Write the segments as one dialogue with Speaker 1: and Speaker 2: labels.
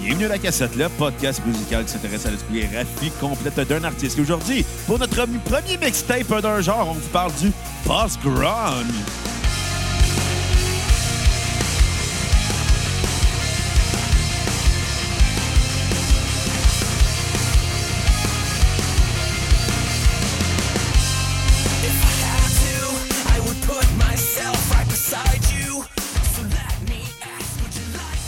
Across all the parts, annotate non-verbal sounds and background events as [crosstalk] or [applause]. Speaker 1: Bienvenue à la cassette, le podcast musical qui s'intéresse à l'esprit et raffie complète d'un artiste. Et Aujourd'hui, pour notre premier mixtape d'un genre, on vous parle du post-grunge.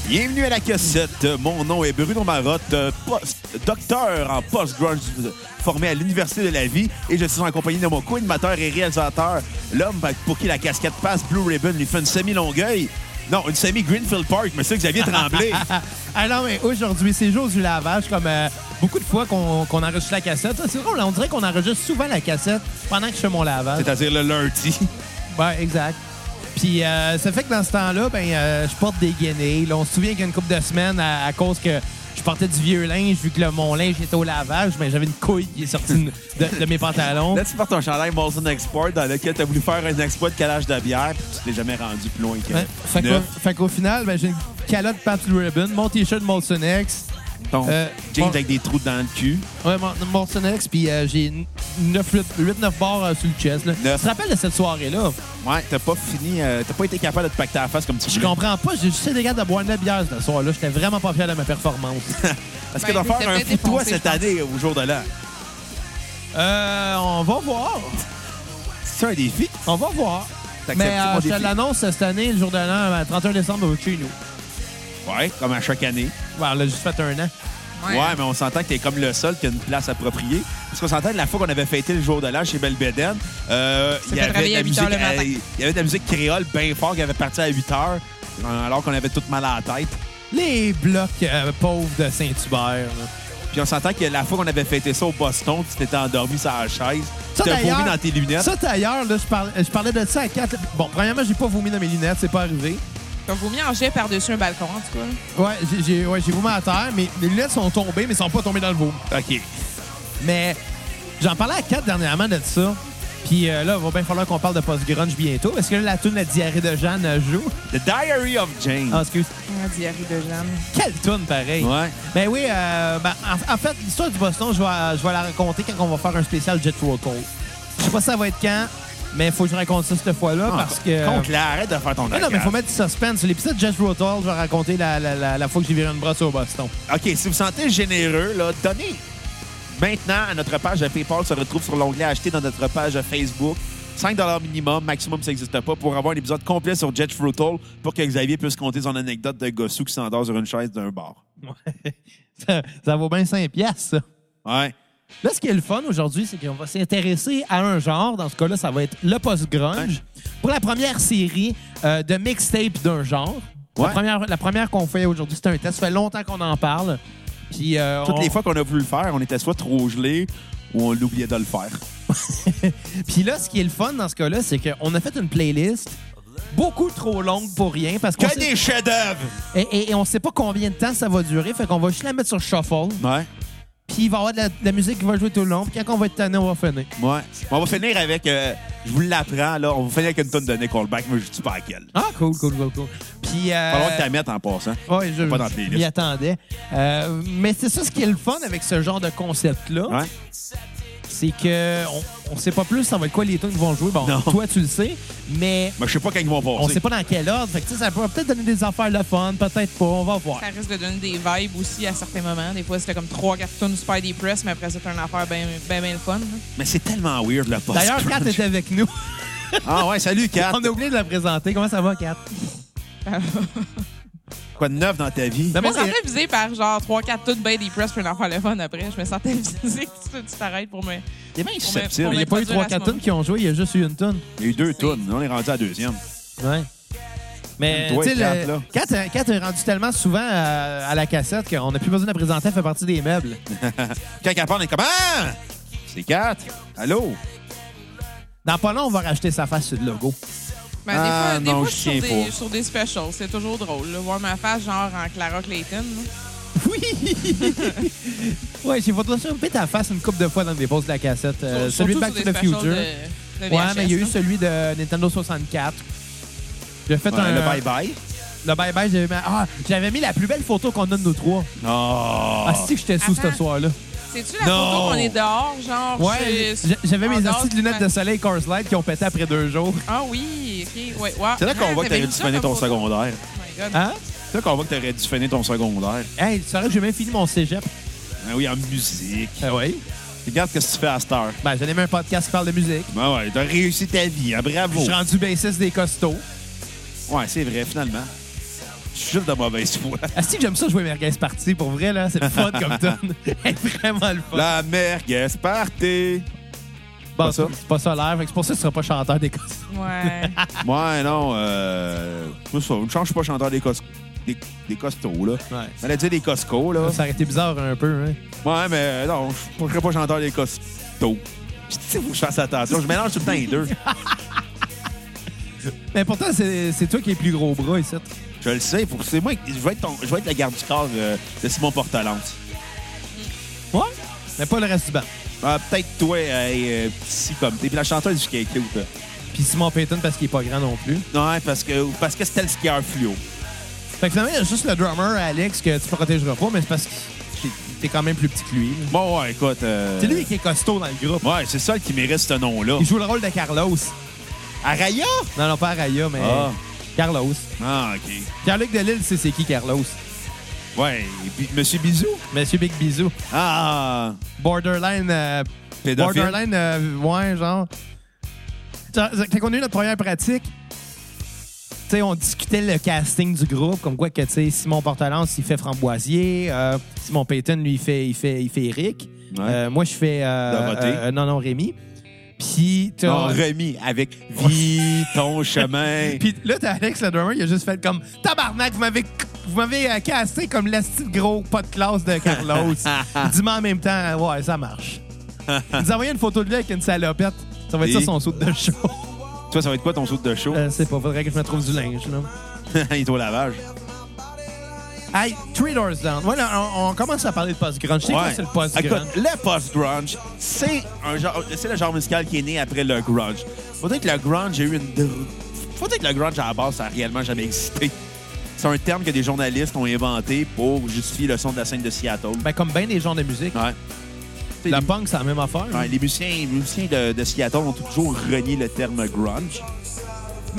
Speaker 1: Bienvenue à la cassette. Mon nom est Bruno Marotte, euh, post- docteur en post-grunge euh, formé à l'Université de la vie. Et je suis en compagnie de mon co-animateur et réalisateur, l'homme pour qui la casquette passe, Blue Ribbon, lui fait une semi-longueuil. Non, une semi-Greenfield Park, monsieur Xavier Tremblay.
Speaker 2: [laughs] Ah non, mais aujourd'hui, c'est jour du lavage, comme euh, beaucoup de fois qu'on qu'on enregistre la cassette. Ah, C'est drôle, on dirait qu'on enregistre souvent la cassette pendant que je fais mon lavage.
Speaker 1: C'est-à-dire le lundi.
Speaker 2: Ouais, exact. Puis euh, ça fait que dans ce temps-là, ben, euh, je porte des guenilles. Là, on se souvient qu'il y a une couple de semaines, à, à cause que je portais du vieux linge, vu que le- mon linge était au lavage, mais j'avais une couille qui est sortie de, de- de
Speaker 1: [laughs]
Speaker 2: mes pantalons.
Speaker 1: Là, tu portes ton chandail Molson Export dans lequel tu as voulu faire un exploit de calage de bière, puis tu t'es jamais rendu plus loin que
Speaker 2: Ouais. Fait qu'au-
Speaker 1: neuf.
Speaker 2: fait qu'au final, ben, j'ai une calotte Pabst Blue Ribbon, mon t-shirt Molson X,
Speaker 1: Ton
Speaker 2: Euh,
Speaker 1: jeans
Speaker 2: bon.
Speaker 1: avec des trous dans le cul.
Speaker 2: Ouais, mon, mon Sonex, puis euh, j'ai 8-9 bars euh, sur le chest. Là.
Speaker 1: Neuf.
Speaker 2: Tu te rappelles de cette soirée-là?
Speaker 1: Ouais, t'as pas fini, euh, t'as pas été capable de te pacter la face comme tu
Speaker 2: Je
Speaker 1: voulais.
Speaker 2: comprends pas, j'ai juste été capable de boire une bière ce soir-là. J'étais vraiment pas fier de ma performance.
Speaker 1: [laughs] Parce que
Speaker 3: Ben,
Speaker 1: doit faire
Speaker 3: t'étais
Speaker 1: un
Speaker 3: bien
Speaker 1: fou de toi
Speaker 3: défoncé,
Speaker 1: cette
Speaker 3: je pense.
Speaker 1: année au jour de l'an.
Speaker 2: euh, on va voir.
Speaker 1: C'est un défi.
Speaker 2: On va voir.
Speaker 1: T'acceptes-tu
Speaker 2: Mais euh,
Speaker 1: mon
Speaker 2: je te
Speaker 1: défi?
Speaker 2: l'annonce cette année, le jour de l'an, le 31 décembre, au chez nous.
Speaker 1: Ouais, comme à chaque année.
Speaker 2: Ouais, on l'a juste fait un an.
Speaker 1: Ouais, mais on s'entend que t'es comme le seul qui a une place appropriée. Parce qu'on s'entend que la fois qu'on avait fêté le jour de l'an chez Belbédène, euh, il y
Speaker 3: fait
Speaker 1: avait de
Speaker 3: travailler
Speaker 1: la
Speaker 3: à 8 heures
Speaker 1: musique,
Speaker 3: le matin.
Speaker 1: euh, il y avait de la musique créole bien fort qui avait parti à 8 heures, euh, alors qu'on avait tout mal à la tête.
Speaker 2: Les blocs euh, pauvres de Saint-Hubert. là.
Speaker 1: Puis on s'entend que la fois qu'on avait fêté ça au Boston, tu t'étais endormi sur la chaise. Tu
Speaker 2: Ça,
Speaker 1: t'as
Speaker 2: d'ailleurs-
Speaker 1: vomi dans tes lunettes.
Speaker 2: Ça, d'ailleurs, là, je, parlais, je parlais de ça à 4. Bon, premièrement, j'ai pas vomi dans mes lunettes, c'est pas arrivé.
Speaker 3: T'as vomi en jet par-dessus un balcon, en tout cas.
Speaker 2: Ouais, j'ai- j'ai ouais, j'ai vomi à terre, mais les lunettes sont tombées, mais sont pas tombées dans le vomi.
Speaker 1: OK.
Speaker 2: Mais j'en parlais à quatre dernièrement de ça. Puis euh, là, il va bien falloir qu'on parle de post-grunge bientôt. Est-ce que la tune La diarrhée de Jeanne euh, joue?
Speaker 1: The Diary of Jane.
Speaker 2: Ah, excuse.
Speaker 3: Ah, diarrhée de Jeanne.
Speaker 2: Quelle tune, pareil.
Speaker 1: Ouais.
Speaker 2: Ben oui, euh, ben, en, en fait, l'histoire du Boston, je vais, euh, je vais la raconter quand on va faire un spécial Jet Roll Call. Je sais pas si ça va être quand, mais il faut que je raconte ça cette fois-là
Speaker 1: Ah,
Speaker 2: parce que... Ah
Speaker 1: Contre la, arrête de faire ton
Speaker 2: Non, non, mais
Speaker 1: arcade.
Speaker 2: faut mettre du suspense. Sur l'épisode Jet Roll Call, je vais raconter la, la, la, la fois que j'ai viré une brosse au Boston.
Speaker 1: OK, si vous sentez généreux, là, donnez maintenant à notre page de PayPal. se retrouve sur l'onglet Acheter dans notre page Facebook. 5 minimum, maximum, ça n'existe pas, pour avoir un épisode complet sur Jet Fruital pour que Xavier puisse compter son anecdote de gossou qui s'endort sur une chaise d'un bar.
Speaker 2: ça, ça vaut bien 5 piastres, ça.
Speaker 1: Ouais.
Speaker 2: Là, ce qui est le fun aujourd'hui, c'est qu'on va s'intéresser à un genre. Dans ce cas-là, ça va être le post-grunge. Pour la première série euh, de mixtape d'un genre.
Speaker 1: Ouais.
Speaker 2: La première, la première qu'on fait aujourd'hui, c'est un test. Ça fait longtemps qu'on en parle. Puis, euh,
Speaker 1: Toutes
Speaker 2: on-
Speaker 1: les fois qu'on a voulu le faire, on était soit trop gelé ou on l'oubliait de le faire.
Speaker 2: Puis là, ce qui est le fun dans ce cas-là, c'est qu'on a fait une playlist beaucoup trop longue pour rien. Parce qu'on
Speaker 1: Que
Speaker 2: sait-
Speaker 1: des chefs-d'œuvre!
Speaker 2: et, et- et on sait pas combien de temps ça va durer. Fait qu'on va juste la mettre sur shuffle.
Speaker 1: Ouais.
Speaker 2: Puis il va y avoir de la, de la musique qui va jouer tout le long. Puis quand on va être tanné, on va finir.
Speaker 1: Ouais. On va finir avec. euh, je vous l'apprends, là. On va finir avec une tonne de Nick Holback, mais je dis pas à quelle.
Speaker 2: Ah, cool, cool, cool, cool. Puis. euh,
Speaker 1: Falloir que tu la mettes en passant.
Speaker 2: Oui, je,
Speaker 1: Pas dans tes
Speaker 2: je
Speaker 1: listes.
Speaker 2: m'y attendais. Euh, mais c'est ça ce qui est le fun avec ce genre de concept-là.
Speaker 1: Ouais.
Speaker 2: C'est que on, on sait pas plus ça va être quoi les tunes qui vont jouer. Bon,
Speaker 1: Non.
Speaker 2: toi, tu le sais, mais
Speaker 1: Mais je sais pas quand ils vont passer.
Speaker 2: on sait pas dans quel ordre. Fait que, tu sais, ça pourrait peut-être donner des affaires le fun, peut-être pas, on va voir.
Speaker 3: Ça risque de donner des vibes aussi à certains moments. Des fois, c'était comme trois cartons super depress, mais après, c'était une affaire bien, bien, bien le fun. [laughs] là.
Speaker 1: Mais c'est tellement weird, le post
Speaker 2: D'ailleurs, Kat était avec nous.
Speaker 1: [laughs]
Speaker 2: [laughs]
Speaker 1: Ah ouais, salut, Kat.
Speaker 2: on a oublié de la présenter. Comment ça va, Kat?
Speaker 1: Quoi de neuf dans ta vie?
Speaker 2: Ben,
Speaker 3: Je
Speaker 2: moi,
Speaker 3: me sentais visée par genre trois quatre toutes bien depress, puis une affaire le fun après. Je me sentais [laughs] visée que tu- tu t'arrêtes pour me.
Speaker 1: T'es bien
Speaker 2: il
Speaker 1: susceptible.
Speaker 2: n'y a pas eu
Speaker 3: produire à
Speaker 2: trois
Speaker 3: ce
Speaker 2: quatre
Speaker 3: moment.
Speaker 2: tunes qui ont joué, il y a juste eu une tune.
Speaker 1: Il y a eu deux tonnes. On est rendu à la deuxième.
Speaker 2: Ouais. Mais
Speaker 1: Toi et
Speaker 2: tu sais,
Speaker 1: Kat,
Speaker 2: le-
Speaker 1: là.
Speaker 2: Kat, euh, Kat est rendue tellement souvent euh, à la cassette qu'on n'a plus besoin de la présenter, elle fait partie des meubles.
Speaker 1: Quand elle parle, on est comme Ah! C'est Kat. Allô?
Speaker 2: Dans pas long, on va racheter sa face sur le logo. [laughs]
Speaker 3: Ben, des
Speaker 1: Ah,
Speaker 3: fois, des
Speaker 1: non,
Speaker 3: fois,
Speaker 1: je
Speaker 3: je suis
Speaker 1: tiens
Speaker 3: sur
Speaker 1: pas.
Speaker 3: des, sur des specials. C'est toujours drôle. là. Voir ma face, genre en Clara Clayton. là.
Speaker 2: Oui! ouais, j'ai votre chopé ta face une couple de fois dans des pauses de la cassette. Euh,
Speaker 3: Sur-
Speaker 2: celui de Back
Speaker 3: surtout sur
Speaker 2: to the
Speaker 3: des specials
Speaker 2: Future.
Speaker 3: de- de
Speaker 2: ouais,
Speaker 3: VHS,
Speaker 2: mais il y a eu
Speaker 3: là.
Speaker 2: celui de Nintendo 64. J'ai fait
Speaker 1: Ouais,
Speaker 2: un.
Speaker 1: Le bye-bye.
Speaker 2: Le bye-bye, j'avais mis... Ah, j'avais mis la plus belle photo qu'on a de nous trois.
Speaker 1: Oh.
Speaker 2: Ah, si que j'étais sous ce
Speaker 3: Attends.
Speaker 2: soir-là.
Speaker 3: C'est-tu la
Speaker 1: Non.
Speaker 3: photo qu'on est dehors, genre?
Speaker 2: Ouais,
Speaker 3: chez-
Speaker 2: j'a- j'avais
Speaker 3: en
Speaker 2: mes
Speaker 3: dehors
Speaker 2: astuces de
Speaker 3: du
Speaker 2: lunettes
Speaker 3: ma-
Speaker 2: de soleil Cars Light qui ont pété après deux jours.
Speaker 3: Ah oui, ok, ouais, ouais.
Speaker 1: C'est là qu'on
Speaker 3: Ah,
Speaker 1: voit que t'avais
Speaker 3: mis
Speaker 1: dû
Speaker 3: ça
Speaker 1: finir
Speaker 3: comme
Speaker 1: ton
Speaker 3: photo.
Speaker 1: secondaire.
Speaker 3: Oh my God.
Speaker 2: Hein?
Speaker 1: C'est là qu'on voit que t'aurais dû finir ton secondaire.
Speaker 2: Hey, tu saurais que j'ai même fini mon cégep.
Speaker 1: Ah oui, en musique.
Speaker 2: Ah oui?
Speaker 1: Regarde ce que tu fais à cette heure.
Speaker 2: Ben, j'ai même un podcast qui parle de musique.
Speaker 1: Ben ouais, t'as réussi ta vie, hein,
Speaker 2: Je
Speaker 1: bravo.
Speaker 2: suis rendu bassiste des costauds.
Speaker 1: Ouais, c'est vrai, finalement. Je suis juste de mauvaise
Speaker 2: [laughs]
Speaker 1: foi.
Speaker 2: Asti que j'aime ça jouer Merguez Party, pour vrai, là. C'est le fun [laughs] comme tonne. C'est vraiment le fun.
Speaker 1: La merguez party.
Speaker 2: Bon,
Speaker 1: pas ça.
Speaker 2: C'est pas ça l'air. fait que C'est pour ça que tu seras pas chanteur des costauds.
Speaker 3: Ouais.
Speaker 1: Ouais, non, euh. c'est ça, je change pas chanteur des, cos... des... des costauds, là.
Speaker 2: Ouais.
Speaker 1: On allait dire des Costco, là.
Speaker 2: Ça aurait été bizarre un peu, hein.
Speaker 1: Ouais, mais euh, non, je ne serais pas chanteur des costauds. Je sais faut que je fasse attention. Je mélange tout le temps les deux.
Speaker 2: Mais pourtant, c'est c'est toi qui es le plus gros bras ici.
Speaker 1: Je le sais. Faut que c'est moi. qui- Je vais être, ton- je vais être la garde du corps euh, de Simon Portalance.
Speaker 2: Ouais? Mais pas le reste du banc.
Speaker 1: Ah, Peut-être toi, euh, euh, si comme t'es. Puis la chanteuse du Keke ou pas.
Speaker 2: Puis Simon Payton parce qu'il est pas grand non plus.
Speaker 1: Ouais, parce que parce que c'était le skieur fluo.
Speaker 2: Fait que finalement, il y a juste le drummer, Alex, que tu protégeras pas, mais c'est parce que t'es quand même plus petit que lui. là.
Speaker 1: Bon, ouais, écoute. euh,
Speaker 2: C'est lui qui est costaud dans le groupe.
Speaker 1: Ouais, c'est ça qui mérite ce nom-là.
Speaker 2: Il joue le rôle de Carlos.
Speaker 1: Araya?
Speaker 2: Non, non, pas Araya, mais
Speaker 1: Ah.
Speaker 2: Carlos.
Speaker 1: Ah, OK.
Speaker 2: Pierre-Luc Delisle, c'est c'est qui Carlos?
Speaker 1: Ouais. Et puis, Monsieur Bisou?
Speaker 2: Monsieur Big Bisou.
Speaker 1: Ah,
Speaker 2: Borderline. euh,
Speaker 1: pédophile.
Speaker 2: borderline, euh, ouais, genre. Quand on a eu notre première pratique, tu sais, on discutait le casting du groupe, comme quoi que, tu sais, Simon Portalance, il fait Framboisier, euh, Simon Payton, lui, il fait, il fait, il fait Eric.
Speaker 1: Ouais.
Speaker 2: Euh, moi, je fais. euh,
Speaker 1: Dorothée.
Speaker 2: euh, non, non, Rémi. Puis, t'as-
Speaker 1: Non, remis avec
Speaker 2: [laughs]
Speaker 1: Vis ton chemin.
Speaker 2: Puis là, t'as Alex, le drummer, il a juste fait comme Tabarnak, vous m'avez vous m'avez euh, cassé comme l'asti de gros pas de classe de
Speaker 1: [laughs]
Speaker 2: Carlos. Dis-moi en même temps, euh, ouais, ça marche. Il nous a envoyé une photo de lui avec une salopette. Ça va être ça
Speaker 1: Et-
Speaker 2: son saut de show.
Speaker 1: Toi, ça va être quoi ton saut de show?
Speaker 2: Je sais Euh, pas, faudrait que je me trouve du linge, là.
Speaker 1: [laughs] Il est au lavage.
Speaker 2: Hey, Three Doors Down. Voilà, on, on commence à parler de post-grunge. Je sais
Speaker 1: Ouais.
Speaker 2: que c'est le post-grunge.
Speaker 1: Écoute, le post-grunge, c'est un genre, c'est le genre musical qui est né après le grunge. Faudrait que le grunge ait eu une. dr- Faudrait que le grunge à la base, ça a réellement jamais existé. C'est un terme que des journalistes ont inventé pour justifier le son de la scène de Seattle.
Speaker 2: Ben, comme bien des genres de musique.
Speaker 1: Ouais.
Speaker 2: Le La punk, c'est la même affaire.
Speaker 1: Ouais, les musiciens, les musiciens de, de Seattle ont toujours renié le terme grunge.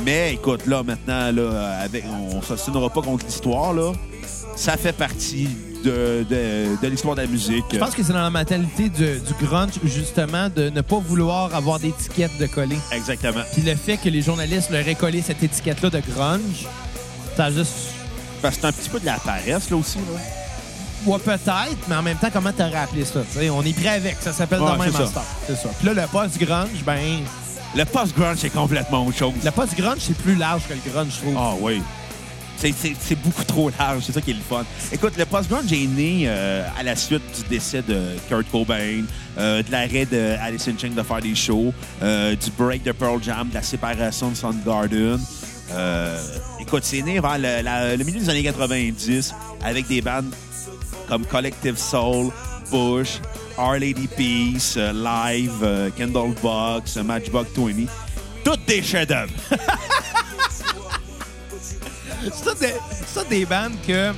Speaker 1: Mais écoute, là, maintenant, là, avec, on ne s'assinera pas contre l'histoire. là. Ça fait partie de, de- de l'histoire de la musique.
Speaker 2: Je pense que c'est dans la mentalité du, du grunge, justement, de ne pas vouloir avoir d'étiquette de coller.
Speaker 1: Exactement.
Speaker 2: Puis le fait que les journalistes leur aient collé cette étiquette-là de grunge, ça a juste.
Speaker 1: Parce que c'est un petit peu de la paresse, là aussi. Là.
Speaker 2: Ouais, peut-être, mais en même temps, comment t'aurais appelé ça? tu sais? on est pris avec, ça s'appelle
Speaker 1: Ouais,
Speaker 2: dans même
Speaker 1: c'est ça.
Speaker 2: en star. C'est ça. Puis là, le post-grunge, ben.
Speaker 1: Le post-grunge, c'est complètement autre chose.
Speaker 2: Le post-grunge, c'est plus large que le grunge, je trouve.
Speaker 1: Ah oui. C'est- C'est c'est beaucoup trop large, c'est ça qui est le fun. Écoute, le post-grunge est né euh, à la suite du décès de Kurt Cobain, euh, de l'arrêt de Alice in Chains de faire des shows, euh, du break de Pearl Jam, de la séparation de Soundgarden. Euh, écoute, c'est né vers le, la- le milieu des années 90 avec des bandes comme Collective Soul, Bush, Our Lady Peace, euh, Live, euh, Candlebox, euh, Matchbox 20. Toutes des chefs-d'œuvre.
Speaker 2: C'est ça des, c'est ça des bandes que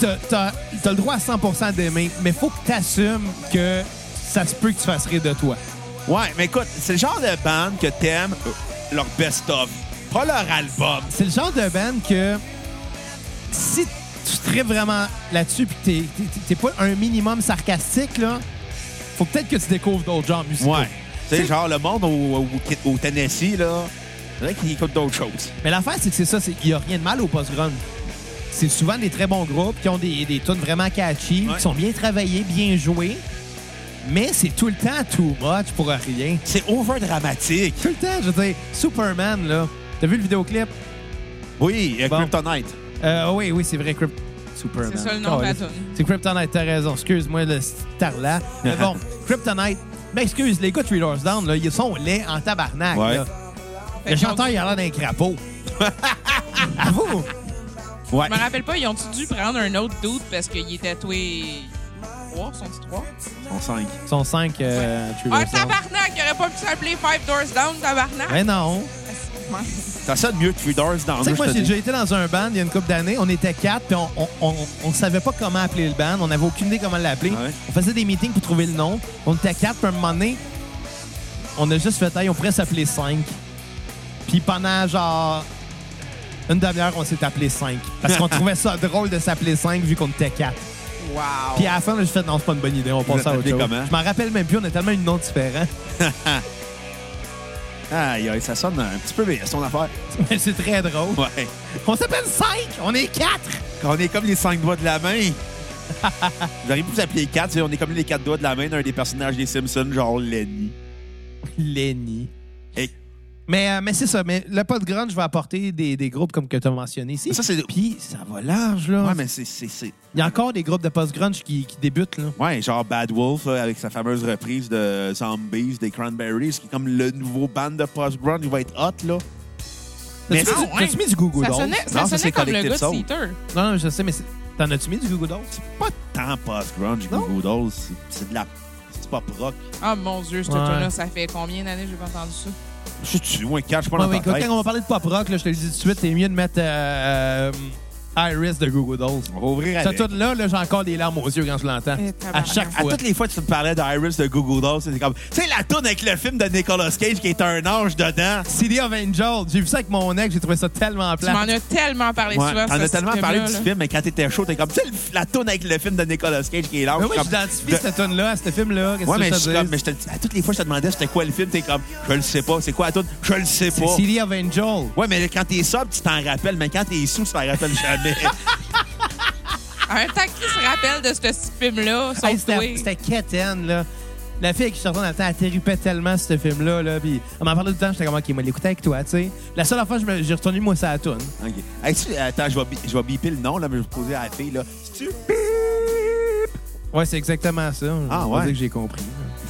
Speaker 2: t'as- t'as t'as le droit à 100 d'aimer, mais faut que t'assumes que ça se peut que tu fasses rire de toi.
Speaker 1: Ouais, mais écoute, c'est le genre de band que t'aimes euh, leur best-of, pas leur album.
Speaker 2: C'est le genre de band que si tu te tripes vraiment là-dessus puis que t'es- t'es- t'es pas un minimum sarcastique, là, faut peut-être que tu découvres d'autres genres musicaux.
Speaker 1: Ouais. Tu sais,
Speaker 2: C'est-
Speaker 1: genre le monde au, au- au Tennessee, là, c'est vrai qu'ils écoutent d'autres choses.
Speaker 2: Mais l'affaire, c'est que c'est ça, c'est qu'il n'y a rien de mal au post-grunge. C'est souvent des très bons groupes qui ont des, des tunes vraiment catchy,
Speaker 1: Ouais.
Speaker 2: qui sont bien travaillés, bien joués, mais c'est tout le temps too much pour rien.
Speaker 1: C'est over-dramatique.
Speaker 2: Tout le temps, je veux dire, Superman, là. T'as vu le vidéoclip?
Speaker 1: Oui, euh,
Speaker 2: Bon.
Speaker 1: Kryptonite.
Speaker 2: Euh, oh oui, oui, c'est vrai, Crypt... Superman.
Speaker 3: C'est ça le nom de la
Speaker 2: Caliste.
Speaker 3: tune.
Speaker 2: C'est Kryptonite, t'as raison. Excuse-moi, le star-là. Mais bon, Kryptonite, m'excuse, les gars de Three Doors Down, là, ils sont laids en tabarnak.
Speaker 1: Ouais.
Speaker 2: là.
Speaker 3: Fait
Speaker 2: Le
Speaker 3: qu'ils ont-
Speaker 2: chanteur, il a l'air d'un crapaud. Avoue!
Speaker 1: Ouais.
Speaker 3: Je me rappelle pas, ils ont dû prendre un autre doute parce qu'il était tatoué. Trois, sont-ils trois?
Speaker 1: On 5.
Speaker 2: Ils sont cinq, euh, Three
Speaker 3: Ah,
Speaker 2: Doors Down.
Speaker 3: tabarnak! Il aurait pas pu s'appeler Five Doors Down, tabarnak!
Speaker 2: Mais Ben non.
Speaker 3: pense.
Speaker 1: Ça sonne mieux que Feeders dans
Speaker 2: Tu sais que moi, j'ai déjà été dans un band il y a une couple d'années. On était quatre, puis on, on, on, on savait pas comment appeler le band. On n'avait aucune idée comment l'appeler.
Speaker 1: Ah ouais?
Speaker 2: On faisait des meetings pour trouver le nom. On était quatre, puis à un moment donné, on a juste fait taille. On pourrait s'appeler cinq. Puis pendant genre une demi-heure, on s'est appelé cinq.
Speaker 1: [laughs]
Speaker 2: Parce qu'on trouvait ça drôle de s'appeler cinq vu qu'on était quatre.
Speaker 3: Wow.
Speaker 2: Puis à la fin, j'ai fait non, c'est pas une bonne idée, on passe à autre
Speaker 1: appelez
Speaker 2: chose.
Speaker 1: comment?
Speaker 2: Je m'en rappelle même plus, on a tellement une nom différent. [laughs]
Speaker 1: Aïe, aïe, ça sonne un petit peu bien, son affaire.
Speaker 2: Mais c'est très drôle.
Speaker 1: Ouais.
Speaker 2: On s'appelle cinq, on est quatre.
Speaker 1: On est comme les cinq doigts de la main. [laughs] Vous arrivez à vous appeler quatre, tu sais, on est comme les quatre doigts de la main d'un des personnages des Simpsons, genre Lenny.
Speaker 2: Lenny.
Speaker 1: Hey.
Speaker 2: Mais, euh, mais c'est ça. Mais le pot de grunge va apporter des, des groupes comme que tu as mentionné ici.
Speaker 1: Mais ça, c'est-
Speaker 2: Puis ça va large, là.
Speaker 1: Ouais, mais c'est- c'est. c'est-
Speaker 2: Il y a encore des groupes de post-grunge qui, qui débutent, là.
Speaker 1: Ouais, genre Bad Wolf là, avec sa fameuse reprise de Zombies des Cranberries, qui est comme le nouveau band de post-grunge. Il va être hot, là. Mais
Speaker 2: T'as-tu
Speaker 1: ça-
Speaker 2: mis- t'as-tu mis du Google
Speaker 3: Ça
Speaker 2: Dolls?
Speaker 3: sonnait, ça
Speaker 1: Non, ça,
Speaker 3: sonnait
Speaker 1: c'est
Speaker 3: comme le
Speaker 1: Collective
Speaker 3: gars de
Speaker 1: Soul.
Speaker 3: Seater.
Speaker 2: Non, non, je sais, mais c'est- t'en as-tu mis du Google Dolls?
Speaker 1: Pas tant post-grunge,
Speaker 2: Non.
Speaker 1: Google Dolls. C'est- C'est de la. C'est pas rock.
Speaker 3: Ah mon Dieu, cette
Speaker 2: Ouais.
Speaker 3: tune-là, ça fait combien d'années que j'ai pas entendu ça?
Speaker 1: Je suis dessus, moi, quatre, je suis pas
Speaker 2: Ouais,
Speaker 1: dans
Speaker 2: mais
Speaker 1: ta
Speaker 2: écoute,
Speaker 1: tête.
Speaker 2: quand on va parler de pop rock, là, je te le dis tout de suite, c'est mieux de mettre euh, euh, Iris de Google Dolls.
Speaker 1: On va ouvrir
Speaker 2: Ça
Speaker 1: avec.
Speaker 2: toute là, là j'ai encore des larmes aux yeux quand je l'entends.
Speaker 3: Eh,
Speaker 2: À
Speaker 3: tabarnak.
Speaker 2: chaque
Speaker 1: À
Speaker 2: fois.
Speaker 1: toutes les fois que tu me parlais d'Iris de Google Dolls, c'était comme. C'est la toune avec le film de Nicolas Cage qui est un ange dedans.
Speaker 2: City of Angel, j'ai vu ça avec mon ex, j'ai trouvé ça tellement
Speaker 3: Tu
Speaker 2: plat.
Speaker 3: m'en as tellement parlé
Speaker 1: Ouais,
Speaker 3: souvent.
Speaker 1: t'en
Speaker 3: ce
Speaker 1: as tellement
Speaker 3: système-là,
Speaker 1: parlé du
Speaker 3: là.
Speaker 1: film, mais quand t'étais chaud, t'es comme, tu sais, le- la toune avec le film de Nicolas Cage qui est là.
Speaker 2: Mais oui,
Speaker 1: je suis comme,
Speaker 2: j'identifie
Speaker 1: de-
Speaker 2: cette tonne-là à ce film-là. Qu'est-ce
Speaker 1: Ouais,
Speaker 2: que
Speaker 1: mais
Speaker 2: je
Speaker 1: je
Speaker 2: te
Speaker 1: suis
Speaker 2: dis?
Speaker 1: comme, mais je te- à toutes les fois, je te demandais c'était quoi le film, t'es comme, je le sais pas, c'est quoi la toune? Je le sais
Speaker 2: C'est
Speaker 1: pas.
Speaker 2: City of Angel.
Speaker 1: Ouais, mais quand t'es sobre, tu t'en rappelles, mais quand t'es sous, tu t'en rappelles [laughs] jamais.
Speaker 3: En même temps, qui se rappelle de ce petit film-là?
Speaker 2: Hey,
Speaker 3: sauf
Speaker 2: C'était
Speaker 3: toi?
Speaker 2: c'était quétaine, là. La fille avec qui sortait dans le temps, elle terripait tellement ce film-là. Là, puis on m'en parlait tout le temps, j'étais comme, OK, moi, l'écouter avec toi, tu sais. La seule fois, j'ai retourné, moi, ça à la toune.
Speaker 1: Ok. Hey, tu- attends, je vais bi- je vais biper le nom, là, mais je vais poser à la fille, là. C'est-tu bip?
Speaker 2: Ouais, c'est exactement ça. Je
Speaker 1: Ah,
Speaker 2: vais
Speaker 1: ouais.
Speaker 2: dire que j'ai compris.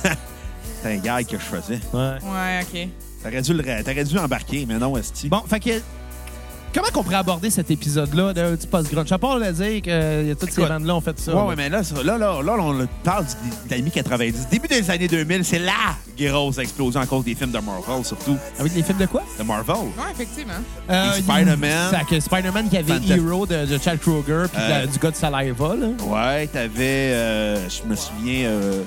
Speaker 1: C'est un gag que je faisais.
Speaker 2: Ouais.
Speaker 3: Ouais, OK.
Speaker 1: T'aurais dû, le ra- t'aurais dû embarquer, mais non, Esti.
Speaker 2: Bon, fait que. Comment qu'on pourrait aborder cet épisode-là de du post-grunge? À part le dire que euh, y a toutes ces
Speaker 1: Écoute.
Speaker 2: bandes-là ont fait ça.
Speaker 1: Ouais,
Speaker 2: là.
Speaker 1: ouais, mais là, ça- là, là, là, on parle du- de la mi-90. Début des années 2000, c'est la grosse explosion à cause des films de Marvel, surtout.
Speaker 2: Avec Ah les films de quoi?
Speaker 1: De Marvel.
Speaker 3: Ouais, effectivement.
Speaker 2: Euh,
Speaker 1: Spider-Man.
Speaker 2: Fait que Spider-Man qui avait
Speaker 1: Fantastic-
Speaker 2: Hero de, de Chad Kroger puis de la-
Speaker 1: Euh.
Speaker 2: du gars de Saliva, là.
Speaker 1: Ouais, t'avais, euh, je me souviens, euh,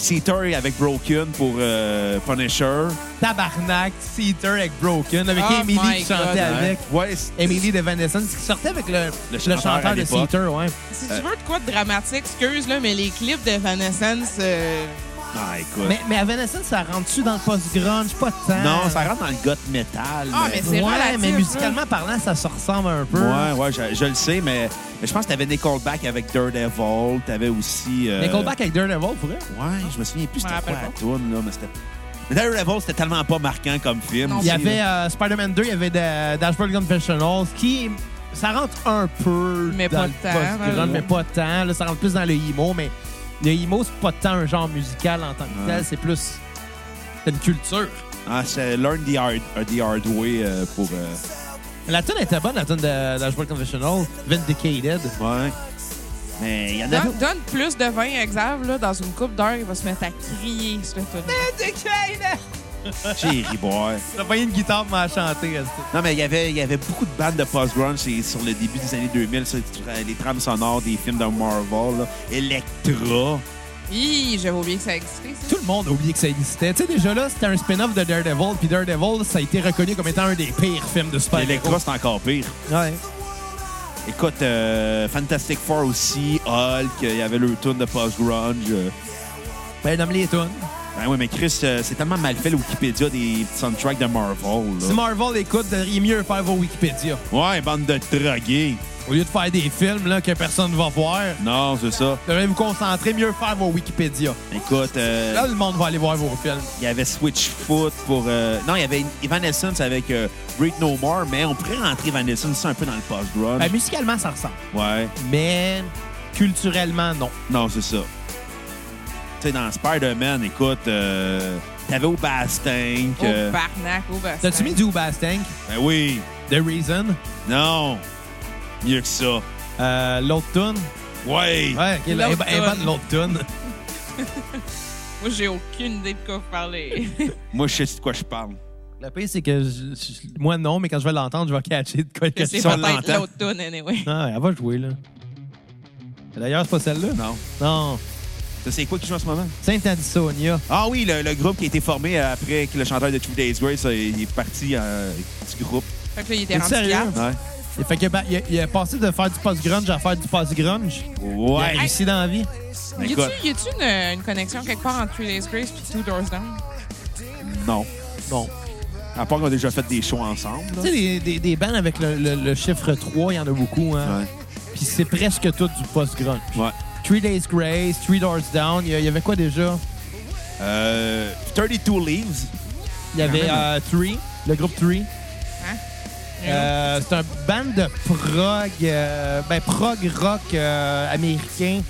Speaker 1: Seater avec Broken pour euh, Punisher.
Speaker 2: Tabarnak, Theater avec Broken, avec
Speaker 3: Oh
Speaker 2: Emily
Speaker 3: my
Speaker 2: qui
Speaker 3: God.
Speaker 2: chantait avec.
Speaker 1: Ouais, c'est-
Speaker 2: Emily Evanescence qui sortait avec le,
Speaker 1: Le
Speaker 2: le
Speaker 1: chanteur
Speaker 2: chanteur,
Speaker 1: à
Speaker 2: de
Speaker 1: l'époque.
Speaker 2: Seater, ouais.
Speaker 3: Si tu veux de quoi de dramatique, excuse, là, mais les clips de Evanescence, euh,
Speaker 1: Ah, écoute.
Speaker 2: Mais, mais Evanescence, ça rentre-tu dans le post-grunge? Pas tant.
Speaker 1: Non, ça rentre dans le goth metal.
Speaker 3: euh, Ah, mais
Speaker 2: Ouais,
Speaker 3: c'est relatif, hein.
Speaker 2: mais
Speaker 3: là.
Speaker 2: musicalement parlant, ça se ressemble un peu.
Speaker 1: Ouais, ouais, je, je le sais, mais, mais je pense que t'avais Nickelback avec Daredevil. T'avais aussi... euh,
Speaker 2: Mais Nickelback avec Daredevil, pour vrai?
Speaker 1: Ouais, je me souviens plus
Speaker 3: Je
Speaker 1: c'était
Speaker 3: me
Speaker 1: quoi la
Speaker 3: rappelle
Speaker 1: toune, là, mais c'était... Mais Daredevil, c'était tellement pas marquant comme film.
Speaker 3: Non.
Speaker 2: Il y
Speaker 1: aussi,
Speaker 2: avait
Speaker 1: là.
Speaker 2: euh, Spider-Man 2, il y avait de- Dashboard Confessionals, qui ça rentre un peu
Speaker 3: Mais
Speaker 2: dans
Speaker 3: pas
Speaker 2: le
Speaker 3: tant,
Speaker 2: post-grunge,
Speaker 3: hein.
Speaker 2: mais pas tant. Là, ça rentre plus dans le emo, mais le emo, c'est pas tant un genre musical en tant que
Speaker 1: Ouais.
Speaker 2: tel, c'est plus c'est une culture.
Speaker 1: Ah, c'est Learn the Hard, euh, the hard Way euh, pour... euh,
Speaker 2: La tune était bonne, la tune de Dashboard Confessional, Vindicated.
Speaker 1: ouais. Mais il y en avait...
Speaker 3: donne, donne plus de 20 exaves, là, dans une coupe d'heure, il va se mettre à crier, ce tune
Speaker 1: J'ai ri, boy.
Speaker 2: T'as pas une guitare pour m'en chanter. est-ce que-
Speaker 1: Non, mais il y avait- il y avait beaucoup de bandes de post-grunge c'est sur le début des années 2000, sur euh, les- les trames sonores des films de Marvel, là. Electra.
Speaker 3: Hi, j'avais oublié que ça existait, ça.
Speaker 2: Tout le monde a oublié que ça existait. Tu sais, déjà là, c'était un spin-off de Daredevil, puis Daredevil, ça a été reconnu comme étant un des pires films de
Speaker 1: Puis
Speaker 2: super-héros.
Speaker 1: Electra, c'est encore pire.
Speaker 2: Ouais.
Speaker 1: Écoute, euh, Fantastic Four aussi, Hulk, il y avait le tour de post-grunge. euh.
Speaker 2: Ben, nomme les tunes.
Speaker 1: Ben oui, mais Chris, euh, c'est tellement mal fait, le Wikipédia des soundtracks de Marvel, là.
Speaker 2: Si Marvel écoute, il est mieux faire vos Wikipédia.
Speaker 1: Ouais, bande de drogués.
Speaker 2: Au lieu de faire des films là, que personne ne va voir,
Speaker 1: Non, c'est ça.
Speaker 2: vous devez vous concentrer, mieux faire vos Wikipédia.
Speaker 1: Écoute, euh,
Speaker 2: Là, le monde va aller voir vos films.
Speaker 1: Il y avait Switchfoot pour. euh, Non, il y avait Evanescence avec euh, Break No More, mais on pourrait rentrer Evanescence un peu dans le post-grunge.
Speaker 2: Ben, musicalement, ça ressemble.
Speaker 1: Ouais.
Speaker 2: Mais culturellement, non.
Speaker 1: Non, c'est ça. Tu sais, dans Spider-Man, écoute, euh, t'avais au Bastink.
Speaker 3: Au barnac, au bassin.
Speaker 2: T'as-tu mis du Bastank?
Speaker 1: ben oui.
Speaker 2: The Reason?
Speaker 1: Non. Mieux que ça.
Speaker 2: Euh, l'autre tune?
Speaker 1: Ouais.
Speaker 2: Ouais, ok, elle est
Speaker 3: L'autre
Speaker 2: bonne, elle est bonne,
Speaker 3: tune.
Speaker 2: l'autre tune.
Speaker 3: Moi, j'ai aucune idée de quoi vous parlez.
Speaker 1: Moi, je sais de quoi je parle.
Speaker 2: Le pire, c'est que je- je- moi, non, mais quand je vais l'entendre, je vais catcher de quoi que
Speaker 3: [laughs] C'est
Speaker 2: ce soit.
Speaker 3: peut-être
Speaker 1: l'entend.
Speaker 3: l'autre tune, anyway.
Speaker 2: Non, elle va jouer, là. D'ailleurs, c'est pas celle-là.
Speaker 1: Non.
Speaker 2: Non.
Speaker 1: Ça, c'est quoi qui joue en ce moment?
Speaker 2: Sainte Addissonia.
Speaker 1: Ah oui, le, le groupe qui a été formé après que le chanteur de Two Days Grace euh, il est parti euh, du groupe.
Speaker 3: Fait que là, il était
Speaker 2: T'es
Speaker 3: rendu
Speaker 2: sérieux?
Speaker 3: quatre.
Speaker 1: Ouais.
Speaker 2: Il Fait que, ben, il, a, il a passé de faire du post-grunge à faire du post-grunge. Il a
Speaker 1: Ouais.
Speaker 2: réussi dans la vie.
Speaker 3: Y
Speaker 1: Écoute,
Speaker 3: a-tu y a-tu une, une connexion quelque part entre Three Days Grace et Two Doors Down?
Speaker 1: non.
Speaker 2: Bon.
Speaker 1: À part qu'on a déjà fait des shows ensemble.
Speaker 2: Tu sais, des, des, des bands avec le, le- le chiffre 3, il y en a beaucoup. Hein?
Speaker 1: Ouais.
Speaker 2: Puis c'est presque tout du post-grunge.
Speaker 1: Ouais.
Speaker 2: Three Days Grace, Three Doors Down, il y a- il y avait quoi déjà?
Speaker 1: Euh, 32 Leaves.
Speaker 2: Il y avait euh, Three, le groupe Three. Euh, c'est un band de prog, euh, ben, prog rock euh, américain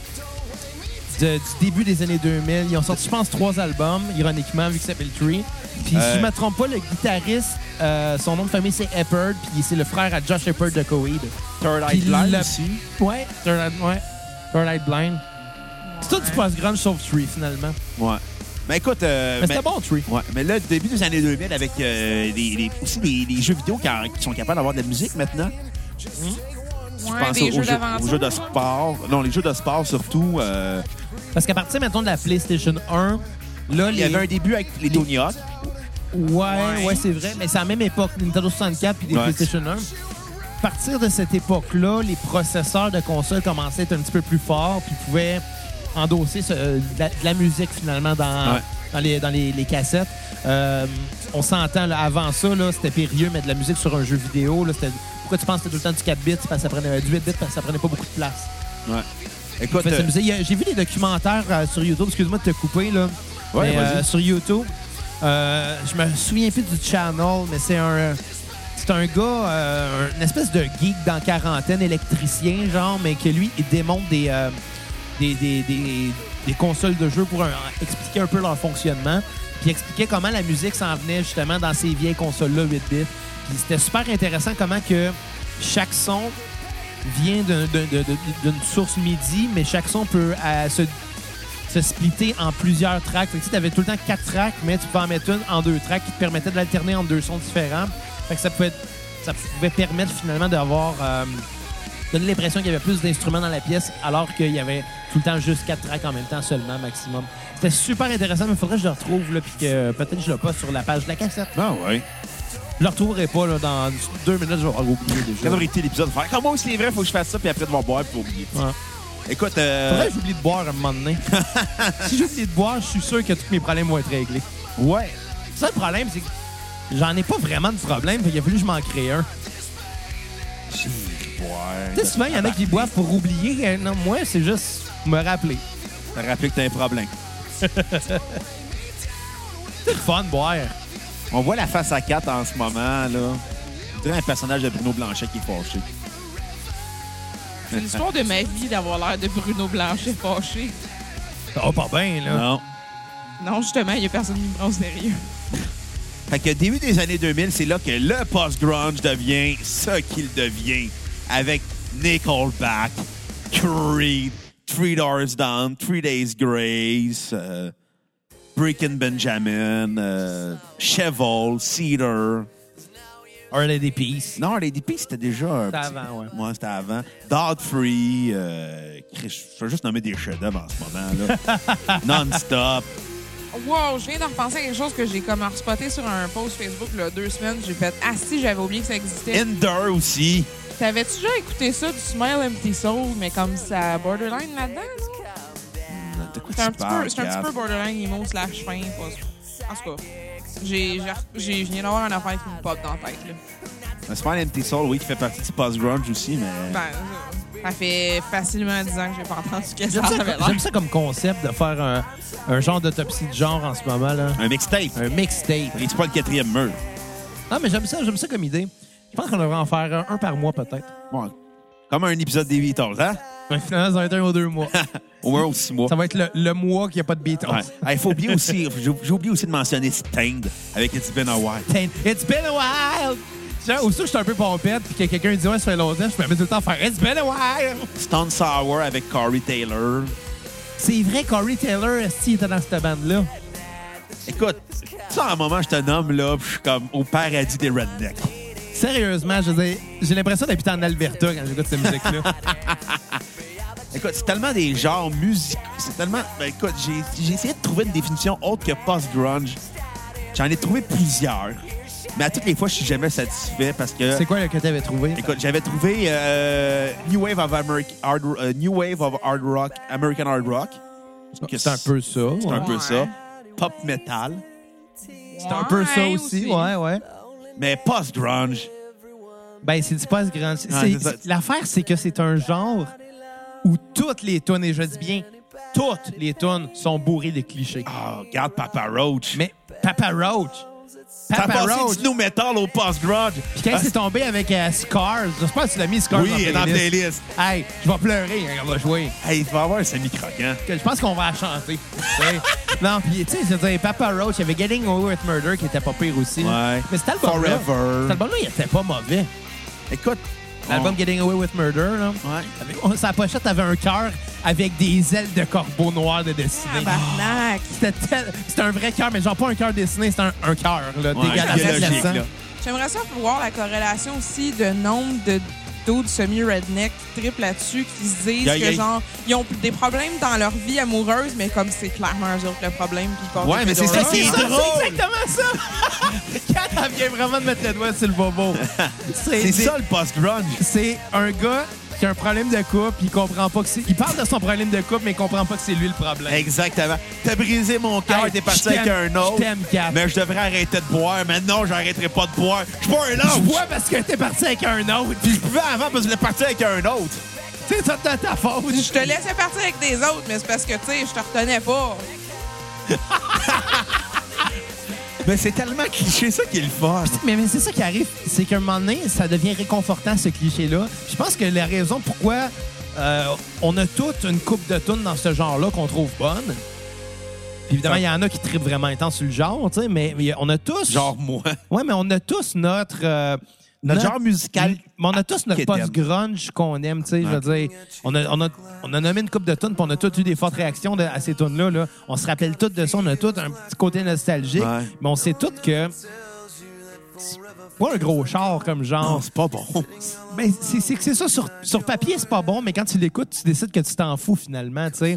Speaker 2: de- du début des années 2000. Ils ont sorti, je pense, trois albums, ironiquement, vu que ça s'appelle Tree. Puis,
Speaker 1: Euh.
Speaker 2: si je ne me trompe pas, le guitariste, euh, son nom de famille, c'est Eppard, puis c'est le frère à Josh Eppard de Coheed.
Speaker 1: Third Eye
Speaker 2: Puis
Speaker 1: Blind
Speaker 2: le-
Speaker 1: aussi.
Speaker 2: Ouais, Third Eye, ouais. Third Eye Blind. C'est tout du
Speaker 3: Ouais.
Speaker 2: post-grunge sauf Tree, finalement.
Speaker 1: Ouais. Mais écoute. euh,
Speaker 2: Mais, c'était bon, Tree.
Speaker 1: Ouais, mais là, début des années 2000, avec euh, les- les- aussi les, les jeux vidéo qui, en- qui sont capables d'avoir de la musique maintenant. Je
Speaker 3: Ouais,
Speaker 1: pense
Speaker 3: des
Speaker 1: aux,
Speaker 3: jeux
Speaker 1: jeux,
Speaker 3: d'aventure.
Speaker 1: aux jeux de sport. Non, les jeux de sport surtout. euh,
Speaker 2: Parce qu'à partir, mettons, de la PlayStation 1, là,
Speaker 1: il
Speaker 2: les...
Speaker 1: y avait un début avec les Tony Hawk.
Speaker 2: Ouais,
Speaker 3: Ouais.
Speaker 2: ouais, c'est vrai, mais c'est à la même époque, Nintendo 64 puis les
Speaker 1: Ouais.
Speaker 2: PlayStation 1. À partir de cette époque-là, les processeurs de consoles commençaient à être un petit peu plus forts puis pouvaient endosser ce- euh, de, la, de la musique finalement dans,
Speaker 1: Ouais.
Speaker 2: dans les, dans les, les cassettes. Euh, on s'entend, là, avant ça, là, c'était périlleux, mais de la musique sur un jeu vidéo, là, c'était- pourquoi tu penses que c'était tout le temps du 4 bits parce que ça prenait, euh, du 8 bits parce que ça prenait pas beaucoup de place?
Speaker 1: Ouais. Écoute,
Speaker 2: Fait que ça
Speaker 1: euh,
Speaker 2: me disait, il y a- J'ai vu des documentaires euh, sur YouTube. Excuse-moi de te couper, là.
Speaker 1: Ouais,
Speaker 2: Mais,
Speaker 1: vas-y.
Speaker 2: sur YouTube, euh, je me souviens plus du channel, mais c'est un... C'est un gars, euh, une espèce de geek dans quarantaine, électricien, genre, mais que lui, il démonte des, euh, des, des, des- des consoles de jeu pour un- expliquer un peu leur fonctionnement. Puis il expliquait comment la musique s'en venait justement dans ces vieilles consoles-là 8 bits. Puis c'était super intéressant comment que chaque son vient d'un- d'un- d'un- d'un- d'une source MIDI, mais chaque son peut euh, se, se splitter en plusieurs tracks. Tu avais tout le temps quatre tracks, mais tu pouvais en mettre une en deux tracks qui te permettait de l'alterner entre deux sons différents. Fait que ça pouvait, être- ça pouvait permettre finalement d'avoir... euh, donner l'impression qu'il y avait plus d'instruments dans la pièce alors qu'il y avait tout le temps juste quatre tracks en même temps seulement maximum. C'était super intéressant, mais il faudrait que je le retrouve là, puis que euh, peut-être je le poste sur la page de la cassette.
Speaker 1: Ah ouais.
Speaker 2: Je le retrouverai pas là, dans deux minutes, je vais avoir oublié
Speaker 1: Quand
Speaker 2: déjà.
Speaker 1: on aurait été l'épisode, faire comment c'est vrai, faut que je fasse ça, puis après, devoir boire pour oublier.
Speaker 2: Ouais.
Speaker 1: Écoute,
Speaker 2: Faudrait
Speaker 1: euh,
Speaker 2: que j'oublie de boire à un moment donné. si j'oublie de boire, je suis sûr que tous mes problèmes vont être réglés.
Speaker 1: ouais.
Speaker 2: Ça, le problème, c'est que j'en ai pas vraiment de problème, fait qu'il a fallu que je m'en crée un. Tu sais, souvent, il y en a qui boivent pour oublier. euh, Non, moi, c'est juste me rappeler.
Speaker 1: T'as rappelé que t'as un problème.
Speaker 2: C'est le fun de boire.
Speaker 1: On voit la face à 4 en ce moment, là. C'est un personnage de Bruno Blanchet qui est fâché. [laughs]
Speaker 3: C'est l'histoire de ma vie d'avoir l'air de Bruno Blanchet fâché.
Speaker 2: Ça va pas bien, là.
Speaker 1: Non.
Speaker 3: Non, justement, il y a personne qui me prend au sérieux.
Speaker 1: Fait que début des années 2000, c'est là que le post-grunge devient ce qu'il devient. Avec Nickelback, Creed, Three Doors Down, Three Days Grace, euh, Breaking Benjamin, euh, Cheval, Cedar.
Speaker 2: Un Lady Peace.
Speaker 1: Non, Lady P, c'était déjà... un
Speaker 2: C'était
Speaker 1: petit-
Speaker 2: avant, ouais.
Speaker 1: Ouais, c'était avant. Dodd-Free, euh, Chris, je vais juste nommer des chefs-d'œuvre en ce moment,
Speaker 2: [laughs]
Speaker 1: là. Non-stop.
Speaker 3: Wow, je viens de repenser à quelque chose que j'ai comme spoté sur un post Facebook il y a deux semaines. J'ai fait Ah si, j'avais oublié que ça existait.
Speaker 1: Ender aussi.
Speaker 3: T'avais-tu déjà écouté ça du Smile Empty Soul, mais comme ça borderline là-dedans? là?
Speaker 1: De quoi
Speaker 3: C'est un,
Speaker 1: tu
Speaker 3: petit peu-
Speaker 1: parles,
Speaker 3: c'est un petit
Speaker 1: Kat?
Speaker 3: peu borderline emo slash fin. pas- En tout cas, j'ai, j'ai- j'ai- je viens d'avoir un affaire qui me pop dans la tête. Là.
Speaker 1: Un Smile Empty Soul, oui, qui fait partie du post-grunge aussi, mais...
Speaker 3: Ben, euh, ça fait facilement 10 ans que j'ai pas entendu ce que ça
Speaker 2: J'aime ça,
Speaker 3: avait l'air.
Speaker 2: j'aime ça comme concept de faire un, un genre d'autopsie de genre en ce moment, là.
Speaker 1: Un mixtape.
Speaker 2: Un mixtape.
Speaker 1: Brise pas le quatrième mur.
Speaker 2: Non, mais j'aime ça, j'aime ça comme idée. Je pense qu'on devrait en faire un, un par mois, peut-être.
Speaker 1: Bon, comme un épisode des Beatles, hein?
Speaker 2: Mais finalement, ça va être un ou deux mois.
Speaker 1: Au moins, aux six mois.
Speaker 2: ça va être le, le mois qu'il n'y a pas de Beatles.
Speaker 1: Ouais. Ah, Il faut oublier aussi... J'ai j'ai oublié aussi de mentionner Sting avec It's Been a While.
Speaker 2: Ten- It's been a while! Genre, ou ça, je suis un peu pompette, puis que quelqu'un dit, ouais, ça fait longtemps, je me mets tout le temps à faire, It's been a while!
Speaker 1: Stone Sour avec Corey Taylor.
Speaker 2: C'est vrai, Corey Taylor, est était dans cette bande-là?
Speaker 1: Écoute, tu sais, à un moment, je te nomme, là, puis je suis comme au paradis des rednecks.
Speaker 2: Sérieusement, je veux dire, j'ai l'impression d'habiter en Alberta quand j'écoute cette musique-là.
Speaker 1: Écoute, c'est tellement des genres musicaux. C'est tellement. Ben, écoute, j'ai, j'ai essayé de trouver une définition autre que post-grunge. J'en ai trouvé plusieurs. Mais à toutes les fois, je suis jamais satisfait parce que.
Speaker 2: [laughs] c'est quoi le que t'avais trouvé?
Speaker 1: Écoute, j'avais trouvé euh, New Wave of Ameri- Hard, euh, New Wave of Hard Rock, American Hard Rock.
Speaker 2: que c'est un peu ça.
Speaker 1: C'est un
Speaker 2: ouais.
Speaker 1: peu ça.
Speaker 3: Ouais.
Speaker 1: Pop metal.
Speaker 2: C'est un peu ça aussi, ouais, ouais.
Speaker 1: Mais post-grunge.
Speaker 2: Ben, c'est du post-grunge. C'est-
Speaker 1: c'est ça.
Speaker 2: c'est- L'affaire, c'est que c'est un genre où toutes les tunes, et je dis bien, toutes les tunes sont bourrées de clichés.
Speaker 1: Ah, regarde Papa Roach.
Speaker 2: Mais Papa Roach,
Speaker 1: T'as
Speaker 2: Papa
Speaker 1: passé
Speaker 2: Roach,
Speaker 1: du new metal au post-grunge. Ah,
Speaker 2: puis quand c'est tombé avec euh, Scars, je sais pas si tu l'as mis Scars
Speaker 1: Oui, dans la
Speaker 2: playlist.
Speaker 1: playlist.
Speaker 2: Hey, je vais pleurer quand on va jouer.
Speaker 1: Hey, il va avoir un semi-croquant.
Speaker 2: que je pense qu'on va la chanter. tu
Speaker 1: [laughs]
Speaker 2: sais. non, puis tu sais, je veux dire, Papa Roach, il y avait Getting Away with Murder qui était pas pire aussi.
Speaker 1: Ouais.
Speaker 2: Mais cet album-là,
Speaker 1: Forever.
Speaker 2: cet album-là, il était pas mauvais.
Speaker 1: Écoute.
Speaker 2: L'album
Speaker 1: on-
Speaker 2: Getting Away with Murder, là.
Speaker 1: Ouais.
Speaker 2: Avec- Sa pochette avait un cœur avec des ailes de corbeau noir de
Speaker 3: Ah,
Speaker 2: dessiné.
Speaker 3: bah. Tabarnak!
Speaker 2: C'était tel- c'était un vrai cœur, mais genre pas un cœur dessiné, c'était un, un cœur, là,
Speaker 1: Ouais,
Speaker 2: dégueulasse.
Speaker 1: biologique,
Speaker 2: blessant.
Speaker 1: là.
Speaker 3: J'aimerais ça voir la corrélation aussi de nombre de d'autres semi-redneck qui trippent là-dessus, qui se disent
Speaker 1: Yeah,
Speaker 3: que
Speaker 1: yeah.
Speaker 3: genre, ils ont des problèmes dans leur vie amoureuse, mais comme c'est clairement eux autres le problème, puis ils portent
Speaker 1: Ouais,
Speaker 3: des
Speaker 1: mais Ah, c'est
Speaker 3: fedoras.
Speaker 1: ça
Speaker 2: C'est
Speaker 1: qui
Speaker 2: ça, c'est
Speaker 1: drôle.
Speaker 2: exactement ça! [laughs] Quand elle vient vraiment de mettre le doigt sur le bobo.
Speaker 1: C'est ça le post-grunge.
Speaker 2: c'est un gars qui a un problème de couple, il comprend pas que c'est. Il parle de son problème de couple, mais il comprend pas que c'est lui le problème.
Speaker 1: Exactement. T'as brisé mon cœur,
Speaker 2: Hey,
Speaker 1: t'es
Speaker 2: je
Speaker 1: parti
Speaker 2: t'aime,
Speaker 1: avec un autre.
Speaker 2: je t'aime, Cap.
Speaker 1: Mais je devrais arrêter de boire. Mais non, j'arrêterai pas de boire. Je suis pas un
Speaker 2: Je
Speaker 1: lâche.
Speaker 2: vois parce que t'es parti avec un autre.
Speaker 1: Puis je pouvais avant parce que je parti avec un autre.
Speaker 2: C'est ça de ta faute.
Speaker 3: Je te laissais partir avec des autres, mais c'est parce que, tu sais, je te retenais pas.
Speaker 1: Mais c'est tellement cliché, ça qui est le fun.
Speaker 2: Mais, mais c'est ça qui arrive, c'est qu'à un moment donné, ça devient réconfortant, ce cliché-là. Je pense que la raison pourquoi euh, on a toute une coupe de tunes dans ce genre-là qu'on trouve bonne. Puis évidemment, il y en a qui trippent vraiment intense sur le genre, tu sais, mais mais on a tous.
Speaker 1: Genre moi.
Speaker 2: Ouais, mais on a tous notre. euh,
Speaker 1: Notre genre musical.
Speaker 2: Mais on a tous notre
Speaker 1: Qui t'aime.
Speaker 2: post-grunge qu'on aime, tu sais. Je veux dire, on a, on, a, on a nommé une coupe de tunes, puis on a tous eu des fortes réactions de- à ces tunes-là. Là. On se rappelle toutes de ça, on a tous un petit côté nostalgique,
Speaker 1: Ouais.
Speaker 2: mais on sait toutes que. C'est pas un gros char comme genre.
Speaker 1: Non, c'est pas bon.
Speaker 2: Ben, c'est c'est que c'est ça, sur, sur papier, c'est pas bon, mais quand tu l'écoutes, tu décides que tu t'en fous finalement, tu sais.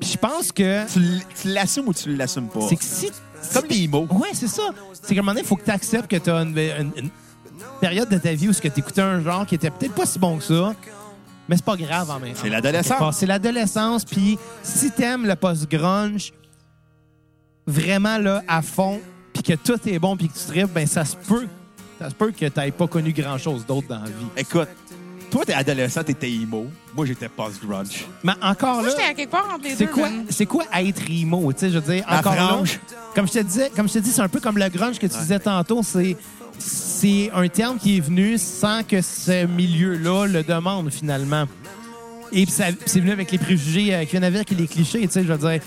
Speaker 2: Puis je pense que.
Speaker 1: Tu l- tu l'assumes ou tu l'assumes pas?
Speaker 2: C'est que si.
Speaker 1: comme les mots.
Speaker 2: Ouais, c'est ça. C'est qu'à un moment donné, il faut que tu acceptes que tu as une, une- une période de ta vie où tu écoutais un genre qui était peut-être pas si bon que ça, mais c'est pas grave en même temps.
Speaker 1: C'est l'adolescence.
Speaker 2: Bon, C'est l'adolescence, puis si t'aimes le post-grunge vraiment là, à fond, puis que tout est bon, puis que tu tripes, ben ça se peut. Ça se peut que t'aies pas connu grand-chose d'autre dans la vie.
Speaker 1: Écoute, toi, t'es adolescent, t'étais emo. Moi, j'étais post-grunge.
Speaker 2: Mais encore
Speaker 3: Moi,
Speaker 2: là,
Speaker 3: j'étais à quelque part entre les deux. hein?
Speaker 2: c'est quoi,
Speaker 3: man.
Speaker 2: c'est quoi être emo? Tu sais, je veux dire,
Speaker 1: La
Speaker 2: encore là,
Speaker 1: frange.
Speaker 2: comme je te disais, comme je te dis, c'est un peu comme le grunge que tu disais tantôt. C'est, c'est un terme qui est venu sans que ce milieu-là le demande finalement. Et puis ça- puis c'est venu avec les préjugés euh, qui viennent avec et les clichés. Tu sais, je veux dire,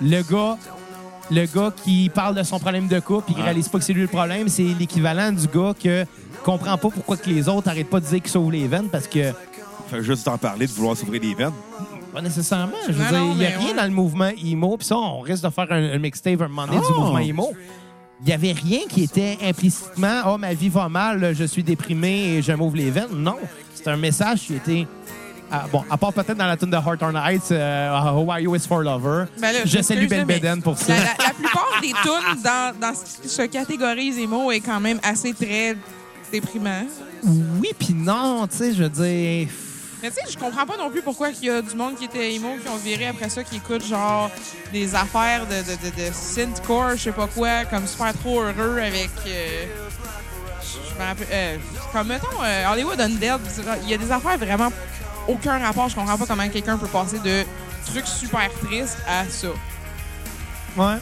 Speaker 2: le gars. Le gars qui parle de son problème de couple et qui réalise pas que c'est lui le problème, c'est l'équivalent du gars que comprend pas pourquoi que les autres arrêtent pas de dire qu'ils sauvent les veines parce que
Speaker 1: Fait juste t'en parler, de vouloir s'ouvrir les veines.
Speaker 2: pas nécessairement. Je veux
Speaker 3: Non,
Speaker 2: dire,
Speaker 3: non,
Speaker 2: il n'y a
Speaker 3: mais
Speaker 2: rien
Speaker 3: ouais.
Speaker 2: dans le mouvement emo. Puis ça, on risque de faire un, un mixtape à un moment donné du
Speaker 1: Oh!
Speaker 2: mouvement emo. Il n'y avait rien qui était implicitement « Oh, ma vie va mal, je suis déprimé et je m'ouvre les veines ». Non, c'est un message qui était... ah, bon, à part peut-être dans la tune de Heart on Heights, euh, How are you is for lover.
Speaker 3: Ben là,
Speaker 2: je
Speaker 3: m'excuse,
Speaker 2: salue
Speaker 3: là,
Speaker 2: Ben
Speaker 3: mais
Speaker 2: Beden pour ça.
Speaker 3: La, la- la plupart des tunes dans, dans ce qui se catégorise émo est quand même assez très déprimant.
Speaker 2: Oui, puis non, tu sais, je veux dire...
Speaker 3: Mais tu sais, je comprends pas non plus pourquoi il y a du monde qui était émo qui ont viré après ça, qui écoute genre des affaires de, de, de, de synthcore, je sais pas quoi, comme super trop heureux avec. euh, je je me rappelle. euh, comme mettons euh, Hollywood Undead, il y a des affaires vraiment aucun rapport. Je comprends pas comment quelqu'un peut passer de trucs super tristes à ça.
Speaker 2: Ouais.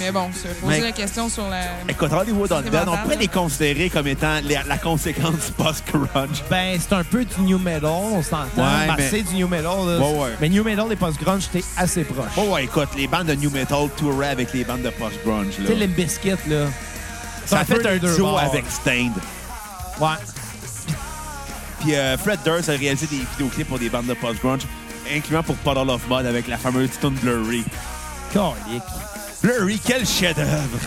Speaker 3: Mais bon, se
Speaker 1: Mais-
Speaker 3: poser la question sur la.
Speaker 1: Écoute, Hollywood Undead, on
Speaker 3: mental,
Speaker 1: pourrait
Speaker 3: là.
Speaker 1: les considérer comme étant les- la conséquence du post-grunge.
Speaker 2: Ben, c'est un peu du new metal, on s'entend.
Speaker 1: Ouais,
Speaker 2: Ben,
Speaker 1: mais-
Speaker 2: C'est du new metal. là.
Speaker 1: Ouais, ouais.
Speaker 2: Mais new metal et post-grunge, j'étais assez proche.
Speaker 1: Bon, Oh, ouais, écoute, les bandes de New Metal touraient avec les bandes de post-grunge.
Speaker 2: Tu sais,
Speaker 1: là.
Speaker 2: les biscuits, là.
Speaker 1: Ça a
Speaker 2: peu
Speaker 1: fait un
Speaker 2: les deux
Speaker 1: duo
Speaker 2: bords.
Speaker 1: avec Stained.
Speaker 2: Ouais.
Speaker 1: Puis euh, Fred Durst a réalisé des vidéoclips pour des bandes de post-grunge, incluant pour Puddle of Mud avec la fameuse tune Blurry.
Speaker 2: Calique.
Speaker 1: Blurry, quel chef-d'œuvre!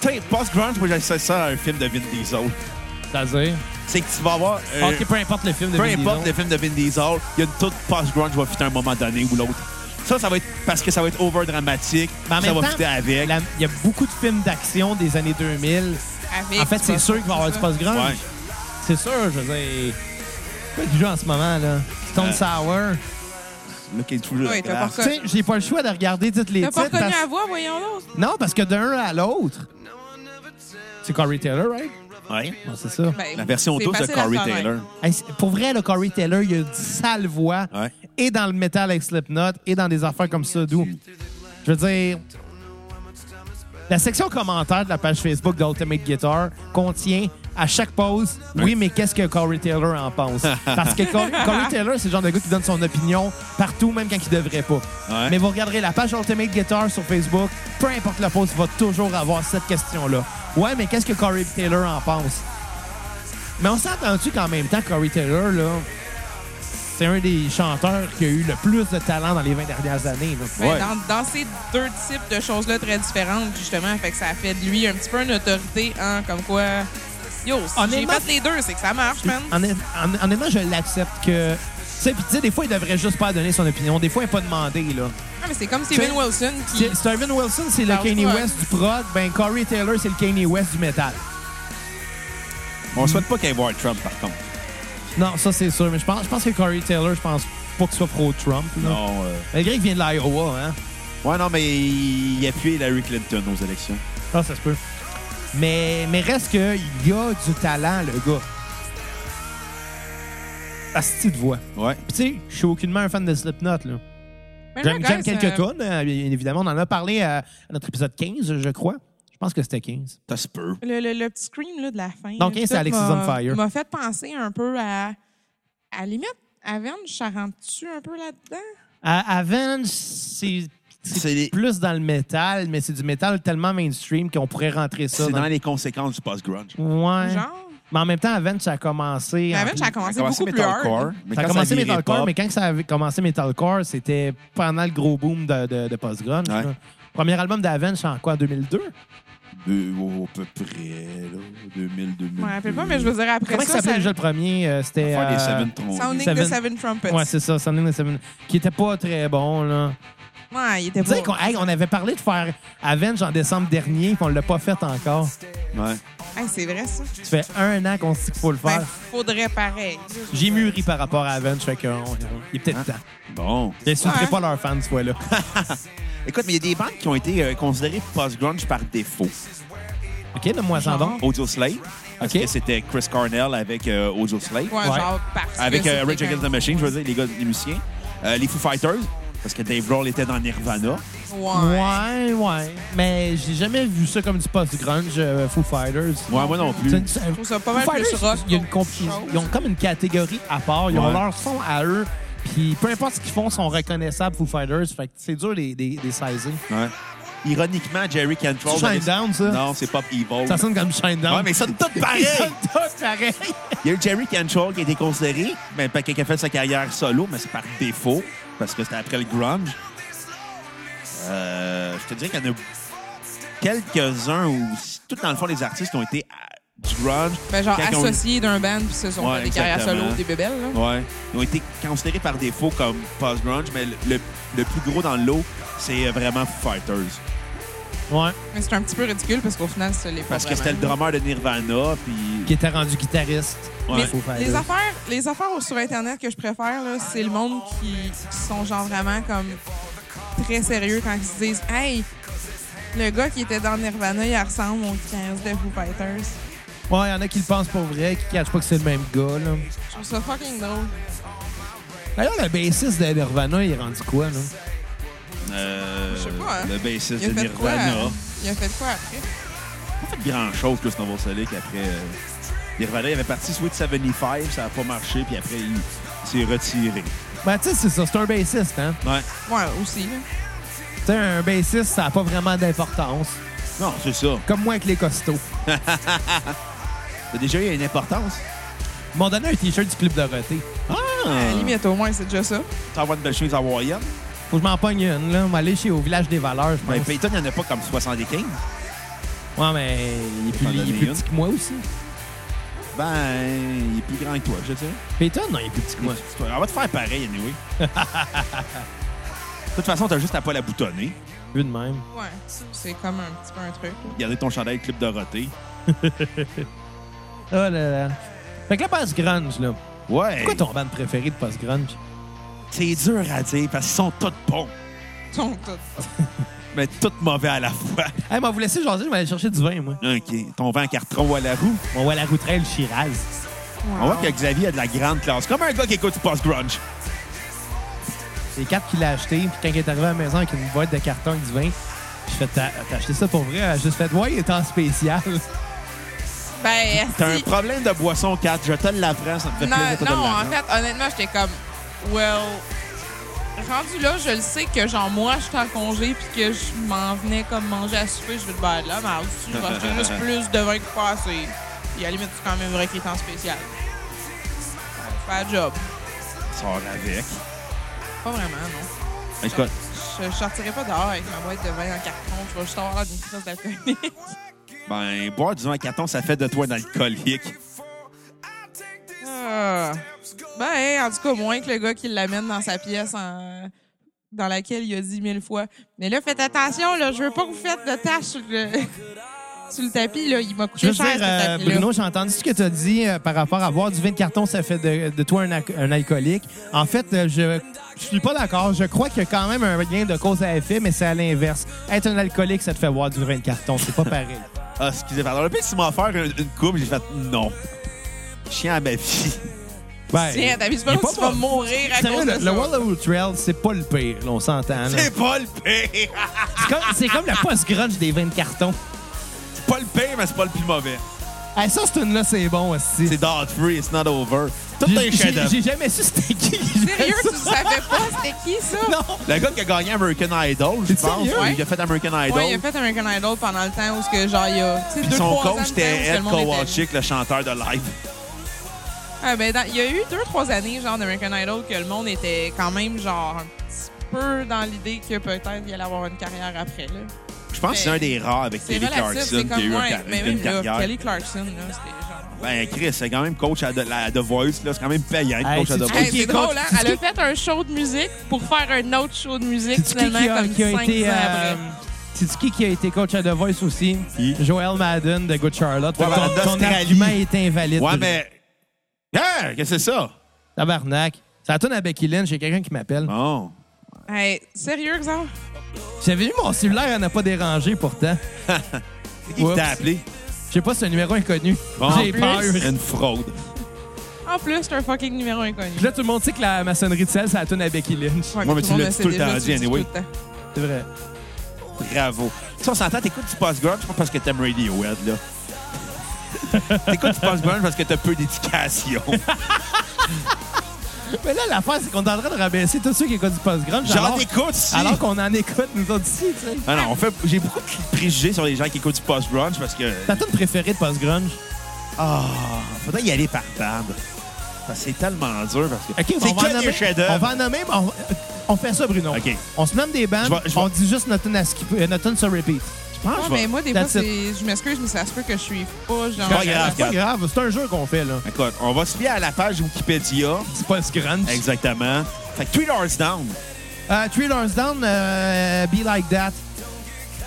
Speaker 1: Putain, post-grunge, moi, j'assiste ça à un film de Vin Diesel.
Speaker 2: C'est-à-dire?
Speaker 1: C'est que tu vas avoir. euh,
Speaker 2: ok, peu importe le film de
Speaker 1: peu
Speaker 2: Vin
Speaker 1: importe le
Speaker 2: Diesel.
Speaker 1: film de Vin Diesel, il y a une toute post-grunge qui va fitter à un moment donné ou l'autre. Ça, ça va être parce que ça va être over-dramatique,
Speaker 2: Mais en
Speaker 1: ça
Speaker 2: même
Speaker 1: va
Speaker 2: temps,
Speaker 1: fitter avec.
Speaker 2: la- il y a beaucoup de films d'action des années 2000.
Speaker 3: Avec
Speaker 2: En fait,
Speaker 3: du
Speaker 2: c'est
Speaker 3: post-
Speaker 2: sûr qu'il va y avoir du post-grunge.
Speaker 1: Ouais.
Speaker 2: C'est sûr, je veux dire. Quoi du jeu en ce moment, là? Stone
Speaker 1: Euh,
Speaker 2: Sour.
Speaker 1: Là, qu'il est toujours
Speaker 3: Oui, t'as
Speaker 1: grave.
Speaker 2: Tu sais, j'ai pas le choix de regarder toutes les
Speaker 3: T'as pas
Speaker 2: titres.
Speaker 3: reconnu
Speaker 2: parce-
Speaker 3: la voix, voyons donc.
Speaker 2: Non, parce que d'un à l'autre. C'est Corey Taylor, right?
Speaker 1: Ouais.
Speaker 2: Non, c'est ça.
Speaker 3: Ben,
Speaker 1: La version
Speaker 3: c'est
Speaker 1: douce de
Speaker 3: facile à hein.
Speaker 1: Corey
Speaker 3: reconnaître.
Speaker 1: Taylor.
Speaker 2: Hey, c'est- pour vrai, le Corey Taylor, il a une sale voix.
Speaker 1: Ouais.
Speaker 2: Et dans le métal avec Slipknot, et dans des affaires comme ça, d'où. Je veux dire. La section commentaires de la page Facebook d'Ultimate Guitar contient à chaque pause, oui, mais qu'est-ce que Corey Taylor
Speaker 1: [laughs]
Speaker 2: en pense? Parce que Cor- Corey Taylor, c'est le genre de gars qui donne son opinion partout, même quand il devrait pas.
Speaker 1: Ouais.
Speaker 2: Mais vous regarderez la page Ultimate Guitar sur Facebook, peu importe la pause, il va toujours avoir cette question-là. Ouais, mais qu'est-ce que Corey Taylor en pense? Mais on s'entend-tu qu'en même temps, Corey Taylor, là, c'est un des chanteurs qui a eu le plus de talent dans les 20 dernières années. là.
Speaker 3: Mais
Speaker 1: Ouais.
Speaker 3: Ben, Dans, dans ces deux types de choses-là très différentes, justement, fait que ça fait de lui un petit peu une autorité, hein, comme quoi. Yo, si j'ai
Speaker 2: Honnêtement-
Speaker 3: fait les deux, c'est que ça marche, man.
Speaker 2: Honnêt- hon- Honnêtement, je l'accepte que. Tu sais, puis tu sais, des fois, il devrait juste pas donner son opinion. Des fois, il n'est pas demandé, là.
Speaker 3: Ah, mais c'est comme Steven
Speaker 2: Tu-
Speaker 3: Wilson qui.
Speaker 2: C'est- Steven Wilson, c'est le
Speaker 3: Parle
Speaker 2: Kanye
Speaker 3: pas.
Speaker 2: West du prod. Ben, Corey Taylor, c'est le Kanye West du métal.
Speaker 1: On souhaite pas qu'il y ait voir Trump, par contre.
Speaker 2: Non, ça, c'est sûr. Mais je pense, je pense que Corey Taylor, je pense pas qu'il soit pro-Trump, là.
Speaker 1: Non. euh,
Speaker 2: Malgré qu'il vient de l'Iowa, hein.
Speaker 1: Ouais, non, mais il appuie Hillary Clinton aux élections.
Speaker 2: Ah, ça se peut. Mais, mais reste qu'il y a du talent, le gars. Asti de voix.
Speaker 1: Ouais.
Speaker 2: Puis, tu sais, je suis aucunement un fan de Slipknot, là.
Speaker 3: Mais
Speaker 2: J'aime
Speaker 3: là,
Speaker 2: j'aime
Speaker 3: guys,
Speaker 2: quelques
Speaker 3: euh,
Speaker 2: tonnes, évidemment. On en a parlé euh, à, à notre épisode 15, je crois. Je pense que c'était 15.
Speaker 1: Ça se peut.
Speaker 3: Le, le- le petit scream là, de la fin.
Speaker 2: Donc,
Speaker 3: là,
Speaker 2: hein, c'est
Speaker 3: tout
Speaker 2: Alexis on
Speaker 3: m'a-
Speaker 2: Fire.
Speaker 3: m'a fait penser un peu à. À limite, Avenge, ça rentre-tu un peu là-dedans?
Speaker 2: À, Avenge, c'est
Speaker 1: C'est les-
Speaker 2: plus dans le métal, mais c'est du métal tellement mainstream qu'on pourrait rentrer ça.
Speaker 1: C'est
Speaker 2: dans-
Speaker 1: dans les conséquences du post-grunge.
Speaker 2: Ouais.
Speaker 3: Genre?
Speaker 2: Mais en même temps, Avenge, ça a commencé.
Speaker 3: Mais
Speaker 2: en-
Speaker 3: Avenge, ça
Speaker 1: Ça
Speaker 3: a
Speaker 1: a
Speaker 3: commencé,
Speaker 1: commencé
Speaker 3: beaucoup plus hard.
Speaker 1: metalcore. mais
Speaker 2: Ça a
Speaker 1: quand
Speaker 2: commencé
Speaker 1: virait
Speaker 2: Metalcore,
Speaker 1: pop,
Speaker 2: mais quand ça avait commencé Metalcore, c'était pendant le gros boom de, de, de post-grunge.
Speaker 1: Ouais.
Speaker 2: là. Premier album d'Avenge, c'est en quoi, 2002?
Speaker 1: de- au- à peu près, là, 2000, 2000.
Speaker 3: Je me rappelle pas, mais je veux dire, après
Speaker 2: Comment ça,
Speaker 3: ça,
Speaker 2: s'appelait
Speaker 3: ça.
Speaker 2: déjà le premier? Euh, c'était...
Speaker 1: Faire des
Speaker 2: euh,
Speaker 1: Seven Tron-
Speaker 3: Sounding
Speaker 2: Seven-
Speaker 3: the Seven Trumpets.
Speaker 2: Ouais, c'est ça, Sounding the Seven. Qui était pas très bon, là.
Speaker 3: Ouais, il était
Speaker 2: Tu sais
Speaker 3: beau.
Speaker 2: qu'on hey, on avait parlé de faire Avenge en décembre dernier, qu'on l'a pas fait encore.
Speaker 1: Ouais.
Speaker 3: Hey, c'est vrai, ça.
Speaker 2: Ça fait un an qu'on se dit qu'il faut le
Speaker 3: Ben,
Speaker 2: faire.
Speaker 3: faudrait pareil.
Speaker 2: J'ai mûri par rapport à Avenge, fait qu'on... Il est peut-être
Speaker 1: Hein?
Speaker 2: temps.
Speaker 1: Bon.
Speaker 2: N'insulterez
Speaker 3: Ouais.
Speaker 2: pas leurs fans, ce fois-là. [laughs]
Speaker 1: Écoute, mais il y a des bandes qui ont été euh, considérées post-grunge par défaut.
Speaker 2: OK, donne-moi ça donc.
Speaker 1: Audio Slave, parce
Speaker 2: OK.
Speaker 1: que c'était Chris Cornell avec euh, Audio Slave.
Speaker 3: Ouais, genre, parce que
Speaker 1: Avec
Speaker 3: c'était
Speaker 1: euh, Rage Against
Speaker 3: quand-
Speaker 1: the Machine, je veux dire, les gars, les musiciens. Euh, les Foo Fighters, parce que Dave Grohl était dans Nirvana.
Speaker 3: Ouais.
Speaker 2: Ouais, ouais. Mais j'ai jamais vu ça comme du post-grunge, euh, Foo Fighters.
Speaker 1: Ouais, moi non plus.
Speaker 2: C'est une- c'est-
Speaker 3: trouve ça pas mal
Speaker 2: Foo Fighters,
Speaker 3: plus rock
Speaker 2: il y a une
Speaker 3: qu'autre
Speaker 2: compi-
Speaker 3: chose.
Speaker 2: Ils ont comme une catégorie à part. Ils ont
Speaker 1: Ouais.
Speaker 2: leur son à eux. Puis peu importe ce qu'ils font, sont reconnaissables, Foo Fighters. Fait que c'est dur des les, les sizer.
Speaker 1: Ouais. Ironiquement, Jerry Cantrell...
Speaker 2: C'est Shine
Speaker 1: dans les-
Speaker 2: Down, ça?
Speaker 1: Non, c'est Pop Evil.
Speaker 2: Ça sonne comme Shinedown. [laughs]
Speaker 1: Ouais, mais ça sonne tout
Speaker 2: Ils
Speaker 1: pareil!
Speaker 2: sonnent tous pareil.
Speaker 1: Il y a eu Jerry Cantrell qui a été considéré, ben, pas- qui a fait sa carrière solo, mais c'est par défaut, parce que c'était après le grunge. Euh, je te dirais qu'il y en a quelques-uns, ou tout dans le fond, les artistes qui ont été à- du grunge.
Speaker 3: Ben, genre,
Speaker 1: quand ils ont-
Speaker 3: associé d'un band, puis ce sont
Speaker 1: Ouais,
Speaker 3: des carrières
Speaker 1: exactement.
Speaker 3: solo, des bébelles, là.
Speaker 1: Ouais. Ils ont été considérés par défaut comme post-grunge, mais le, le- le plus gros dans le lot, c'est vraiment Foo Fighters.
Speaker 2: Ouais.
Speaker 3: Mais c'est un petit peu ridicule parce qu'au final, ça l'est pas.
Speaker 1: Parce que
Speaker 3: vraiment.
Speaker 1: c'était le drummer de Nirvana, puis...
Speaker 2: Qui était rendu guitariste.
Speaker 1: Ouais.
Speaker 2: Foo Fighters.
Speaker 3: Les affaires, les affaires au- sur Internet que je préfère, là, c'est le monde qui, qui sont genre vraiment comme très sérieux quand ils se disent Hey, le gars qui était dans Nirvana, il ressemble au 15 de Foo Fighters.
Speaker 2: Ouais, il y en a qui le pensent pour vrai, qui ne cachent pas que c'est le même gars. là.
Speaker 3: Je trouve ça fucking drôle.
Speaker 2: D'ailleurs, le bassiste de Nirvana, il est rendu quoi, là?
Speaker 1: euh,
Speaker 3: Je sais pas, hein.
Speaker 1: Le bassiste
Speaker 3: Il a
Speaker 1: de
Speaker 3: fait quoi? hein?
Speaker 1: Nirvana.
Speaker 3: Il a fait quoi après?
Speaker 1: pas fait grand-chose que ce Novoselic après. Euh, Nirvana, il avait parti Sweet 75, ça n'a pas marché, puis après, il s'est retiré.
Speaker 2: Ben, tu sais, c'est ça, c'est un bassiste, hein?
Speaker 1: Ouais.
Speaker 3: Ouais, aussi. là.
Speaker 2: Tu sais, un bassiste, ça n'a pas vraiment d'importance.
Speaker 1: Non, c'est ça.
Speaker 2: Comme moi avec les costauds.
Speaker 1: T'as déjà eu une importance.
Speaker 2: Ils m'ont donné un T-shirt du Club Dorothée.
Speaker 1: Ah!
Speaker 3: À la limite, au moins, c'est déjà ça.
Speaker 1: T'envoies une belle chemise hawaïenne.
Speaker 2: Faut que je m'en pogne une, là. On va aller chez, au Village des Valeurs, je pense.
Speaker 1: Mais Payton, il n'y en a pas comme 75.
Speaker 2: Ouais, mais il est plus,
Speaker 1: T'en
Speaker 2: il est
Speaker 1: donner
Speaker 2: plus
Speaker 1: une.
Speaker 2: petit que moi aussi.
Speaker 1: Ben, il est plus grand que toi, je sais.
Speaker 2: Payton, non, il est plus petit que moi.
Speaker 1: C'est toi. On va te faire pareil, anyway. De toute façon, t'as juste à pas la boutonner.
Speaker 2: Vu de même.
Speaker 3: Ouais, c'est comme un petit peu un truc. là.
Speaker 1: Garder ton chandail Club Dorothée.
Speaker 2: Oh là là. Fait que la passe grunge, là.
Speaker 1: Ouais.
Speaker 2: C'est quoi ton band préféré de passe grunge?
Speaker 1: C'est dur à dire parce qu'ils sont tous bons,
Speaker 3: Donc, tout ça.
Speaker 1: mais tous mauvais à la fois. [laughs]
Speaker 2: Eh, hey, m'a vous laissez jaser, je vais aller chercher du vin, moi.
Speaker 1: OK. Ton vent carton à la roue.
Speaker 2: On va à la routrelle Shiraz.
Speaker 1: On voit
Speaker 3: Wow.
Speaker 1: que Xavier a de la grande classe. Comme un gars qui écoute du post-grunge.
Speaker 2: C'est quatre qu'il a acheté, puis quand il est arrivé à la maison avec une boîte de carton avec du vin, j'ai fait, t'as t'as acheté ça pour vrai? Elle a juste fait, ouais, il est en spécial.
Speaker 3: Ben,
Speaker 1: T'as un
Speaker 3: si-
Speaker 1: problème de boisson 4. Je te l'apprends. Ça me fait
Speaker 3: Non,
Speaker 1: plaisir de te
Speaker 3: non en
Speaker 1: l'apprendre.
Speaker 3: fait, honnêtement, j'étais comme, well, rendu là, je le sais que, genre, moi, je suis en congé puis que je m'en venais comme manger à souper, je vais te bailler là, mais tu vas acheter
Speaker 1: [laughs]
Speaker 3: juste plus de vin que pas assez. Puis à la limite, c'est quand même vrai qu'il est en spécial. Pas job.
Speaker 1: Sors avec.
Speaker 3: Pas vraiment, non.
Speaker 1: Écoute,
Speaker 3: Je, je sortirai pas dehors avec ma boîte de vin en carton. Je vais juste avoir l'air d'une crise d'alcoolique.
Speaker 1: ben, boire du vin carton, ça fait de toi un alcoolique.
Speaker 3: Ah. Ben, en tout cas, moins que le gars qui l'amène dans sa pièce en- dans laquelle il a dit mille fois. Mais là, faites attention, là, je veux pas que vous faites de tâches sur le, [laughs] sur le tapis. Là. Il m'a
Speaker 2: Je
Speaker 3: coûté
Speaker 2: veux dire,
Speaker 3: cher, ce
Speaker 2: euh,
Speaker 3: tapis-là.
Speaker 2: Bruno, j'ai entendu ce que tu as dit euh, par rapport à boire du vin de carton, ça fait de, de toi un, ac- un alcoolique. En fait, euh, je, je suis pas d'accord. Je crois qu'il y a quand même un lien de cause à effet, mais c'est à l'inverse. Être un alcoolique, ça te fait boire du vin de carton. C'est pas pareil.
Speaker 1: Ah, excusez, pardon. Le pire, s'il m'a offert une, une coupe, j'ai fait non. Chien à ma vie.
Speaker 2: Ben,
Speaker 3: [laughs] Tiens, t'as vu, c'est
Speaker 2: il
Speaker 3: pas
Speaker 2: est
Speaker 3: où tu vas mourir à
Speaker 2: Sérieux,
Speaker 3: cause de
Speaker 2: le, le
Speaker 3: ça.
Speaker 2: Wallow Trail, c'est pas le pire, là, on
Speaker 3: Ah,
Speaker 2: s'entend. là.
Speaker 1: C'est pas le pire.
Speaker 2: C'est comme, c'est comme la post-grunge des vins de carton.
Speaker 1: C'est pas le pire, mais c'est pas le plus mauvais.
Speaker 2: Hey, ça, cette une là c'est bon aussi.
Speaker 1: C'est Dot Free, it's not over. Tout
Speaker 2: J'ai-
Speaker 1: un
Speaker 2: J'ai
Speaker 1: chef
Speaker 2: j'ai jamais su c'était qui.
Speaker 3: Sérieux, tu le savais pas c'était qui, ça?
Speaker 2: [laughs] Non!
Speaker 1: Le gars qui a gagné American Idol, je
Speaker 2: T'es
Speaker 1: pense.
Speaker 2: sérieux?
Speaker 1: Il a fait American Idol.
Speaker 3: Ouais, il a fait American Idol pendant le temps où ce que, genre, il y a. tu sais,
Speaker 1: Puis
Speaker 3: deux,
Speaker 1: son
Speaker 3: trois ans
Speaker 1: coach,
Speaker 3: de temps
Speaker 1: c'était
Speaker 3: où ce que le
Speaker 1: Ed
Speaker 3: monde était-
Speaker 1: Kowalczyk, le chanteur de live.
Speaker 3: Ah, ben, dans- il y a eu deux, trois années, genre, d'American Idol, que le monde était quand même, genre, un petit peu dans l'idée que peut-être il allait avoir une carrière après, là.
Speaker 1: Je pense que c'est
Speaker 3: Mais
Speaker 1: un des rares avec
Speaker 3: Ben, C'est
Speaker 1: Kelly
Speaker 3: relatif,
Speaker 1: Clarkson
Speaker 3: c'est
Speaker 1: qui a eu
Speaker 3: comme
Speaker 1: un
Speaker 3: ouais,
Speaker 1: car-
Speaker 3: mais
Speaker 1: une
Speaker 3: même là,
Speaker 1: carrière.
Speaker 3: Kelly Clarkson, là, c'était genre.
Speaker 1: Ben, Chris, c'est quand même coach à The- la The Voice, là. C'est quand même payant,
Speaker 2: Hey,
Speaker 1: coach à The
Speaker 2: c'est-tu
Speaker 1: Voice.
Speaker 2: qui
Speaker 3: c'est
Speaker 2: est
Speaker 3: drôle,
Speaker 2: contre-
Speaker 3: hein?
Speaker 2: c'est-tu
Speaker 3: Elle a fait un show de musique pour faire un autre show de musique,
Speaker 2: C'est-tu qui
Speaker 3: finalement,
Speaker 2: qui a,
Speaker 3: comme
Speaker 2: qui a
Speaker 3: cinq
Speaker 2: été.
Speaker 3: ans
Speaker 2: euh,
Speaker 3: après.
Speaker 2: C'est-tu qui qui a été coach à The Voice aussi?
Speaker 1: Qui?
Speaker 2: Joel Madden de Good Charlotte.
Speaker 1: Ouais,
Speaker 2: Fait que
Speaker 1: mais
Speaker 2: ton,
Speaker 1: en
Speaker 2: ton
Speaker 1: Australie.
Speaker 2: argument est invalide.
Speaker 1: Ouais, ben-
Speaker 2: Bruno.
Speaker 1: mais. Yeah! Qu'est-ce que c'est ça?
Speaker 2: Tabarnak. Ça tourne à Becky Lynch, j'ai quelqu'un qui m'appelle.
Speaker 1: Bon.
Speaker 2: euh,
Speaker 3: Hey, sérieux, Xav?
Speaker 2: J'avais vu mon cellulaire, elle n'a pas dérangé pourtant.
Speaker 1: C'est qui qui
Speaker 2: Oups.
Speaker 1: t'a appelé?
Speaker 2: Je sais pas si c'est un numéro inconnu.
Speaker 1: Bon.
Speaker 2: J'ai peur.
Speaker 1: Une fraude.
Speaker 3: En plus, c'est un fucking numéro inconnu.
Speaker 2: Puis là, tout le monde sait que la maçonnerie de sel, ça tourne à Becky Lynch.
Speaker 3: Ouais,
Speaker 1: Moi, mais
Speaker 3: tout
Speaker 1: tu
Speaker 3: monde
Speaker 1: l'as
Speaker 3: sait
Speaker 1: tout le
Speaker 3: déjà,
Speaker 1: temps
Speaker 3: tu
Speaker 1: dit,
Speaker 3: dis tout
Speaker 1: anyway.
Speaker 3: le temps.
Speaker 2: C'est vrai.
Speaker 1: Bravo. Si on s'entend, t'écoutes du post-grunge pas parce que t'aimes Radiohead,
Speaker 2: [laughs]
Speaker 1: là. t'écoutes du post-grunge parce que t'as peu
Speaker 2: [laughs]
Speaker 1: d'éducation.
Speaker 2: Mais là, l'affaire, c'est qu'on est en train de rabaisser tous ceux qui écoutent du post-grunge.
Speaker 1: J'en
Speaker 2: alors-
Speaker 1: écoute, si.
Speaker 2: Alors qu'on en écoute, nous autres ici, tu sais.
Speaker 1: Ah non, on fait, j'ai beaucoup de préjugés sur les gens qui écoutent du post-grunge parce que.
Speaker 2: Ta tune préférée de post-grunge?
Speaker 1: Ah, faudrait y aller par table. Parce que c'est tellement dur parce que.
Speaker 2: OK,
Speaker 1: c'est
Speaker 2: on va en
Speaker 1: que
Speaker 2: nommer.
Speaker 1: des
Speaker 2: On
Speaker 1: chefs-d'œuvre.
Speaker 2: va en nommer, mais on, on fait ça, Bruno.
Speaker 1: OK.
Speaker 2: On se nomme des bandes,
Speaker 1: Je vais- je vais-
Speaker 2: on dit juste notre tune, à skipper- euh, notre tune sur repeat.
Speaker 1: Je pense
Speaker 3: Ouais,
Speaker 1: que je
Speaker 3: mais
Speaker 1: vais-
Speaker 3: moi, des fois,
Speaker 2: That's
Speaker 3: c'est- je m'excuse, mais ça se peut que je suis pas genre.
Speaker 1: C'est pas grave.
Speaker 2: C'est pas grave, c'est un jeu qu'on fait, là.
Speaker 1: Écoute, on va se fier à la page Wikipédia.
Speaker 2: C'est post-grunge.
Speaker 1: Exactement. Fait que Three Doors Down.
Speaker 2: Euh, Three Doors Down, euh, Be Like That.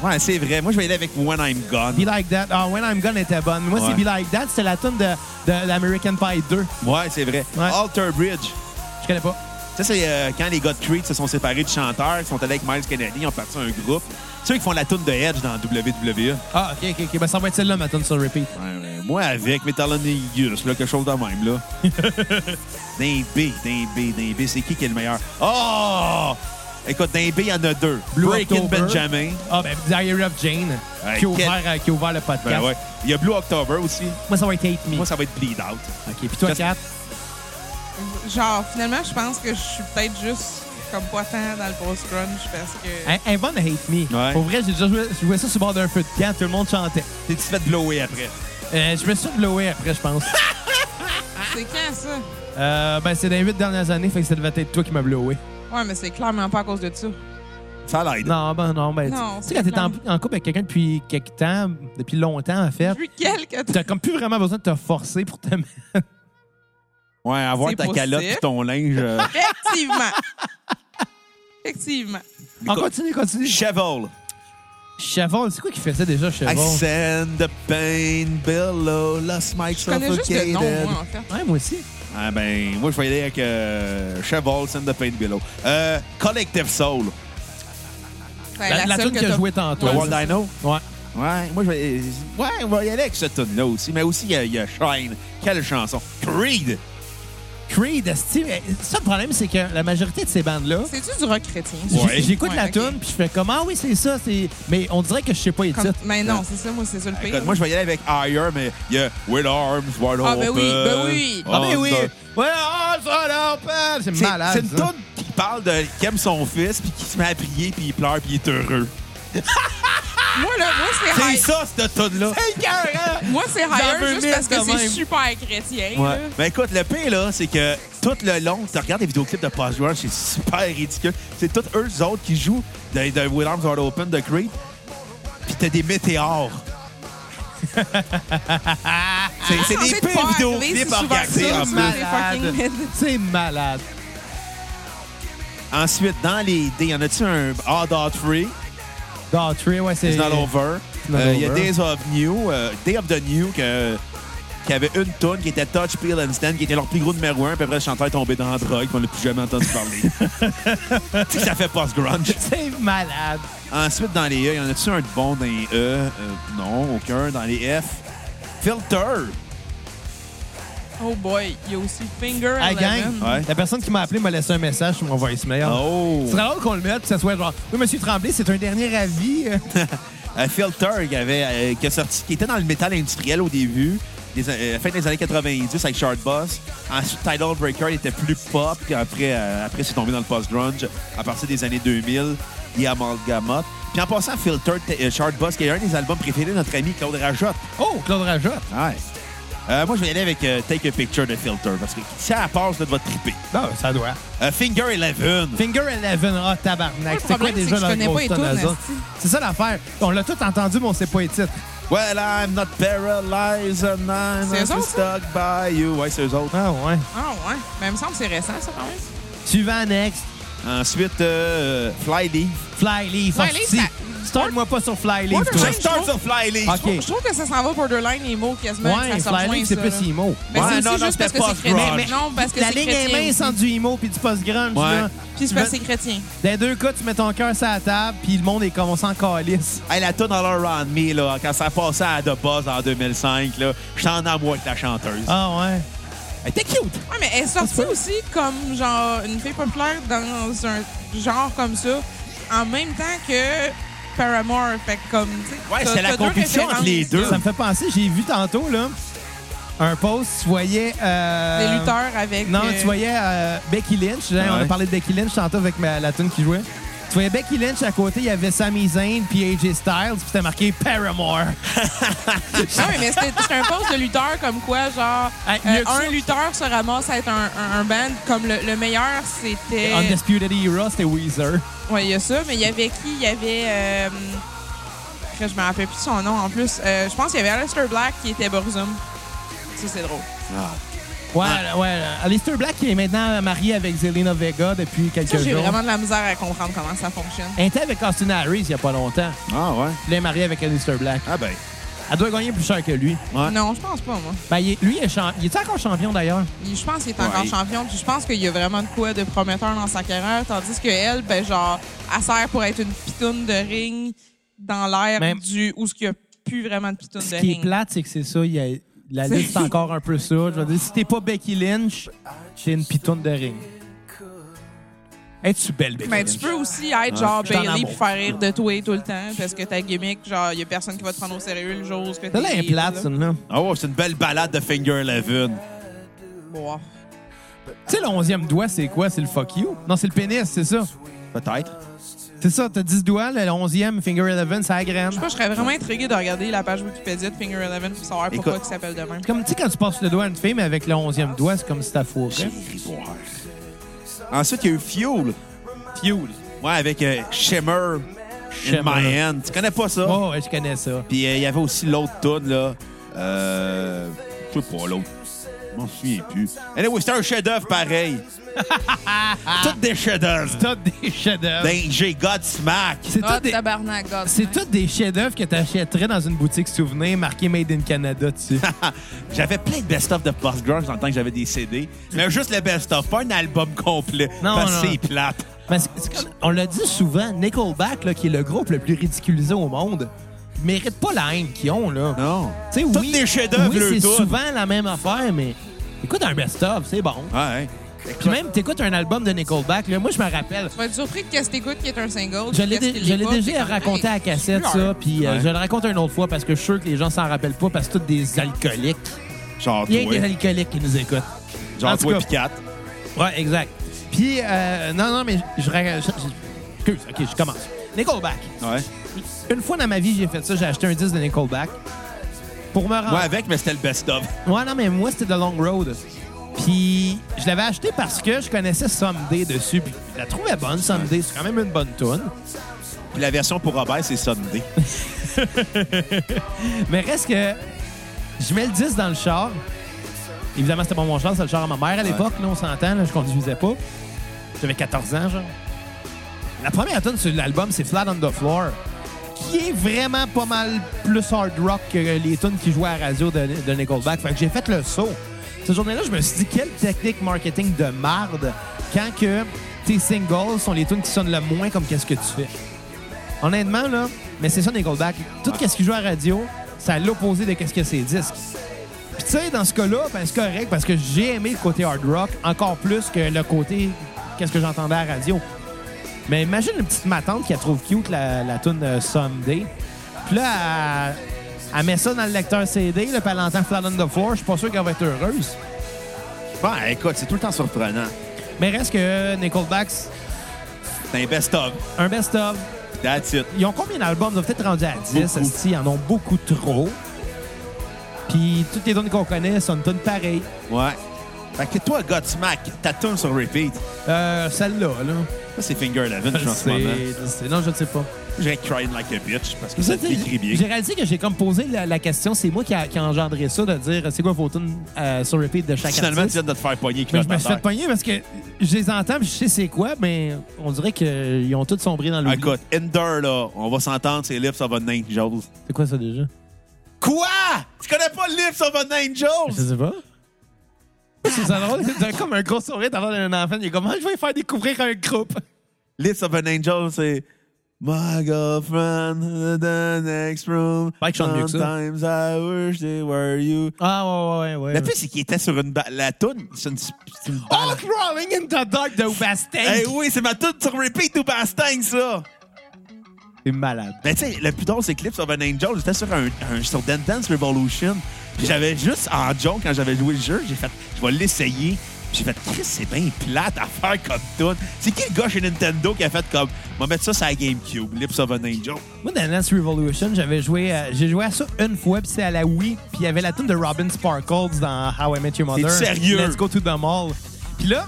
Speaker 1: Ouais, c'est vrai. Moi, je vais aller avec When I'm Gone.
Speaker 2: Be Like That. Ah, When I'm Gone était bonne. Moi,
Speaker 1: Ouais.
Speaker 2: c'est Be Like That, c'est la tune de, de l'American Pie 2.
Speaker 1: Ouais, c'est vrai.
Speaker 2: Ouais.
Speaker 1: Alter Bridge.
Speaker 2: Je connais pas.
Speaker 1: Ça, c'est euh, quand les gars de Creed se sont séparés du chanteur, ils sont allés avec Miles Kennedy, ils ont parti un groupe. Ceux qui font la toune de Edge dans E. WWE.
Speaker 2: Ah, OK, OK, OK. Ben, ça va être celle-là, ma tune sur repeat.
Speaker 1: Ouais, ouais, moi, avec Metal Anonymous, là, quelque chose de même, là. d'un B, d'un B, d'un B, c'est qui qui est le meilleur? Oh! Écoute, d'un B, il y en a deux.
Speaker 2: Blue
Speaker 1: Breaking
Speaker 2: October.
Speaker 1: Benjamin.
Speaker 2: Ah, ben, Diary of Jane,
Speaker 1: Ouais,
Speaker 2: qui, a
Speaker 1: quel-
Speaker 2: ouvert, euh, qui a ouvert le podcast.
Speaker 1: Ben ouais. Il y a Blue October aussi.
Speaker 2: Moi, ça va être Hate Me.
Speaker 1: Moi, ça va être Bleed Out.
Speaker 2: OK, puis toi,
Speaker 1: Qu'est-ce-
Speaker 2: Kat?
Speaker 3: Genre, finalement, je pense que je suis peut-être juste comme pas tant dans le post-grunge parce que.
Speaker 2: Un, un bon Hate Me.
Speaker 1: Ouais.
Speaker 2: Pour vrai, j'ai déjà joué, joué ça sur le bord d'un feu de camp. Tout le monde chantait.
Speaker 1: T'es-tu fait blower après?
Speaker 2: Euh, je me suis blowé après, je
Speaker 3: [laughs]
Speaker 2: pense.
Speaker 3: C'est quand ça?
Speaker 2: Euh, ben, c'est dans les huit dernières années, fait que ça devait être toi qui m'as blowé.
Speaker 3: Ouais, mais c'est clairement pas à cause de ça.
Speaker 1: Ça l'aide.
Speaker 2: Non, ben non, ben. tu-
Speaker 3: Non,
Speaker 2: tu sais, quand t'es en, en couple avec quelqu'un depuis quelque temps, depuis longtemps, en fait,
Speaker 3: Depuis quelques
Speaker 2: [laughs]
Speaker 3: temps.
Speaker 2: t'as comme plus vraiment besoin de te forcer pour te mettre.
Speaker 1: Ouais, avoir
Speaker 3: C'est
Speaker 1: ta
Speaker 3: possible.
Speaker 1: calotte et ton linge. euh,
Speaker 3: Effectivement. Effectivement.
Speaker 2: On
Speaker 1: Écoute,
Speaker 2: Ah, continue, continue.
Speaker 1: Cheval.
Speaker 2: Chavol, c'est quoi qui faisait déjà,
Speaker 1: I
Speaker 2: Chavol?
Speaker 1: send the pain below, lost my
Speaker 3: Je connais juste le nom,
Speaker 1: suffocated.
Speaker 3: moi, en fait.
Speaker 2: Ouais, moi aussi.
Speaker 1: Ah ben, moi je vais aller avec euh, Cheval, send the pain below. Euh, Collective Soul.
Speaker 3: Ben,
Speaker 2: La, la
Speaker 3: seule
Speaker 2: tune
Speaker 3: que
Speaker 2: qui a
Speaker 3: t'as-
Speaker 2: joué tantôt.
Speaker 1: The World I Know.
Speaker 2: Ouais.
Speaker 1: Ouais, moi je vais. euh, Ouais, on va y aller avec cette tune là aussi. Mais aussi, il y a- il y, a Shine. Quelle chanson? Creed.
Speaker 2: Creed, esti, mais ça le problème, c'est que la majorité de ces bandes-là,
Speaker 3: C'est-tu du rock chrétien?
Speaker 2: j-
Speaker 1: Ouais.
Speaker 2: j'écoute
Speaker 3: Ouais,
Speaker 2: la
Speaker 3: ok.
Speaker 2: tune puis je fais comme ah oui c'est ça, c'est mais on dirait que je sais pas les
Speaker 3: Comme-
Speaker 2: titres.
Speaker 3: Mais non, c'est ça, moi, c'est ça le pire.
Speaker 1: Écoute, moi je vais y aller avec Higher, mais il y a With Arms Wide Open.
Speaker 3: Ah, ben oui, ben oui.
Speaker 2: Ah mais oui,
Speaker 1: Under-
Speaker 2: ouais, ah, ça l'empêche! c'est
Speaker 1: C'est
Speaker 2: malade.
Speaker 1: c'est une
Speaker 2: ça.
Speaker 1: tonne qui parle de qui aime son fils puis qui se met à prier puis il pleure puis il est heureux.
Speaker 3: Moi, là, moi, c'est
Speaker 1: C'est
Speaker 3: high.
Speaker 1: ça cette tonne là. hein?
Speaker 3: Moi, c'est
Speaker 2: veux
Speaker 3: higher juste
Speaker 2: mille
Speaker 3: parce que
Speaker 2: de
Speaker 3: c'est
Speaker 2: même.
Speaker 3: super chrétien.
Speaker 1: Ouais.
Speaker 3: là.
Speaker 1: Ben écoute, le pire là, c'est que tout le long, tu regardes les vidéoclips de Post Grunge, c'est super ridicule. C'est tous eux les autres qui jouent de, de Will Arms Wide Open de Creed. Puis t'as des météores. c'est c'est
Speaker 3: Censé
Speaker 1: des
Speaker 3: te
Speaker 1: pires
Speaker 3: faire arriver,
Speaker 1: vidéoclips
Speaker 3: c'est
Speaker 1: à
Speaker 3: souvent
Speaker 1: regarder.
Speaker 3: ça,
Speaker 1: en
Speaker 2: C'est
Speaker 1: plus.
Speaker 3: mais-
Speaker 2: malade.
Speaker 3: fucking
Speaker 2: [laughs] C'est malade.
Speaker 1: Ensuite, dans les dés, y en a-tu un Hard Free?
Speaker 2: Daughtry, ouais, c'est
Speaker 1: It's not over. Euh,
Speaker 2: It's
Speaker 1: Il
Speaker 2: not
Speaker 1: y a
Speaker 2: over.
Speaker 1: Days of New, euh, Day of the New, que- qui avait une tonne qui était Touch, Peel and Stand, qui était leur plus gros numéro un. Puis après, le chanteur est tombé dans la drogue, puis on n'a plus jamais entendu
Speaker 2: [laughs]
Speaker 1: parler. tu sais, ça fait post-grunge.
Speaker 2: C'est malade.
Speaker 1: Ensuite, dans les E, y en a-tu un de bon dans les E? Euh, non, aucun. Dans les F, Filter.
Speaker 3: Oh boy, il y a aussi Finger
Speaker 2: Hey, gang,
Speaker 3: Eleven.
Speaker 1: Ouais.
Speaker 2: la personne qui m'a appelé m'a laissé un message sur mon voicemail.
Speaker 1: Oh!
Speaker 2: Ce serait drôle qu'on le mette, que ça soit genre, oui, monsieur Tremblay, c'est un dernier avis. [laughs]
Speaker 1: Euh, Filter qui avait euh, qui a sorti, qui était dans le métal industriel au début, des, euh, fin des années 90 avec Shard Boss. Ensuite, Tidal Breaker il était plus pop, puis après, euh, après c'est tombé dans le post-grunge à partir des années 2000, et Amalgamot. Puis en passant, Filter, t- euh, Shard Boss, qui est un des albums préférés de notre ami Claude Rajotte.
Speaker 2: Oh, Claude Rajotte.
Speaker 1: Ouais. Euh, moi, je vais y aller avec euh, Take a Picture de Filter, parce que ça passe de votre triper.
Speaker 2: Non, ça doit.
Speaker 1: Euh, Finger Eleven.
Speaker 2: Finger Eleven, ah, tabarnak.
Speaker 3: le
Speaker 2: C'était quoi
Speaker 3: problème, c'est
Speaker 2: déjà
Speaker 3: que je
Speaker 2: leur
Speaker 3: connais pas
Speaker 2: grosse
Speaker 3: les
Speaker 2: tonne,
Speaker 3: tunes,
Speaker 2: eux autres?
Speaker 3: asti.
Speaker 2: C'est ça l'affaire. On l'a tout entendu, mais on sait pas les titres.
Speaker 1: Well, I'm not paralyzed and I'm
Speaker 3: C'est eux
Speaker 1: not
Speaker 3: autres, hein? ça?
Speaker 1: stuck by you. Ouais, c'est eux autres.
Speaker 2: Ah, ouais.
Speaker 3: Ah ouais. Mais il me semble que c'est récent, ça, quand même.
Speaker 2: Suivant, next.
Speaker 1: Ensuite, euh, Flyleaf.
Speaker 2: Flyleaf.
Speaker 3: Flyleaf,
Speaker 2: hostie.
Speaker 3: ça-
Speaker 2: Start-moi pas sur Flyleaf,
Speaker 3: Borderline,
Speaker 2: toi.
Speaker 1: Je start sur Flyleaf.
Speaker 2: OK.
Speaker 3: Je trouve que ça s'en va borderline, les mots, quasiment.
Speaker 2: Ouais,
Speaker 3: que ça se rejoint,
Speaker 2: Flyleaf, c'est
Speaker 3: ça,
Speaker 2: plus
Speaker 3: là.
Speaker 2: IMO.
Speaker 3: Mais
Speaker 1: Ouais,
Speaker 3: c'est aussi
Speaker 1: non, non,
Speaker 3: juste parce
Speaker 1: c'était
Speaker 3: que
Speaker 1: pas
Speaker 3: c'est chrétien.
Speaker 1: grunge.
Speaker 3: Mais non, parce que
Speaker 2: La
Speaker 3: c'est
Speaker 2: ligne est
Speaker 3: chrétien.
Speaker 2: mince
Speaker 3: aussi.
Speaker 2: entre du IMO puis du post-grunge,
Speaker 1: Ouais.
Speaker 2: là.
Speaker 3: Puis c'est parce que c'est chrétien.
Speaker 2: Dans les deux cas, tu mets ton cœur sur la table, puis le monde est comme on s'en calisse.
Speaker 1: Hey, la tune All Around Me, là, quand ça passait à The Buzz en 2005, là, j'étais en amour avec la chanteuse.
Speaker 2: Ah, ouais.
Speaker 1: Elle était cute.
Speaker 3: Ouais, mais elle est
Speaker 2: Ça
Speaker 3: sortie
Speaker 2: se peut.
Speaker 3: aussi comme genre une fille populaire dans un genre comme ça, en même temps que Paramore. Fait que comme, tu sais,
Speaker 1: Ouais,
Speaker 3: t'as-
Speaker 1: c'est la
Speaker 3: t'as deux
Speaker 1: compétition entre
Speaker 3: références,
Speaker 1: les deux.
Speaker 3: là.
Speaker 2: Ça me fait penser, j'ai vu tantôt, là, un post, tu voyais... euh,
Speaker 3: Des lutteurs avec.
Speaker 2: Non,
Speaker 3: euh,
Speaker 2: tu voyais euh, Becky Lynch. hein, On a
Speaker 1: Ouais.
Speaker 2: parlé de Becky Lynch tantôt avec ma- la tune qui jouait. Tu voyais Becky Lynch à côté, il y avait Sami Zayn puis AJ Styles, puis c'était marqué Paramore.
Speaker 3: [laughs] Non, mais c'était c'était un poste de lutteur comme quoi, genre,
Speaker 2: Hey,
Speaker 3: euh,
Speaker 2: mieux que ça.
Speaker 3: un lutteur se ramasse à être un, un- un band. Comme le, le meilleur, c'était.
Speaker 2: Undisputed Era, c'était Weezer.
Speaker 3: Ouais, il y a ça, mais il y avait qui Il y avait. euh, après, Je me rappelle plus de son nom en plus. Euh, je pense qu'il y avait Aleister Black qui était Borzum. Ça, c'est drôle.
Speaker 2: Ouais, ouais. Alistair Black qui est maintenant marié avec Zelina Vega depuis
Speaker 3: Ça,
Speaker 2: quelques
Speaker 3: j'ai
Speaker 2: jours.
Speaker 3: vraiment de la misère à comprendre comment ça fonctionne.
Speaker 2: Elle était avec Austin Harris il y a pas longtemps.
Speaker 1: Ah, ouais.
Speaker 2: Elle est mariée avec Alistair Black.
Speaker 1: Ah, ben.
Speaker 2: Elle doit gagner plus cher que lui.
Speaker 1: Ouais.
Speaker 3: Non, je pense pas, moi.
Speaker 2: Ben, il est- lui, il est, champ- il est encore champion d'ailleurs.
Speaker 3: Il- Je pense qu'il est encore
Speaker 1: Ouais.
Speaker 3: champion, puis je pense qu'il y a vraiment de quoi de prometteur dans sa carrière, tandis que elle, ben genre, elle sert pour être une pitoune de ring dans l'air
Speaker 2: Mais-
Speaker 3: du où ce qu'il y a plus vraiment de pitoune de
Speaker 2: Ce qui est
Speaker 3: ring.
Speaker 2: plate, c'est que c'est ça. il y a- la
Speaker 3: C'est-
Speaker 2: liste est encore un peu ça. Je veux dire, si t'es pas Becky Lynch, t'es une pitoune de ring. Es-tu belle, Becky
Speaker 3: Mais
Speaker 2: Lynch?
Speaker 3: Ben, tu peux aussi être
Speaker 1: Ah,
Speaker 3: genre
Speaker 2: je suis en
Speaker 3: Bailey
Speaker 2: amour.
Speaker 3: puis faire rire de toi tout le temps parce que ta gimmick, genre, il y a personne qui va te prendre au sérieux le jour où ce que t'es.
Speaker 2: Celle-là est plate, celle-là.
Speaker 1: Oh, c'est une belle balade de Finger Eleven.
Speaker 3: Wow.
Speaker 2: Tu sais, le onzième doigt, c'est quoi? C'est le fuck you? Non, c'est le pénis, c'est ça.
Speaker 1: Peut-être.
Speaker 2: C'est ça, t'as 10 doigts, le onzième, finger 11, ça
Speaker 3: Je
Speaker 2: graine.
Speaker 3: sais pas, je serais vraiment intriguée de regarder la page Wikipédia de Finger Eleven pour savoir pourquoi
Speaker 1: Écoute.
Speaker 3: il s'appelle de même.
Speaker 2: Comme, tu sais, quand tu passes le doigt à une fille, mais avec le onzième doigt, c'est comme si t'as fourré.
Speaker 1: J'ai ri voir. Ensuite, il y a eu Fuel.
Speaker 2: Fuel.
Speaker 1: Ouais, avec euh, Shimmer,
Speaker 2: Shimmer.
Speaker 1: in My Hand. Tu connais pas ça?
Speaker 2: Oh, ouais, je connais ça.
Speaker 1: Puis euh, il y avait aussi l'autre tune, là. Euh, je sais pas, l'autre. Je m'en souviens plus. Anyway, c'était un chef-d'œuvre
Speaker 2: [laughs]
Speaker 1: pareil. Toutes des chefs-d'œuvre.
Speaker 2: T'as des chefs-d'œuvre.
Speaker 1: Ben, j'ai Godsmack. [laughs]
Speaker 2: C'est
Speaker 3: Ah,
Speaker 2: tout des...
Speaker 3: tabarnak, God.
Speaker 2: C'est tous des chefs-d'œuvre que t'achèterais dans une boutique souvenir marqué Made in
Speaker 1: [laughs]
Speaker 2: Canada dessus.
Speaker 1: J'avais plein de best-of de post-grunge dans le temps que j'avais des CD. Mais juste le best-of, pas un album complet.
Speaker 2: Non,
Speaker 1: parce que
Speaker 2: non.
Speaker 1: c'est plate.
Speaker 2: Mais c'est- c'est comme- on l'a dit souvent, Nickelback, là, qui est le groupe le plus ridiculisé au monde, mérite pas la haine qu'ils ont. Là.
Speaker 1: Non.
Speaker 2: Tu sais,
Speaker 1: Toutes
Speaker 2: oui,
Speaker 1: des chefs-d'œuvre,
Speaker 2: oui,
Speaker 1: le
Speaker 2: c'est
Speaker 1: tout.
Speaker 2: souvent la même affaire, mais écoute un best-of, c'est bon.
Speaker 1: Ouais.
Speaker 2: Puis même, t'écoutes un album de Nickelback, là, moi, je me rappelle.
Speaker 3: Tu vas être surpris de qu'est-ce que t'écoutes qui est un single.
Speaker 2: Je l'ai,
Speaker 3: qu'est-ce
Speaker 2: dé-
Speaker 3: qu'il
Speaker 2: je
Speaker 3: est
Speaker 2: l'ai
Speaker 3: pas, t'es
Speaker 2: déjà
Speaker 3: comme,
Speaker 2: raconté
Speaker 3: hey,
Speaker 2: à cassette,
Speaker 3: c'est
Speaker 2: ça, puis euh,
Speaker 1: Ouais.
Speaker 2: je le raconte une autre fois parce que je suis sûr que les gens s'en rappellent pas parce que tous des alcooliques.
Speaker 1: Genre
Speaker 2: Il y a
Speaker 1: toi.
Speaker 2: des alcooliques qui nous écoutent. En
Speaker 1: Genre
Speaker 2: tout
Speaker 1: toi
Speaker 2: cas.
Speaker 1: pis quatre.
Speaker 2: Ouais, exact. Puis, euh, non, non, mais je. je, je- excuse, ok, je commence. Nickelback.
Speaker 1: Ouais.
Speaker 2: Une fois dans ma vie, j'ai fait ça, j'ai acheté un disque de Nickelback pour me rendre.
Speaker 1: Moi avec, mais c'était le best-of.
Speaker 2: Ouais, non, mais moi, c'était The Long Road. Puis, je l'avais acheté parce que je connaissais Someday dessus. Puis, je la trouvais bonne, Someday. C'est quand même une bonne tune.
Speaker 1: Puis la version pour Robert, c'est Sunday. [laughs]
Speaker 2: Mais reste que je mets le 10 dans le char. Évidemment, c'était pas mon char, c'était le char à ma mère à l'époque. Là, on s'entend, là, je conduisais pas. J'avais 14 ans, genre. La première tune sur l'album, c'est Flat on the Floor, qui est vraiment pas mal plus hard rock que les tunes qui jouaient à la radio de, de Nickelback. Fait que j'ai fait le saut. Cette journée-là, je me suis dit, quelle technique marketing de marde quand que tes singles sont les tunes qui sonnent le moins comme qu'est-ce que tu fais. Honnêtement, là, mais c'est ça Nickelback. Tout ce qu'ils jouent à la radio, c'est à l'opposé de ce que c'est disques. Puis tu sais, dans ce cas-là, ben, c'est correct parce que j'ai aimé le côté hard rock encore plus que le côté qu'est-ce que j'entendais à la radio. Mais imagine une petite matante qui a trouve cute la, la tune euh, Someday. Puis là, elle, elle met ça dans le lecteur CD, là, puis elle entend Flat on the Floor. Je suis pas sûr qu'elle va être heureuse.
Speaker 1: Ben, écoute, c'est tout le temps surprenant.
Speaker 2: Mais reste que Nickelback, c'est
Speaker 1: C'est un best-of.
Speaker 2: un best-of.
Speaker 1: That's it.
Speaker 2: Ils ont combien d'albums? Ils ont peut-être rendu à 10.
Speaker 1: Beaucoup.
Speaker 2: esti, Ils en ont beaucoup trop. Puis toutes les tunes qu'on connaît sont une tune pareille.
Speaker 1: Ouais. Fait que toi, Godsmack, ta tune sur repeat.
Speaker 2: Euh, Celle-là, là.
Speaker 1: Ça, c'est Finger Eleven, je pense. hein.
Speaker 2: C'est- c'est- Non, je ne sais pas.
Speaker 1: J'ai crying like a bitch parce que ça te décrit bien.
Speaker 2: J'ai réalisé que j'ai comme posé la, la question, c'est moi qui a, qui a engendré ça, de dire c'est quoi vos tunes euh, sur repeat de chaque
Speaker 1: Finalement, tu
Speaker 2: artiste.
Speaker 1: viens de te faire pogner
Speaker 2: Mais
Speaker 1: avec
Speaker 2: je me suis fait pogner parce que je les entends, puis je sais c'est quoi, mais on dirait qu'ils ont tous sombré dans l'oubli.
Speaker 1: Écoute, Ender, là, on va s'entendre, c'est Lips of an Angels.
Speaker 2: C'est quoi ça déjà?
Speaker 1: Quoi? Tu connais pas Lips of an
Speaker 2: Je
Speaker 1: Angels?
Speaker 2: sais pas. C'est ça drôle, t'as comme un gros sourire dans l'air d'un enfant. Il est comme, Ah, je vais lui faire découvrir un groupe.
Speaker 1: Lips of an Angel, c'est... My girlfriend in the next room.
Speaker 2: Mike chante mieux que ça.
Speaker 1: Sometimes I wish they were you.
Speaker 2: Ah, ouais, ouais, ouais. Oh,
Speaker 1: Le plus, c'est qu'il était sur une... ba- La toune, c'est une... c'est une balle.
Speaker 2: All crawling in the dark de
Speaker 1: Eh
Speaker 2: Basteng.
Speaker 1: oui, c'est ma toune sur repeat ou Bastang, ça!
Speaker 2: T'es malade.
Speaker 1: Mais Ben, tu sais, le plus drôle, c'est Clips of an Angel. J'étais sur, un, un- sur Dance Dance Revolution. Puis j'avais juste, en joke, quand j'avais joué le jeu, j'ai fait, je vais l'essayer. Puis j'ai fait, Chris, c'est bien plate à faire comme tout. C'est qui le gars chez Nintendo qui a fait comme, on va mettre ça sur la GameCube, Lips of an Angel?
Speaker 2: Moi, dans Dance Revolution, j'avais joué, euh, j'ai joué à ça une fois, puis c'est à la Wii, puis il y avait la tune de Robin Sparkles dans How I Met Your Mother.
Speaker 1: T'es-tu sérieux?
Speaker 2: Let's go to the mall. Puis là,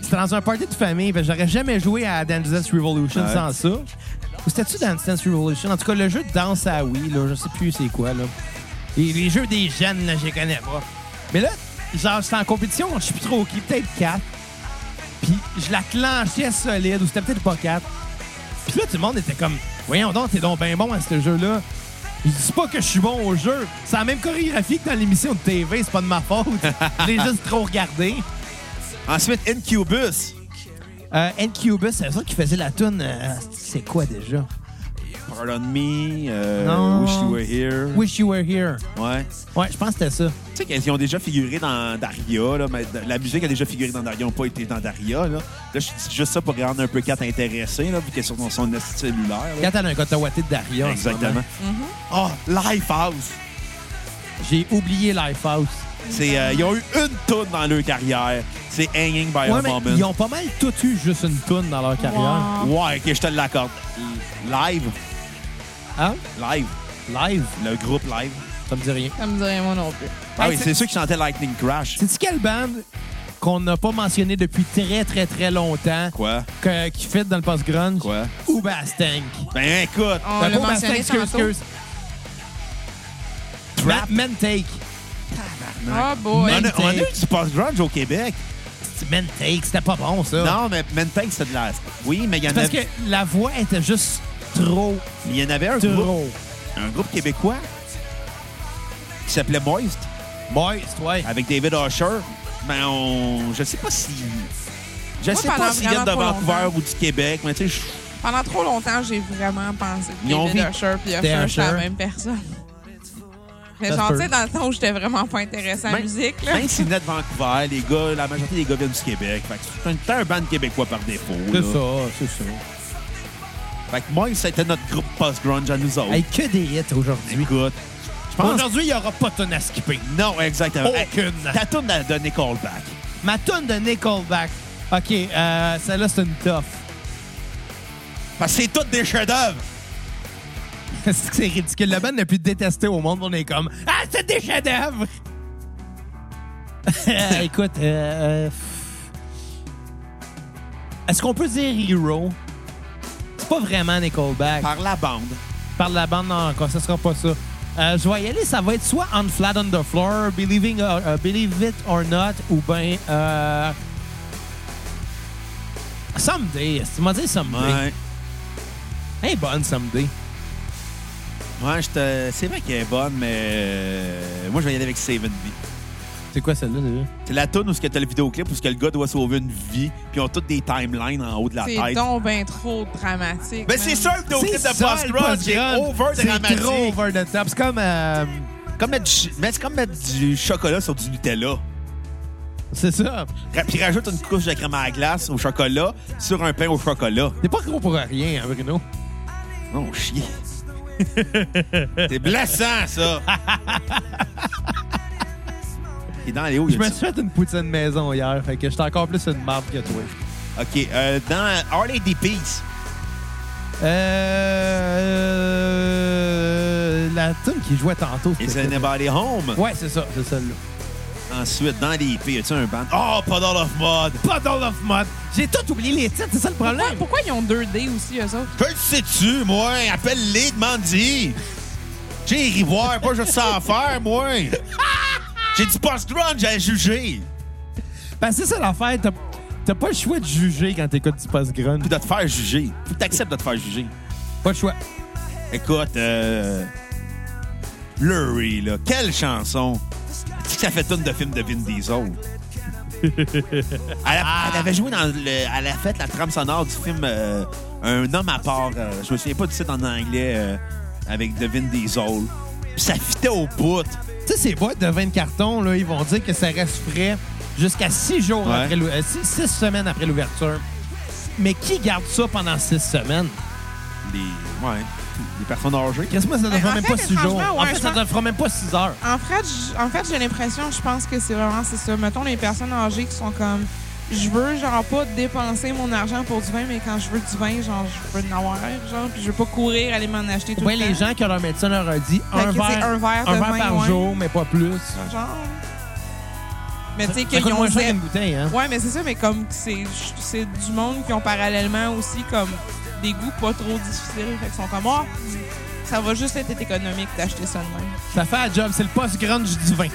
Speaker 2: c'était dans un party de famille, fait que j'aurais jamais joué à Dance Dance Revolution
Speaker 1: Ouais.
Speaker 2: sans ça. Ou c'était-tu Dance Dance Revolution? En tout cas, le jeu de danse à la Wii, là, je sais plus c'est quoi, là. Et les jeux des jeunes, là, je les connais pas. Mais là, genre, j'étais en compétition, je sais plus trop qui, peut-être 4. Puis je la clenchais solide, ou c'était peut-être pas 4. Puis là, tout le monde était comme, voyons donc, t'es donc bien bon à ce jeu-là. Je dis pas que je suis bon au jeu. C'est la même chorégraphie que dans l'émission de TV, c'est pas de
Speaker 1: [laughs]
Speaker 2: ma faute. Je l'ai juste trop regardé.
Speaker 1: Ensuite, Incubus.
Speaker 2: Euh, Incubus, c'est ça qui faisait la tune. euh, c'est quoi déjà?
Speaker 1: Pardon me. euh,
Speaker 2: Non.
Speaker 1: Wish You Were Here.
Speaker 2: Wish You Were Here.
Speaker 1: Ouais.
Speaker 2: Ouais, je pense que c'était ça.
Speaker 1: Tu sais qu'ils ont déjà figuré dans Daria, là, mais la musique a déjà figuré dans Daria, ils n'ont pas été dans Daria. Là, là je dis juste ça pour rendre un peu Kat intéressé, là, vu qu'elle est sur son, son esti cellulaire. là.
Speaker 2: Quand t'as un cotawaté de Daria. en ce
Speaker 1: Exactement.
Speaker 2: moment.
Speaker 1: Ah, Lifehouse.
Speaker 2: J'ai oublié Lifehouse.
Speaker 1: C'est, euh, ils ont eu une toune dans leur carrière. C'est Hanging by
Speaker 2: Ouais,
Speaker 1: a
Speaker 2: mais
Speaker 1: Moment.
Speaker 2: ils ont pas mal tout eu juste une tune dans leur carrière.
Speaker 1: Ouais, ok, je te l'accorde. Live,
Speaker 2: Hein?
Speaker 1: live,
Speaker 2: Live,
Speaker 1: le groupe live.
Speaker 2: ça me dit rien.
Speaker 3: Ça me dit rien, moi non plus.
Speaker 1: Ah
Speaker 2: Hey,
Speaker 1: oui,
Speaker 2: c'est-
Speaker 1: c'est ceux qui chantaient Lightning Crash.
Speaker 2: C'est-tu quelle band qu'on n'a pas mentionné depuis très, très, très longtemps,
Speaker 1: Quoi?
Speaker 2: que- qui fit dans le post-grunge.
Speaker 1: Quoi?
Speaker 2: Ou Bastank.
Speaker 1: Ben écoute!
Speaker 3: On
Speaker 2: Ben,
Speaker 3: l'a
Speaker 2: pas
Speaker 3: mentionné
Speaker 2: Bastank,
Speaker 3: tantôt.
Speaker 1: Trap.
Speaker 2: Man, Take.
Speaker 3: Oh
Speaker 1: On
Speaker 3: boy.
Speaker 1: a, on a eu
Speaker 2: Take.
Speaker 1: du post-grunge au Québec.
Speaker 2: Man Take, c'était pas bon, ça.
Speaker 1: Non, mais Mentec, c'est de la... Oui, mais il y, en
Speaker 2: Ah. Parce que
Speaker 1: avait-
Speaker 2: la voix était juste trop,
Speaker 1: il y en avait un groupe,
Speaker 2: trop.
Speaker 1: un groupe québécois qui s'appelait Moist,
Speaker 2: Moist, ouais.
Speaker 1: avec David Usher. Mais on... Je sais pas si... Je
Speaker 3: Moi,
Speaker 1: sais pas
Speaker 3: pendant
Speaker 1: s'ils viennent de
Speaker 3: vraiment pas
Speaker 1: Vancouver
Speaker 3: longtemps.
Speaker 1: ou du Québec, mais tu sais, je-
Speaker 3: Pendant trop longtemps, j'ai vraiment pensé que
Speaker 1: Ils ont
Speaker 3: David
Speaker 1: vu-
Speaker 3: Usher puis
Speaker 2: C'était
Speaker 3: Usher, c'était la
Speaker 2: Usher.
Speaker 3: même personne. Mais
Speaker 2: Ça se
Speaker 3: genre, tu sais,
Speaker 2: peut. Ben,
Speaker 3: dans le temps où j'étais vraiment pas intéressée à la
Speaker 1: Même-
Speaker 3: musique, là.
Speaker 1: Même s'ils venaient de Vancouver, les gars, la majorité des gars viennent du Québec. Fait que c'est un, t'as un band québécois par défaut. là.
Speaker 2: C'est
Speaker 1: Oh.
Speaker 2: ça, c'est ça.
Speaker 1: Fait que moi, c'était notre groupe post-grunge à nous autres.
Speaker 2: Hey, que des hits aujourd'hui.
Speaker 1: Écoute, je pense...
Speaker 2: Aujourd'hui, il n'y aura pas tonne à skipper.
Speaker 1: Non,
Speaker 2: Oh,
Speaker 1: exactement. Hey,
Speaker 2: Aucune.
Speaker 1: Ta tourne de de Nickelback.
Speaker 2: Ma tonne de Nickelback. OK, euh, celle-là, c'est une tough.
Speaker 1: Parce que c'est toutes des chefs-d'œuvre.
Speaker 2: [laughs] c'est que c'est ridicule. Le band le plus détesté au monde, on est comme « Ah, c'est des [laughs] chefs-d'œuvre! » Écoute, euh, euh, est-ce qu'on peut dire Hero? C'est pas vraiment Nickelback.
Speaker 1: Par la bande.
Speaker 2: Par la bande, non, encore, ça sera pas ça. Euh, je vais y aller, ça va être soit On Flat on the Floor, Believing or- euh, Believe It or Not, ou ben... Euh... Someday, tu m'as dit Someday.
Speaker 1: Ouais.
Speaker 2: Elle est bonne, Someday.
Speaker 1: Ouais, je te- c'est vrai qu'elle est bonne, mais euh, moi, je vais y aller avec Save and Be.
Speaker 2: C'est quoi celle-là, déjà?
Speaker 1: C'est la toune où ce que t'as le vidéoclip où ce que le gars doit sauver une vie, puis ils ont toutes des timelines en haut de la
Speaker 3: C'est
Speaker 1: tête.
Speaker 3: donc ben trop dramatique.
Speaker 1: Mais c'est
Speaker 3: man.
Speaker 1: ça, le vidéoclip
Speaker 2: Ben, C'est
Speaker 1: de
Speaker 2: ça,
Speaker 1: Post
Speaker 2: le
Speaker 1: Grunge.
Speaker 2: post-grunge.
Speaker 1: C'est over
Speaker 2: C'est trop
Speaker 1: dramatique.
Speaker 2: over the top. C'est comme... euh,
Speaker 1: Comme mettre du- mais c'est comme mettre du chocolat sur du Nutella.
Speaker 2: c'est ça.
Speaker 1: Ra- Puis rajoute une couche de crème à la glace au chocolat sur un pain au chocolat.
Speaker 2: T'es pas gros pour rien, hein, Bruno.
Speaker 1: Oh, chier. [laughs] c'est blessant, ça. [laughs] Et dans les hauts, il y
Speaker 2: Je
Speaker 1: a
Speaker 2: me
Speaker 1: du-
Speaker 2: suis fait une poutine maison hier, fait que j'étais encore plus une marde que toi.
Speaker 1: OK. euh, dans All Lady Peace,
Speaker 2: Euh, euh... La tune qui jouait tantôt,
Speaker 1: Is
Speaker 2: celle-là.
Speaker 1: Anybody Home?
Speaker 2: Ouais, c'est ça, c'est celle-là.
Speaker 1: Ensuite, dans les EP, y a-tu un band? Oh, Puddle of Mud!
Speaker 2: Puddle of Mud. J'ai tout oublié les titres, c'est ça le
Speaker 3: Pourquoi,
Speaker 2: problème.
Speaker 3: pourquoi ils ont 2D aussi, eux autres?
Speaker 1: Que le sais-tu, moi? Appelle-les, demande-y! J'ai ri voir, pas juste ça à faire, moi! J'ai du post-grunge à juger!
Speaker 2: Ben, c'est ça l'affaire. T'as, t'as pas le choix de juger quand t'écoutes du post-grunge.
Speaker 1: Puis de te faire juger. Faut que t'acceptes de te faire juger.
Speaker 2: Pas le choix.
Speaker 1: Écoute, euh... Lurie, là, quelle chanson! Tu sais que ça fait tonne de films de Vin Diesel. elle, a- elle avait joué dans le... Elle a fait la trame sonore du film euh, Un homme à part. euh, je me souviens pas du titre en anglais euh, avec de Vin Diesel. Puis ça fitait au bout.
Speaker 2: Tu sais, ces boîtes de 20 cartons, là, ils vont dire que ça reste frais jusqu'à 6 jours
Speaker 1: Ouais.
Speaker 2: après l'ou- euh, six, six semaines après l'ouverture. Mais qui garde ça pendant 6 semaines?
Speaker 1: Les... Ouais. Les personnes âgées.
Speaker 2: Qu'est-ce que ça ne
Speaker 3: Ben,
Speaker 2: fera
Speaker 3: en
Speaker 2: même
Speaker 3: fait,
Speaker 2: pas 6 jours?
Speaker 3: étrangement, ouais,
Speaker 2: en fait,
Speaker 3: je
Speaker 2: ça
Speaker 3: pense-
Speaker 2: ne fera même pas 6 heures.
Speaker 3: En fait, j- en fait j'ai l'impression, je pense que c'est vraiment c'est ça. Mettons les personnes âgées qui sont comme je veux genre pas dépenser mon argent pour du vin, mais quand je veux du vin, genre je veux en avoir, genre, puis je veux pas courir aller m'en acheter tout
Speaker 2: Ou bien
Speaker 3: le temps.
Speaker 2: les gens que leur médecin leur a dit
Speaker 3: Fait
Speaker 2: un
Speaker 3: que c'est
Speaker 2: verre,
Speaker 3: un verre
Speaker 2: un
Speaker 3: de
Speaker 2: verre
Speaker 3: vin,
Speaker 2: par
Speaker 3: ouais.
Speaker 2: jour, mais pas plus.
Speaker 3: Genre. Mais tu sais
Speaker 2: Ça
Speaker 3: qu'ils
Speaker 2: coûte moins
Speaker 3: ont
Speaker 2: cher
Speaker 3: zé-
Speaker 2: qu'une bouteille, hein?
Speaker 3: Ouais, mais c'est ça, mais comme c'est c'est du monde qui ont parallèlement aussi comme des goûts pas trop difficiles. Fait qu'ils sont comme, ah, ça va juste être économique d'acheter ça de même.
Speaker 2: Ça fait un job, c'est le post-grunge du
Speaker 3: [laughs]
Speaker 2: vin.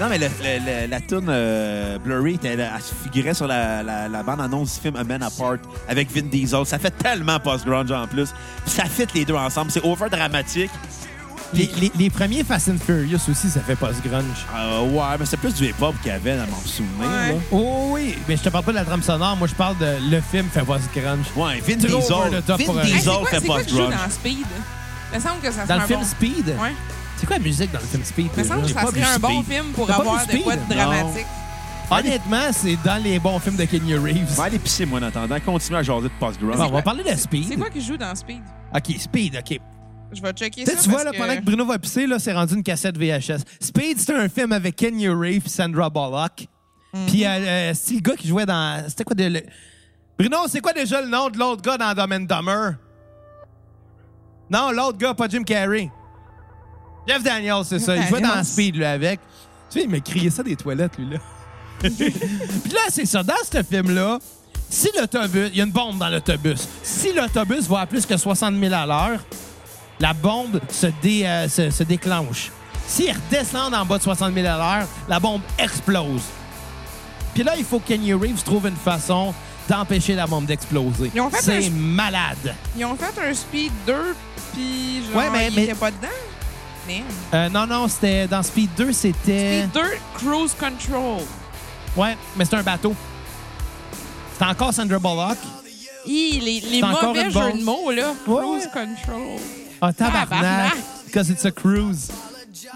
Speaker 1: Non, mais le- le- le- la toune euh, Blurry, était- elle, elle figurait sur la, la- la bande-annonce du film A Man Apart avec Vin Diesel. Ça fait tellement post-grunge en plus. Puis ça fit les deux ensemble. C'est over-dramatique.
Speaker 2: les, les- les premiers Fast and Furious aussi, ça fait post-grunge.
Speaker 1: Euh, ouais, mais c'est plus du hip-hop qu'il y avait dans mon souvenir.
Speaker 3: Ouais.
Speaker 2: Oh oui, mais je te parle pas de la trame sonore, moi je parle de le film fait post-grunge.
Speaker 1: là. Ouais, Vin
Speaker 2: Trop over
Speaker 1: Diesel.
Speaker 2: the top pour
Speaker 1: Vin
Speaker 2: un-
Speaker 3: Hey, c'est
Speaker 1: Diesel
Speaker 3: quoi,
Speaker 1: fait
Speaker 3: c'est quoi qui joue
Speaker 1: post-grunge.
Speaker 3: dans Speed? Il me semble que ça serait
Speaker 2: Dans le
Speaker 3: un
Speaker 2: film
Speaker 3: Ah bon...
Speaker 2: Speed?
Speaker 3: Ouais.
Speaker 2: C'est quoi la musique dans le film Speed?
Speaker 3: Il me semble que
Speaker 2: déjà?
Speaker 1: pas
Speaker 3: ça serait
Speaker 1: vu
Speaker 3: un bon
Speaker 1: Speed.
Speaker 3: film pour
Speaker 2: T'as pas
Speaker 3: avoir
Speaker 2: vu
Speaker 3: de quoi de
Speaker 2: Speed?
Speaker 3: dramatique.
Speaker 2: Honnêtement, c'est dans les bons films de Kenny Reeves.
Speaker 1: Va aller pisser, moi, en attendant. Continue à jaser de post-grunge.
Speaker 2: Bon, on va
Speaker 3: quoi-
Speaker 2: parler de Speed.
Speaker 3: C'est quoi qui joue dans Speed?
Speaker 2: OK, Speed, OK.
Speaker 3: Je vais checker
Speaker 2: Tu
Speaker 3: ça.
Speaker 2: sais, tu vois, là,
Speaker 3: parce
Speaker 2: pendant que Bruno va pisser, là, c'est rendu une cassette VHS. Speed, c'est un film avec Kenny Reeves, Sandra Bullock.
Speaker 3: Mhm.
Speaker 2: Puis, euh, euh, c'est le gars qui jouait dans. C'était quoi de. le- Bruno, c'est quoi déjà le nom de l'autre gars dans Dumb and Dumber? Non, l'autre gars, pas Jim Carrey. Jeff Daniels, c'est ça. Il jouait dans
Speaker 3: Daniels. [laughs]
Speaker 2: Speed, lui, avec. Tu sais, il m'a crié ça des toilettes, lui, là. Puis là, c'est ça. Dans ce film-là, si l'autobus, il y a une bombe dans l'autobus. Si l'autobus va à plus que 60 000 à l'heure, la bombe se, dé- euh, se, se déclenche. S'ils redescendent en bas de 60 000 à l'heure, la bombe explose. Puis là, il faut que Kenny Reeves trouve une façon d'empêcher la bombe d'exploser.
Speaker 3: Ils ont fait
Speaker 2: C'est
Speaker 3: un-
Speaker 2: malade.
Speaker 3: Ils ont fait un Speed 2, puis genre,
Speaker 2: Ouais, mais-
Speaker 3: ils
Speaker 2: mais-
Speaker 3: étaient pas dedans. Damn.
Speaker 2: Euh, non, non, c'était dans Speed 2, c'était...
Speaker 3: Speed 2, Cruise Control.
Speaker 2: Ouais, mais c'est un bateau. C'est encore Sandra Bullock.
Speaker 3: Hi, les les
Speaker 2: C'est encore
Speaker 3: mauvais
Speaker 2: une bombe.
Speaker 3: jeux de mots, là.
Speaker 2: Ouais,
Speaker 3: Cruise
Speaker 2: ouais.
Speaker 3: Control.
Speaker 2: Ah, tabarnak.
Speaker 3: Tabarnak.
Speaker 2: Because it's a cruise.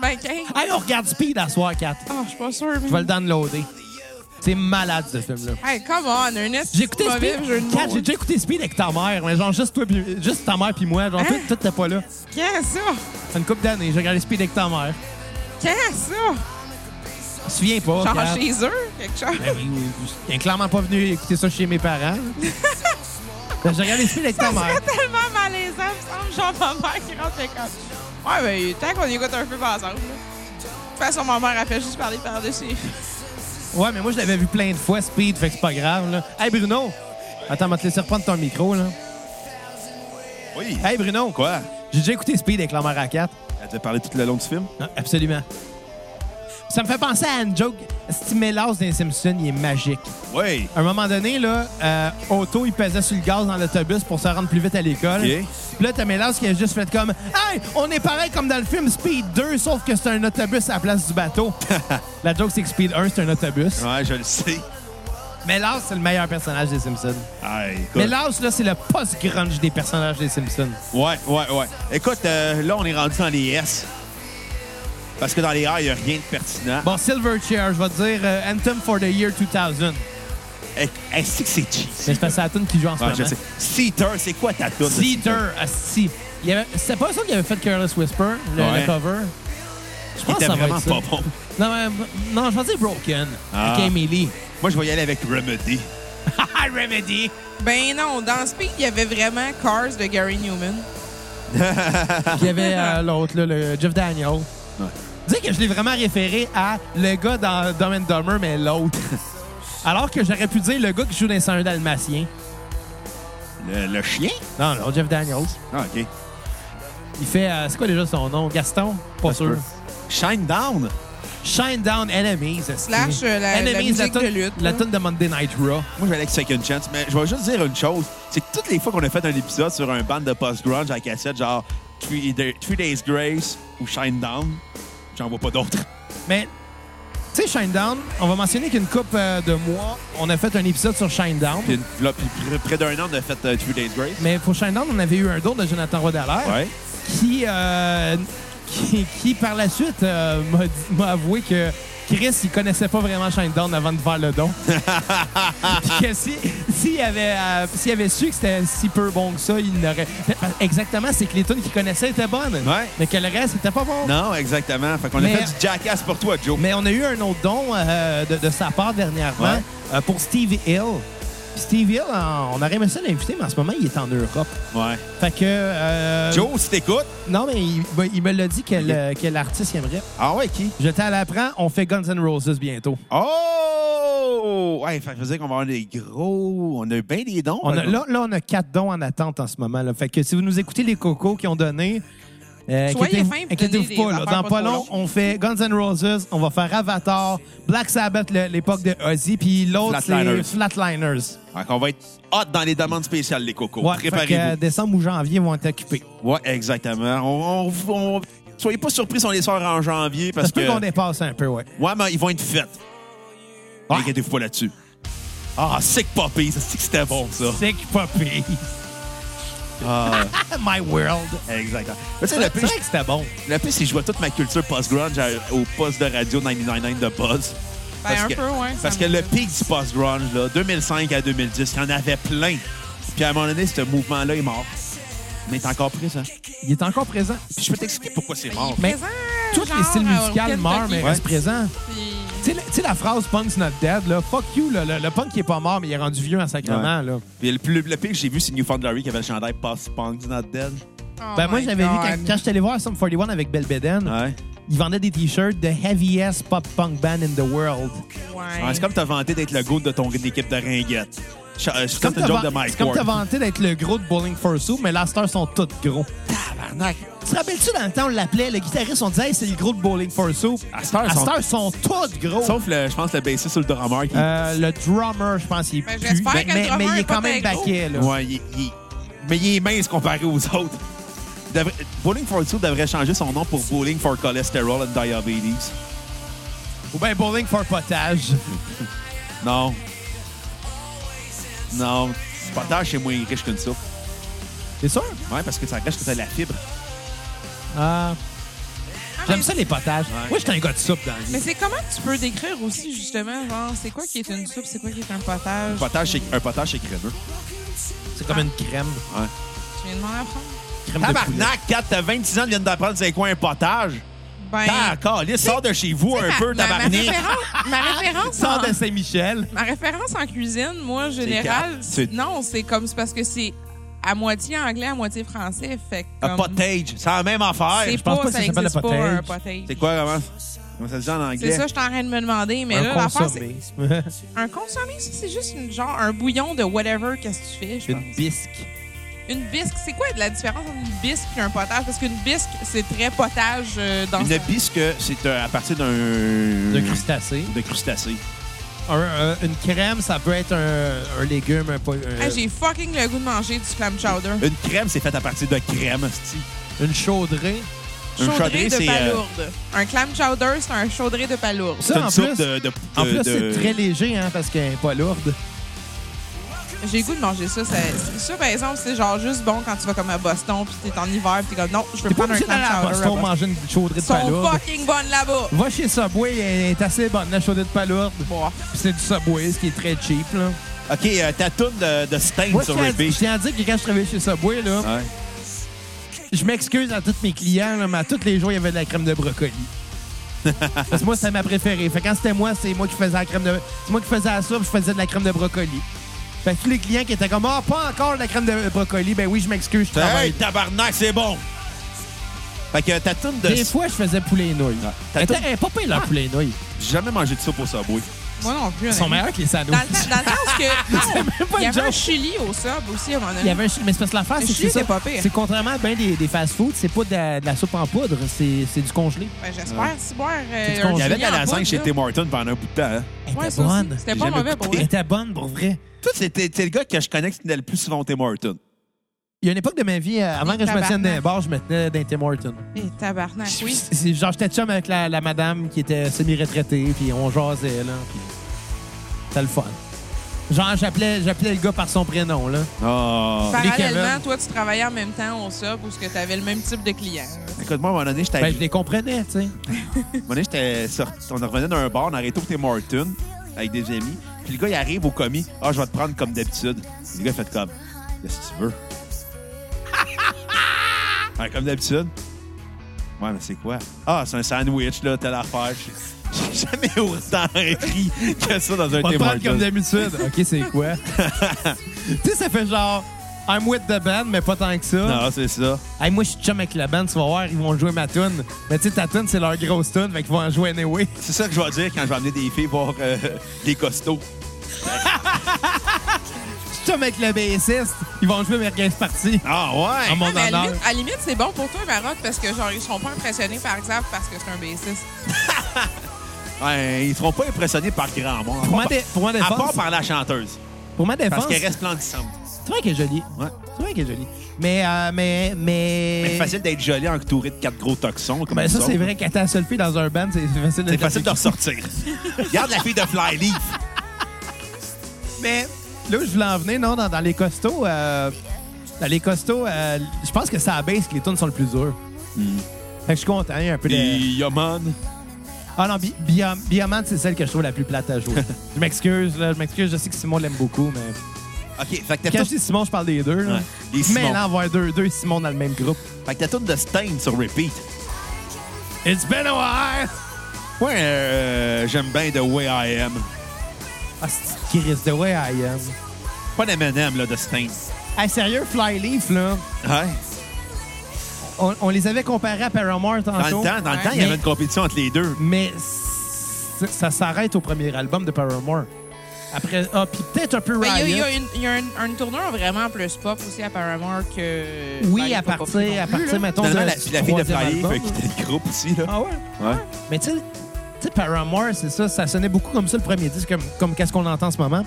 Speaker 3: Ben, qu'est-
Speaker 2: Allez, on regarde Speed à soir, 4.
Speaker 3: Ah, je suis pas sûre. mais-
Speaker 2: Je vais le downloader. C'est malade, ce film-là.
Speaker 3: Hey, come on, Ernest.
Speaker 2: J'ai écouté
Speaker 3: mauvais jeu de
Speaker 2: Speed. Kat,
Speaker 3: mots.
Speaker 2: j'ai déjà écouté Speed avec ta mère, mais genre juste toi, puis- juste ta mère puis moi. Genre, toi,
Speaker 3: Hein?
Speaker 2: toi, t'étais pas là.
Speaker 3: Qu'est-ce que ça?
Speaker 2: C'est une couple d'années, j'ai regardé Speed avec ta mère.
Speaker 3: Qu'est-ce que ça?
Speaker 2: Je me souviens pas.
Speaker 3: Genre
Speaker 2: Kat.
Speaker 3: chez eux, quelque chose.
Speaker 2: Ben oui, oui, oui. Elle est clairement pas venu écouter ça chez mes
Speaker 3: [laughs]
Speaker 2: parents. Ben, j'ai regardé Speed avec ta
Speaker 3: Ça
Speaker 2: mère.
Speaker 3: serait tellement malaisant, il me semble, genre ma mère qui rentre et comme. Ouais, ben, tant qu'on écoute un peu par exemple. là. De toute façon, ma mère, elle fait juste parler par-dessus.
Speaker 2: Ouais, mais moi, je l'avais vu plein de fois, Speed, fait que c'est pas grave, là. Hey, Bruno! Attends, on va te laisser reprendre ton micro, là.
Speaker 1: Oui.
Speaker 2: Hey, Bruno!
Speaker 1: Quoi?
Speaker 2: J'ai déjà écouté Speed avec la mère à 4.
Speaker 1: Elle t'a parlé tout le long du film?
Speaker 2: Ah, Absolument. Ça me fait penser à une joke. Si Mélas dans les Simpsons, il est magique.
Speaker 1: Oui.
Speaker 2: À un moment donné, là, euh, Otto, il pesait sur le gaz dans l'autobus pour se rendre plus vite à l'école.
Speaker 1: Ok.
Speaker 2: Puis là, t'as Mélas qui a juste fait comme Hey, on est pareil comme dans le film Speed 2, sauf que c'est un autobus à la place du [laughs] bateau. la joke, c'est que Speed 1, c'est un autobus.
Speaker 1: Ouais, je le sais.
Speaker 2: Mélas, c'est le meilleur personnage des Simpsons.
Speaker 1: Aïe, écoute.
Speaker 2: Mélas, là, c'est le post-grunge des personnages des Simpsons.
Speaker 1: Ouais, ouais, ouais. Écoute, euh, là, on est rendu dans les S. Parce que dans les A, il n'y a rien de pertinent.
Speaker 2: Bon, Silverchair, je vais te dire euh, Anthem for the Year 2000.
Speaker 1: Est- Est-ce que Eh, c'est cheese?
Speaker 2: Mais c'est parce que c'est la tune qui joue en ce
Speaker 1: Ah,
Speaker 2: moment.
Speaker 1: je sais. Seater, c'est quoi ta toune? de
Speaker 2: Cedar, si. Il y avait- C'était pas ça qu'il avait fait Careless Whisper, le,
Speaker 1: Ouais.
Speaker 2: le cover. Je
Speaker 1: C'était
Speaker 2: pense que ça va
Speaker 1: vraiment
Speaker 2: être ça.
Speaker 1: pas bon.
Speaker 2: Non, mais- non, je vais dire Broken.
Speaker 1: Ah.
Speaker 2: Avec Emily.
Speaker 1: Moi, je vais y aller avec Remedy.
Speaker 2: [laughs] Remedy.
Speaker 3: Ben non, dans Speed, il y avait vraiment Cars de Gary Newman. Ben,
Speaker 2: Puis il
Speaker 1: [laughs]
Speaker 2: y avait euh, l'autre, là, le Jeff Daniel.
Speaker 1: Ouais.
Speaker 2: Dis que je l'ai vraiment référé à le gars dans Dumb and Dumber,
Speaker 1: [laughs]
Speaker 2: mais l'autre. Alors que j'aurais pu dire le gars qui joue dans 101 Dalmatien.
Speaker 1: Le, le chien?
Speaker 2: Non, non, Jeff Daniels.
Speaker 1: Ah, OK.
Speaker 2: Il fait. euh, c'est quoi déjà son nom? Gaston? Pas sûr.
Speaker 1: Shine Down?
Speaker 2: Shine Down Enemies. est-ce que-
Speaker 3: Slash, euh, la- la musique
Speaker 2: toune-
Speaker 3: de lutte,
Speaker 2: La
Speaker 3: là.
Speaker 2: tune de Monday Night Raw.
Speaker 1: Moi, je vais aller avec Second Chance, mais je vais juste dire une chose. C'est que toutes les fois qu'on a fait un épisode sur un band de post-grunge à cassette, genre Three, Day- Three Days Grace ou Shine Down, j'en vois pas d'autres.
Speaker 2: Mais, tu sais, Shinedown, on va mentionner qu'une coupe de mois, on a fait un épisode sur Shinedown.
Speaker 1: Puis, une- là, puis pr- près d'un an, on a fait euh, Three Days Grace.
Speaker 2: Mais pour Shinedown, on avait eu un don de Jonathan Roy Dallaire
Speaker 1: Ouais.
Speaker 2: qui, euh, qui, qui, par la suite, euh, m'a dit- m'a avoué que Chris, il connaissait pas vraiment Shinedown avant de faire
Speaker 1: [laughs]
Speaker 2: le don. Puis que si- s'il avait, euh, s'il avait su que c'était si peu bon que ça, il n'aurait. Exactement, c'est que les tunes qu'il connaissait étaient bonnes.
Speaker 1: Ouais.
Speaker 2: Mais que le reste, c'était pas bon.
Speaker 1: Non, exactement. Fait qu'on
Speaker 2: Mais-
Speaker 1: a fait du jackass pour toi, Joe.
Speaker 2: Mais on a eu un autre don euh, de, de sa part dernièrement
Speaker 1: Ouais.
Speaker 2: euh, pour Steve Hill. Puis Steve Hill, en- on aurait aimé ça l'inviter, mais en ce moment, il est en Europe.
Speaker 1: Ouais.
Speaker 2: Fait que. euh,
Speaker 1: Joe, si t'écoutes.
Speaker 2: Non, mais il, ben, il me l'a dit quel, euh, quel artiste il aimerait.
Speaker 1: Ah ouais, qui?
Speaker 2: Je t'en l'apprends, on fait Guns N' Roses bientôt.
Speaker 1: Oh! Ouais, fait que je veux dire qu'on va avoir des gros. On a eu bien des dons.
Speaker 2: On a-
Speaker 1: par
Speaker 2: là, là, on a quatre dons en attente en ce moment. là. Fait que si vous nous écoutez, les cocos qui ont donné. euh,
Speaker 3: Soyez
Speaker 2: inquiétez-
Speaker 3: fins pour
Speaker 2: inquiétez-vous
Speaker 3: donner
Speaker 2: pas,
Speaker 3: des
Speaker 2: là.
Speaker 3: affaires
Speaker 2: Dans
Speaker 3: pas
Speaker 2: pas
Speaker 3: trop
Speaker 2: long,
Speaker 3: longues.
Speaker 2: on fait Guns N' Roses, on va faire Avatar, Black Sabbath, le- l'époque de Ozzy, puis l'autre, c'est
Speaker 1: Flatliners.
Speaker 2: Flatliners.
Speaker 1: Fait qu'on va être hot dans les demandes spéciales, les cocos.
Speaker 2: Ouais, fait que, euh,
Speaker 1: Préparez-vous.
Speaker 2: décembre ou janvier vont être occupés.
Speaker 1: Ouais, exactement. On, on- on- Soyez pas surpris si on les sort en janvier
Speaker 2: Ça
Speaker 1: parce
Speaker 2: se peut
Speaker 1: que.
Speaker 2: qu'on dépasse un peu, ouais.
Speaker 1: Ouais, mais ils vont être faits.
Speaker 2: Ouais.
Speaker 1: Inquiétez-vous pas là-dessus. Ah, sick poppy, ça c'est que c'était bon ça.
Speaker 2: Sick puppy.
Speaker 1: Ah,
Speaker 2: [laughs] My world.
Speaker 1: exactement. Mais tu sais,
Speaker 2: C'est
Speaker 1: le
Speaker 2: vrai
Speaker 1: pire,
Speaker 2: que c'était bon.
Speaker 1: le pire, c'est que je vois toute ma culture post-grunge à- au poste de radio 999 de Buzz.
Speaker 3: Ben, un peu, ouais, ça
Speaker 1: Parce que
Speaker 3: me-
Speaker 1: le pic du post-grunge, là, 2005 à 2010, il y en avait plein. Puis à un moment donné, ce mouvement-là est mort. Mais t'es encore pris, ça.
Speaker 2: Il est encore présent.
Speaker 1: Puis je peux t'expliquer pourquoi c'est mort.
Speaker 2: Mais
Speaker 3: Présent,
Speaker 2: tous
Speaker 3: genre, euh,
Speaker 2: les styles
Speaker 3: à
Speaker 2: musicaux
Speaker 3: Orchid
Speaker 2: meurent,
Speaker 3: Kentucky,
Speaker 2: mais restent présents.
Speaker 3: puis-
Speaker 2: Tu sais, la- tu sais, la phrase Punk's not dead, là. Fuck you, là, le, le punk il est pas mort, mais il est rendu vieux en sacrement, là.
Speaker 3: Oh
Speaker 1: Puis le, plus- le pire que j'ai vu, c'est Newfoundland qui avait le chandail Post-Punk's Not Dead.
Speaker 3: Oh
Speaker 2: Ben, moi,
Speaker 3: my
Speaker 2: j'avais vu
Speaker 3: God.
Speaker 2: quand, quand je suis allé voir Sum 41 avec Belbeden,
Speaker 1: Ouais.
Speaker 2: il vendait des t-shirts de heaviest pop punk band in the world.
Speaker 1: Ouais, c'est comme t'as vanté d'être le goût de ton équipe de ringuettes. Ch- euh, C'est comme
Speaker 2: t'as
Speaker 1: le joke
Speaker 2: van-
Speaker 1: de Mike
Speaker 2: c'est comme
Speaker 1: Ward.
Speaker 2: t'as vanté d'être le gros de Bowling for Soup, mais là, stars sont tous gros.
Speaker 1: Tabarnak.
Speaker 2: Tu te rappelles-tu dans le temps, on l'appelait, le guitariste, on disait, Hey, c'est le gros de Bowling for Soup.
Speaker 1: À cette heure,
Speaker 2: À
Speaker 1: ils sont-
Speaker 2: cette heure, ils sont tous gros.
Speaker 1: Sauf, le, je pense, le bassiste ou le drummer qui.
Speaker 2: Euh, le drummer, je pense, il est
Speaker 3: Ben,
Speaker 2: plus.
Speaker 3: j'espère
Speaker 2: mais,
Speaker 3: que le
Speaker 2: mais-
Speaker 3: drummer
Speaker 2: mais il
Speaker 3: est
Speaker 2: est
Speaker 3: pas
Speaker 2: quand même
Speaker 3: bien gros.
Speaker 2: baquet, là.
Speaker 1: Ouais, il- il- mais il est mince comparé aux autres. Devrait- Bowling for Soup devrait changer son nom pour Bowling for Cholesterol and Diabetes.
Speaker 2: Ou bien Bowling for Potage.
Speaker 1: Non. Non. Le potage, est moins riche qu'une soupe.
Speaker 2: C'est sûr?
Speaker 1: Ouais, parce que ça reste que t'as de la fibre.
Speaker 2: Ah. J'aime
Speaker 3: mais-
Speaker 2: ça, les potages.
Speaker 1: Ouais.
Speaker 2: Moi, j'étais un gars de soupe dans le
Speaker 3: Mais c'est comment que tu peux décrire aussi, justement, genre, c'est quoi qui est une soupe, c'est quoi qui est un potage?
Speaker 1: Un potage, c'est- un potage, c'est crémeux.
Speaker 2: C'est comme une crème.
Speaker 1: Ouais.
Speaker 3: Tu viens de m'en apprendre?
Speaker 2: crème de poulet.
Speaker 1: Tabarnak, 4, t'as 26 ans, tu viens d'apprendre c'est quoi un potage.
Speaker 3: Ben,
Speaker 2: Ah,
Speaker 1: D'accord, sors de chez vous un
Speaker 3: ma-
Speaker 1: peu,
Speaker 3: ma, ma
Speaker 1: tabarnak.
Speaker 3: référence, ma référence en,
Speaker 2: Sors de Saint-Michel.
Speaker 3: ma référence en cuisine, moi, générale,
Speaker 1: quatre. C'est-
Speaker 3: non, c'est comme, c'est parce que c'est à moitié anglais, à moitié français, fait que
Speaker 1: Un
Speaker 3: comme,
Speaker 1: potage, c'est la même affaire.
Speaker 3: c'est
Speaker 2: je pense
Speaker 3: pas,
Speaker 2: pas que
Speaker 3: ça
Speaker 2: ça s'appelle
Speaker 3: existe
Speaker 2: le
Speaker 3: pas, un
Speaker 2: potage.
Speaker 1: C'est
Speaker 3: potage.
Speaker 1: quoi, comment? Comment ça se dit en anglais?
Speaker 3: C'est ça, je suis en train de me demander, mais
Speaker 2: un
Speaker 3: là, l'affaire, c'est
Speaker 2: consommé.
Speaker 3: un consommé, ça, c'est juste une, genre, un bouillon de whatever, qu'est-ce que tu fais, je pense.
Speaker 2: [laughs] une bisque.
Speaker 3: Une bisque, c'est quoi la différence entre une bisque et un potage? Parce qu'une bisque, c'est très potage euh, dans
Speaker 1: Une
Speaker 3: son-
Speaker 1: bisque, c'est euh, à partir d'un.
Speaker 2: De
Speaker 1: Mm.
Speaker 2: crustacé.
Speaker 1: De crustacé.
Speaker 2: Un- un- une crème, ça peut être un, un légume, un, po- euh, un-
Speaker 3: Hey, Ah, J'ai fucking le goût de manger du clam
Speaker 2: Euh,
Speaker 3: chowder.
Speaker 1: Une crème, c'est faite à partir de crème, esti.
Speaker 2: une chaudrée.
Speaker 1: Un
Speaker 3: Chaudrée
Speaker 1: chaudrée,
Speaker 3: de
Speaker 1: c'est, euh,
Speaker 3: palourde. Un clam chowder, c'est un chaudrée de palourde.
Speaker 2: Ça,
Speaker 1: C'est
Speaker 2: en
Speaker 1: une soupe
Speaker 2: plus-
Speaker 1: de, de-
Speaker 2: En
Speaker 1: de-
Speaker 2: plus,
Speaker 1: de-
Speaker 2: c'est très léger, hein, parce qu'elle n'est pas lourde.
Speaker 3: J'ai le goût de manger ça. Ça, ça, par exemple, c'est genre juste bon quand tu vas comme à Boston puis t'es en hiver puis t'es comme non, je veux
Speaker 2: T'es pas
Speaker 3: prendre un
Speaker 2: obligé
Speaker 3: clam
Speaker 2: d'aller à
Speaker 3: chowder.
Speaker 2: Boston
Speaker 3: à Boston.
Speaker 2: manger une chaudrée
Speaker 3: Ils
Speaker 2: de
Speaker 3: sont
Speaker 2: palourde.
Speaker 3: fucking bonnes là-bas.
Speaker 2: Va chez Subway, elle est assez bonne, la chaudrée de palourde.
Speaker 3: Bon.
Speaker 2: Puis c'est du Subway, ce qui est très cheap, là.
Speaker 1: OK, euh, ta toune de, de Stain
Speaker 2: Moi, je
Speaker 1: sur
Speaker 2: tiens à-
Speaker 1: Ruby.
Speaker 2: je tiens à dire que quand je travaillais chez Subway, là,
Speaker 1: Ouais.
Speaker 2: je m'excuse à tous mes clients, là, mais à tous les jours, il y avait de la crème de [laughs] brocoli. Parce que moi, c'était ma préférée. Fait que quand c'était moi, c'est moi qui faisais la crème de... C'est moi qui faisais la soupe, je faisais de la crème de brocoli. Fait que tous les clients qui étaient comme « Ah, pas encore de la crème de brocoli », ben oui, je m'excuse, je travaille.
Speaker 1: Hey, tabarnak, c'est bon! Fait que ta toune de...
Speaker 2: Des fois, je faisais poulet et nouilles.
Speaker 1: Ouais.
Speaker 2: Elle était- elle est pas pire, leur poulet et nouilles.
Speaker 1: J'ai jamais mangé de soupe au Subway.
Speaker 3: Moi non plus.
Speaker 2: Ils sont
Speaker 3: honnêtement.
Speaker 2: meilleurs que les sandwichs.
Speaker 3: Dans le, temps- dans le
Speaker 2: [laughs]
Speaker 3: sens que. non,
Speaker 2: même pas
Speaker 3: Il y
Speaker 2: une
Speaker 3: avait un
Speaker 2: joke.
Speaker 3: chili au sub aussi à un moment donné.
Speaker 2: Il y avait un chi- Mais c'est parce que l'affaire,
Speaker 3: Le
Speaker 2: c'est que
Speaker 3: chili,
Speaker 2: c'est ça.
Speaker 3: c'est pas pire.
Speaker 2: C'est contrairement à bien des, des fast-food, c'est pas de la, de la soupe en poudre, c'est c'est du congelé.
Speaker 3: Ben, J'espère si boire.
Speaker 2: C'est
Speaker 3: euh,
Speaker 2: con-
Speaker 3: un
Speaker 1: Il y avait de
Speaker 3: chili
Speaker 1: la
Speaker 3: en
Speaker 1: lasagne
Speaker 3: poudre,
Speaker 1: chez
Speaker 3: là.
Speaker 1: Tim Hortons pendant un bout de temps. hein.
Speaker 2: Elle
Speaker 3: Ouais,
Speaker 2: était
Speaker 3: ça aussi.
Speaker 2: bonne.
Speaker 3: C'était
Speaker 1: J'ai
Speaker 3: pas
Speaker 1: jamais
Speaker 3: mauvais pour
Speaker 1: goûté.
Speaker 2: Elle
Speaker 3: vrai.
Speaker 2: était bonne, pour vrai.
Speaker 1: Toi, c'était le gars que je connais qui tenait le plus souvent au Tim Hortons.
Speaker 2: Il y a une époque de ma vie, euh, avant que je me
Speaker 3: Tabarnak.
Speaker 2: tienne d'un bar, je me tenais d'un Tim Hortons.
Speaker 3: Et Eh, tabarnak, oui.
Speaker 2: C'est- c'est- Genre, j'étais chum avec la, la madame qui était semi-retraitée, puis on jasait, là. puis C'était le fun. Genre, j'appelais j'appelais le gars par son prénom, là.
Speaker 1: Oh.
Speaker 3: Parallèlement,
Speaker 2: Kevin.
Speaker 3: toi, tu travaillais en même temps au sub où tu avais le même type de client.
Speaker 1: Écoute-moi, à un moment donné, j'étais
Speaker 2: Ben, je les comprenais, tu sais.
Speaker 1: Un moment donné, j'étais sorti- on revenait d'un bar, on arrêtait au Tim Hortons avec des amis. Puis le gars, il arrive au commis. Ah, je vais te prendre comme d'habitude. Le gars, il fait comme. Qu'est-ce que tu
Speaker 2: [laughs]
Speaker 1: veux? Ouais, comme d'habitude. Ouais, mais c'est quoi? Ah, c'est un sandwich, là, telle affaire. J'ai- J'ai [laughs] jamais autant ri que ça dans un
Speaker 2: Pas
Speaker 1: Tim
Speaker 2: prendre comme
Speaker 1: Hortons.
Speaker 2: d'habitude. [laughs] OK, c'est quoi? tu sais, ça fait genre... I'm with the band, mais pas tant que ça.
Speaker 1: Non, c'est ça.
Speaker 2: Hey, moi, je suis chum avec la band, tu vas voir, ils vont jouer ma tune. Mais tu sais, ta tune, c'est leur grosse tune, fait qu'ils vont en jouer anyway. [laughs]
Speaker 1: C'est ça que je vais dire quand je vais amener des filles voir euh, les costauds.
Speaker 2: Je suis chum avec le bassiste, ils vont jouer mes 15 parties.
Speaker 1: Ah, ouais!
Speaker 2: En mon
Speaker 3: Ah, mais à la
Speaker 2: honneur.
Speaker 3: limite, à la limite, c'est bon pour toi, Marotte, parce que genre, ils seront pas impressionnés, par exemple, parce que c'est un bassiste.
Speaker 1: Ouais, ils seront pas impressionnés par grand monde. à
Speaker 2: Pour ma,
Speaker 1: part,
Speaker 2: dé- pour ma
Speaker 1: par- à
Speaker 2: défense,
Speaker 1: part par la chanteuse.
Speaker 2: pour ma défense
Speaker 1: Parce qu'elle resplendissante.
Speaker 2: c'est vrai qu'elle est jolie.
Speaker 1: Ouais.
Speaker 2: C'est vrai qu'elle est jolie. Mais, euh, mais, mais...
Speaker 1: Mais c'est facile d'être joli entouré de quatre gros toxons. Comme
Speaker 2: Ben, ça,
Speaker 1: nous
Speaker 2: c'est
Speaker 1: autres.
Speaker 2: vrai qu'à ta seule fille dans un band, c'est c'est facile de
Speaker 1: C'est facile de ressortir.
Speaker 2: [laughs]
Speaker 1: Regarde la fille de Flyleaf.
Speaker 2: Mais là où je voulais en venir, non, dans, dans les costauds, euh, dans les costauds, euh, je pense que c'est à la base que les tunes sont le plus dures.
Speaker 1: Hmm.
Speaker 2: Fait que je suis content, il y a un peu de...
Speaker 1: Yaman.
Speaker 2: Ah non, Bi- Biam- Biamant, c'est celle que je trouve la plus plate
Speaker 1: [laughs]
Speaker 2: à jouer. je m'excuse, là, je m'excuse, je sais que Simon l'aime beaucoup, mais.
Speaker 1: OK, fait que
Speaker 2: Quand
Speaker 1: t'as
Speaker 2: je dis Simon, je parle des deux. Là.
Speaker 1: Ouais, des Simons.
Speaker 2: Mais là, avoir deux, deux Simon dans le même groupe.
Speaker 1: Fait que t'as tourne de Stain sur repeat.
Speaker 2: It's been a while!
Speaker 1: Ouais, euh, j'aime bien The Way I Am.
Speaker 2: Ah, c'est Chris de way I am.
Speaker 1: Pas d'M&M, là, de Stain.
Speaker 2: Hey, sérieux, Flyleaf, là,
Speaker 1: Ouais.
Speaker 2: on, on les avait comparés à Paramore tantôt.
Speaker 1: Dans le temps, dans le temps, il y
Speaker 2: Mais-
Speaker 1: avait une compétition entre les deux.
Speaker 2: Mais c- ça s'arrête au premier album de Paramore. Après, ah, puis peut-être un peu
Speaker 3: Ben,
Speaker 2: Riot.
Speaker 3: Il y a- il y a, une, il y a un- une tournure vraiment plus pop aussi à Paramore que.
Speaker 2: Oui,
Speaker 3: Valley
Speaker 2: à
Speaker 3: Pop Pop non plus,
Speaker 2: partir, à partir,
Speaker 3: là.
Speaker 2: mettons, de,
Speaker 1: Finalement, la,
Speaker 2: du
Speaker 1: la fille de
Speaker 2: troisième
Speaker 1: Flyer
Speaker 2: album.
Speaker 1: qui quittait le groupe aussi. Là.
Speaker 2: Ah ouais?
Speaker 1: Ouais.
Speaker 2: Mais tu sais, tu sais, Paramore, c'est ça, ça sonnait beaucoup comme ça le premier disque, comme, comme qu'est-ce qu'on entend en ce moment.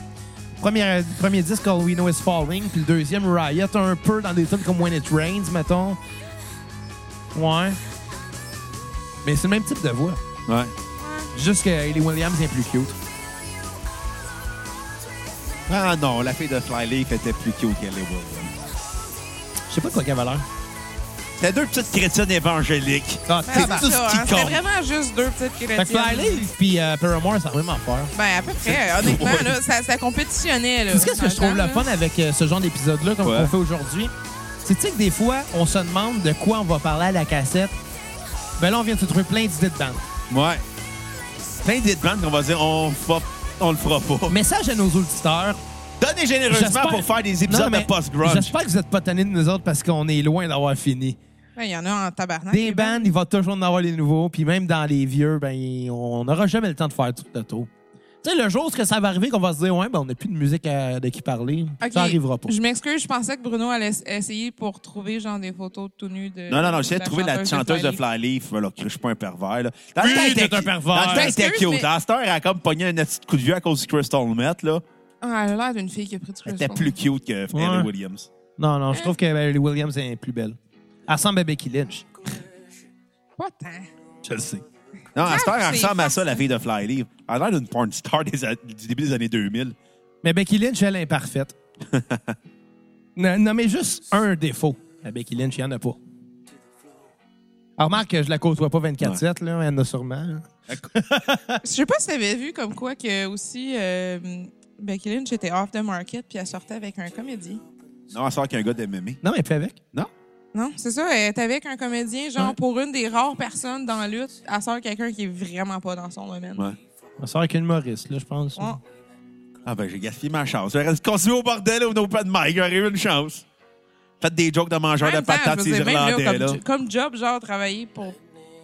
Speaker 2: Premier, euh, premier disque, All We Know Is Falling, puis le deuxième, Riot, un peu dans des tunes comme When It Rains, mettons. Ouais. Mais c'est le même type de voix.
Speaker 1: Ouais.
Speaker 2: Juste que Hayley Williams est plus cute.
Speaker 1: Ah non, la fille de Flyleaf était plus cute qu'elle est Williams.
Speaker 2: Je sais pas quoi qu'elle a valeur.
Speaker 1: C'était deux petites chrétiennes évangéliques.
Speaker 2: Ah,
Speaker 3: Ben,
Speaker 2: tabarnak.
Speaker 1: C'est
Speaker 3: c'est
Speaker 1: tout
Speaker 3: ça,
Speaker 1: ce qui
Speaker 3: hein, C'était
Speaker 1: compte.
Speaker 3: vraiment juste deux petites
Speaker 2: Fait
Speaker 3: chrétiennes.
Speaker 2: que Flyleaf puis euh, Paramore, ça a vraiment affaire.
Speaker 3: Ben, à
Speaker 2: [laughs]
Speaker 3: peu près. Honnêtement, là, ça, ça compétitionnait. là,
Speaker 2: C'est ce
Speaker 3: dans
Speaker 2: que je trouve
Speaker 3: temps,
Speaker 2: le
Speaker 3: là.
Speaker 2: fun avec euh, ce genre d'épisode-là, comme
Speaker 1: Ouais.
Speaker 2: on fait aujourd'hui. C'est tu sais que des fois, on se demande de quoi on va parler à la cassette. Ben là, on vient de se trouver plein d'idées de bande.
Speaker 1: Ouais. Plein d'idées de bandes qu'on va dire, on, fa- on le fera pas.
Speaker 2: Message à nos auditeurs.
Speaker 1: Donnez généreusement
Speaker 2: J'espère-
Speaker 1: pour faire des épisodes
Speaker 2: Non, mais
Speaker 1: de post-grunge.
Speaker 2: J'espère que vous êtes pas tannés de nous autres parce qu'on est loin d'avoir fini.
Speaker 3: Ben, Il y en a en tabarnak.
Speaker 2: Des
Speaker 3: les bandes.
Speaker 2: bandes, il va toujours en avoir les nouveaux. Puis même dans les vieux, ben on n'aura jamais le temps de faire tout le tour. Tu sais, le jour où est-ce que ça va arriver qu'on va se dire, ouais, ben on n'a plus de musique à- de qui parler,
Speaker 3: Ok,
Speaker 2: ça arrivera pas.
Speaker 3: Je m'excuse, je pensais que Bruno allait s- essayer pour trouver genre des photos de tout nu de.
Speaker 1: Non, non, non, j'essaie de trouver la chanteuse de
Speaker 3: Flyleaf.
Speaker 1: Flyleaf. Voilà, je suis pas un pervers. Là. Dans le
Speaker 2: Oui,
Speaker 1: temps, elle
Speaker 2: t'es
Speaker 1: était-
Speaker 2: un pervers.
Speaker 1: Dans le temps, elle était
Speaker 3: Excuse,
Speaker 1: cute.
Speaker 3: mais-
Speaker 1: À cette heure, elle a comme pogné un petit coup de vieux à cause du Crystal Met. Là.
Speaker 3: Ah, elle a l'air d'une fille qui a pris du
Speaker 1: Elle était plus
Speaker 3: Crystal.
Speaker 1: cute que Hayley
Speaker 2: Ouais.
Speaker 1: Williams.
Speaker 2: Non,
Speaker 3: Euh.
Speaker 2: non, je trouve que Harry Williams est plus belle. Elle ressemble à Becky Lynch.
Speaker 3: Pas tant.
Speaker 2: Je le sais.
Speaker 1: Non, à cette heure, elle
Speaker 3: c'est
Speaker 1: ressemble à ça,
Speaker 3: facile.
Speaker 1: la fille de Flyleaf. Elle a l'air d'une porn star des a- du début des années 2000.
Speaker 2: Mais Becky Lynch, elle est [laughs] imparfaite. N- Nommez juste un défaut. À Becky Lynch, il n'y en a pas. Alors, remarque que je la côtoie pas 24-7, là, elle en a sûrement. là.
Speaker 3: Je sais pas si t'avais vu comme quoi que aussi euh, Becky Lynch était off the market puis elle sortait avec un comédien.
Speaker 1: Non, à cette heure, qu'il y a un gars d'MMA.
Speaker 2: Non, mais elle fait avec.
Speaker 1: Non?
Speaker 3: Non, c'est ça, elle était avec un comédien, genre
Speaker 2: Ouais.
Speaker 3: pour une des rares personnes dans la lutte, elle sort quelqu'un qui est vraiment pas dans son domaine.
Speaker 1: Ouais.
Speaker 2: On sort avec une Maurice, là, je pense.
Speaker 3: Ouais.
Speaker 1: Ah ben, j'ai gaspillé ma chance. J'aurais dû continuer au bordel au No Pas de Mike. J'aurais eu une chance. Faites des jokes de
Speaker 3: En
Speaker 1: mangeurs de
Speaker 3: même temps,
Speaker 1: patates,
Speaker 3: je
Speaker 1: ces
Speaker 3: veux dire, même là,
Speaker 1: Irlandais,
Speaker 3: comme,
Speaker 1: là.
Speaker 3: jo- comme job, genre travailler pour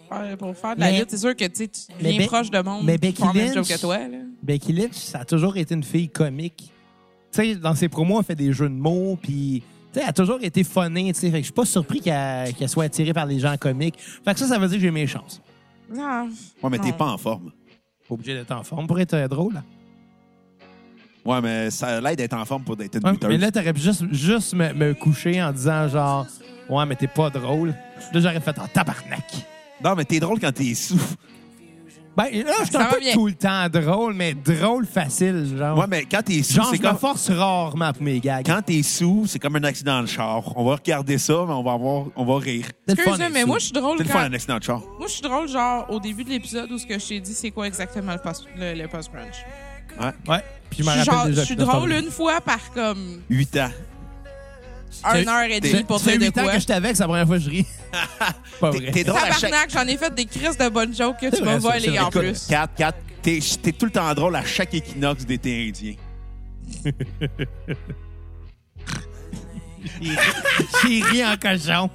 Speaker 3: faire, pour faire de la
Speaker 2: Mais-
Speaker 3: lutte, c'est sûr que tu sais, tu
Speaker 2: mais
Speaker 3: viens
Speaker 2: Be-
Speaker 3: proche de monde
Speaker 2: mais
Speaker 3: qui
Speaker 2: Becky
Speaker 3: font le même job
Speaker 2: Lynch-
Speaker 3: que toi. Là.
Speaker 2: Becky Lynch, ça a toujours été une fille comique. Tu sais, dans ses promos, elle fait des jeux de mots, puis tu sais, elle a toujours été funnée, tu sais. Fait que je suis pas surpris qu'elle qu'elle soit attirée par les gens comiques. Fait que ça, ça veut dire que j'ai mes chances.
Speaker 3: Non.
Speaker 1: Ouais, mais t'es
Speaker 3: Non.
Speaker 1: pas en forme.
Speaker 2: Pas obligé d'être en forme pour être euh, drôle, là.
Speaker 1: Ouais, mais ça a l'air d'être en forme pour d'être une
Speaker 2: Ouais,
Speaker 1: lutteuse.
Speaker 2: mais là, t'aurais pu juste, juste me, me coucher en disant genre, ouais, mais t'es pas drôle. Là, j'aurais fait en tabarnak.
Speaker 1: Non, mais t'es drôle quand t'es sous.
Speaker 2: Ben, là, je suis
Speaker 3: Ça
Speaker 2: un
Speaker 3: va
Speaker 2: peu
Speaker 3: bien.
Speaker 2: tout le temps drôle, mais drôle facile, genre.
Speaker 1: Ouais, mais quand t'es sous,
Speaker 2: genre,
Speaker 1: c'est
Speaker 2: je me
Speaker 1: comme...
Speaker 2: force rarement pour mes gags.
Speaker 1: Quand t'es sous, c'est comme un accident de char. On va regarder ça, mais on va, avoir... on va rire.
Speaker 2: C'est le fun,
Speaker 3: Excuse-moi,
Speaker 2: d'être
Speaker 3: mais
Speaker 2: sous.
Speaker 3: moi, je suis drôle
Speaker 1: C'est le
Speaker 3: quand-
Speaker 1: fun, un accident de char.
Speaker 3: Moi, je suis drôle, genre, au début de l'épisode où ce que je t'ai dit, c'est quoi exactement le post- le- le post-crunch.
Speaker 1: Ouais.
Speaker 2: Ouais, puis je
Speaker 3: Je
Speaker 2: m'en
Speaker 3: suis
Speaker 2: rappelle
Speaker 3: genre-
Speaker 2: déjà.
Speaker 3: je suis
Speaker 2: que t'as
Speaker 3: drôle
Speaker 2: parlé.
Speaker 3: une fois par comme
Speaker 1: 8 ans.
Speaker 3: une heure et demie pour
Speaker 2: Ça fait
Speaker 3: dire de
Speaker 2: huit ans
Speaker 3: quoi.
Speaker 2: que j'étais avec, c'est la première fois que
Speaker 1: [laughs]
Speaker 2: je ris. pas
Speaker 1: T'es-
Speaker 2: vrai.
Speaker 1: T'es drôle à chaque...
Speaker 3: Tabarnak, j'en ai fait des crises de bonnes jokes que
Speaker 2: C'est
Speaker 3: tu m'as
Speaker 2: vrai, ça,
Speaker 3: volées
Speaker 2: c'est
Speaker 3: en
Speaker 2: vrai.
Speaker 3: plus.
Speaker 1: 4, 4. T'es t'es tout le temps drôle à chaque équinoxe d'été indien.
Speaker 2: J'ai ri en cochon.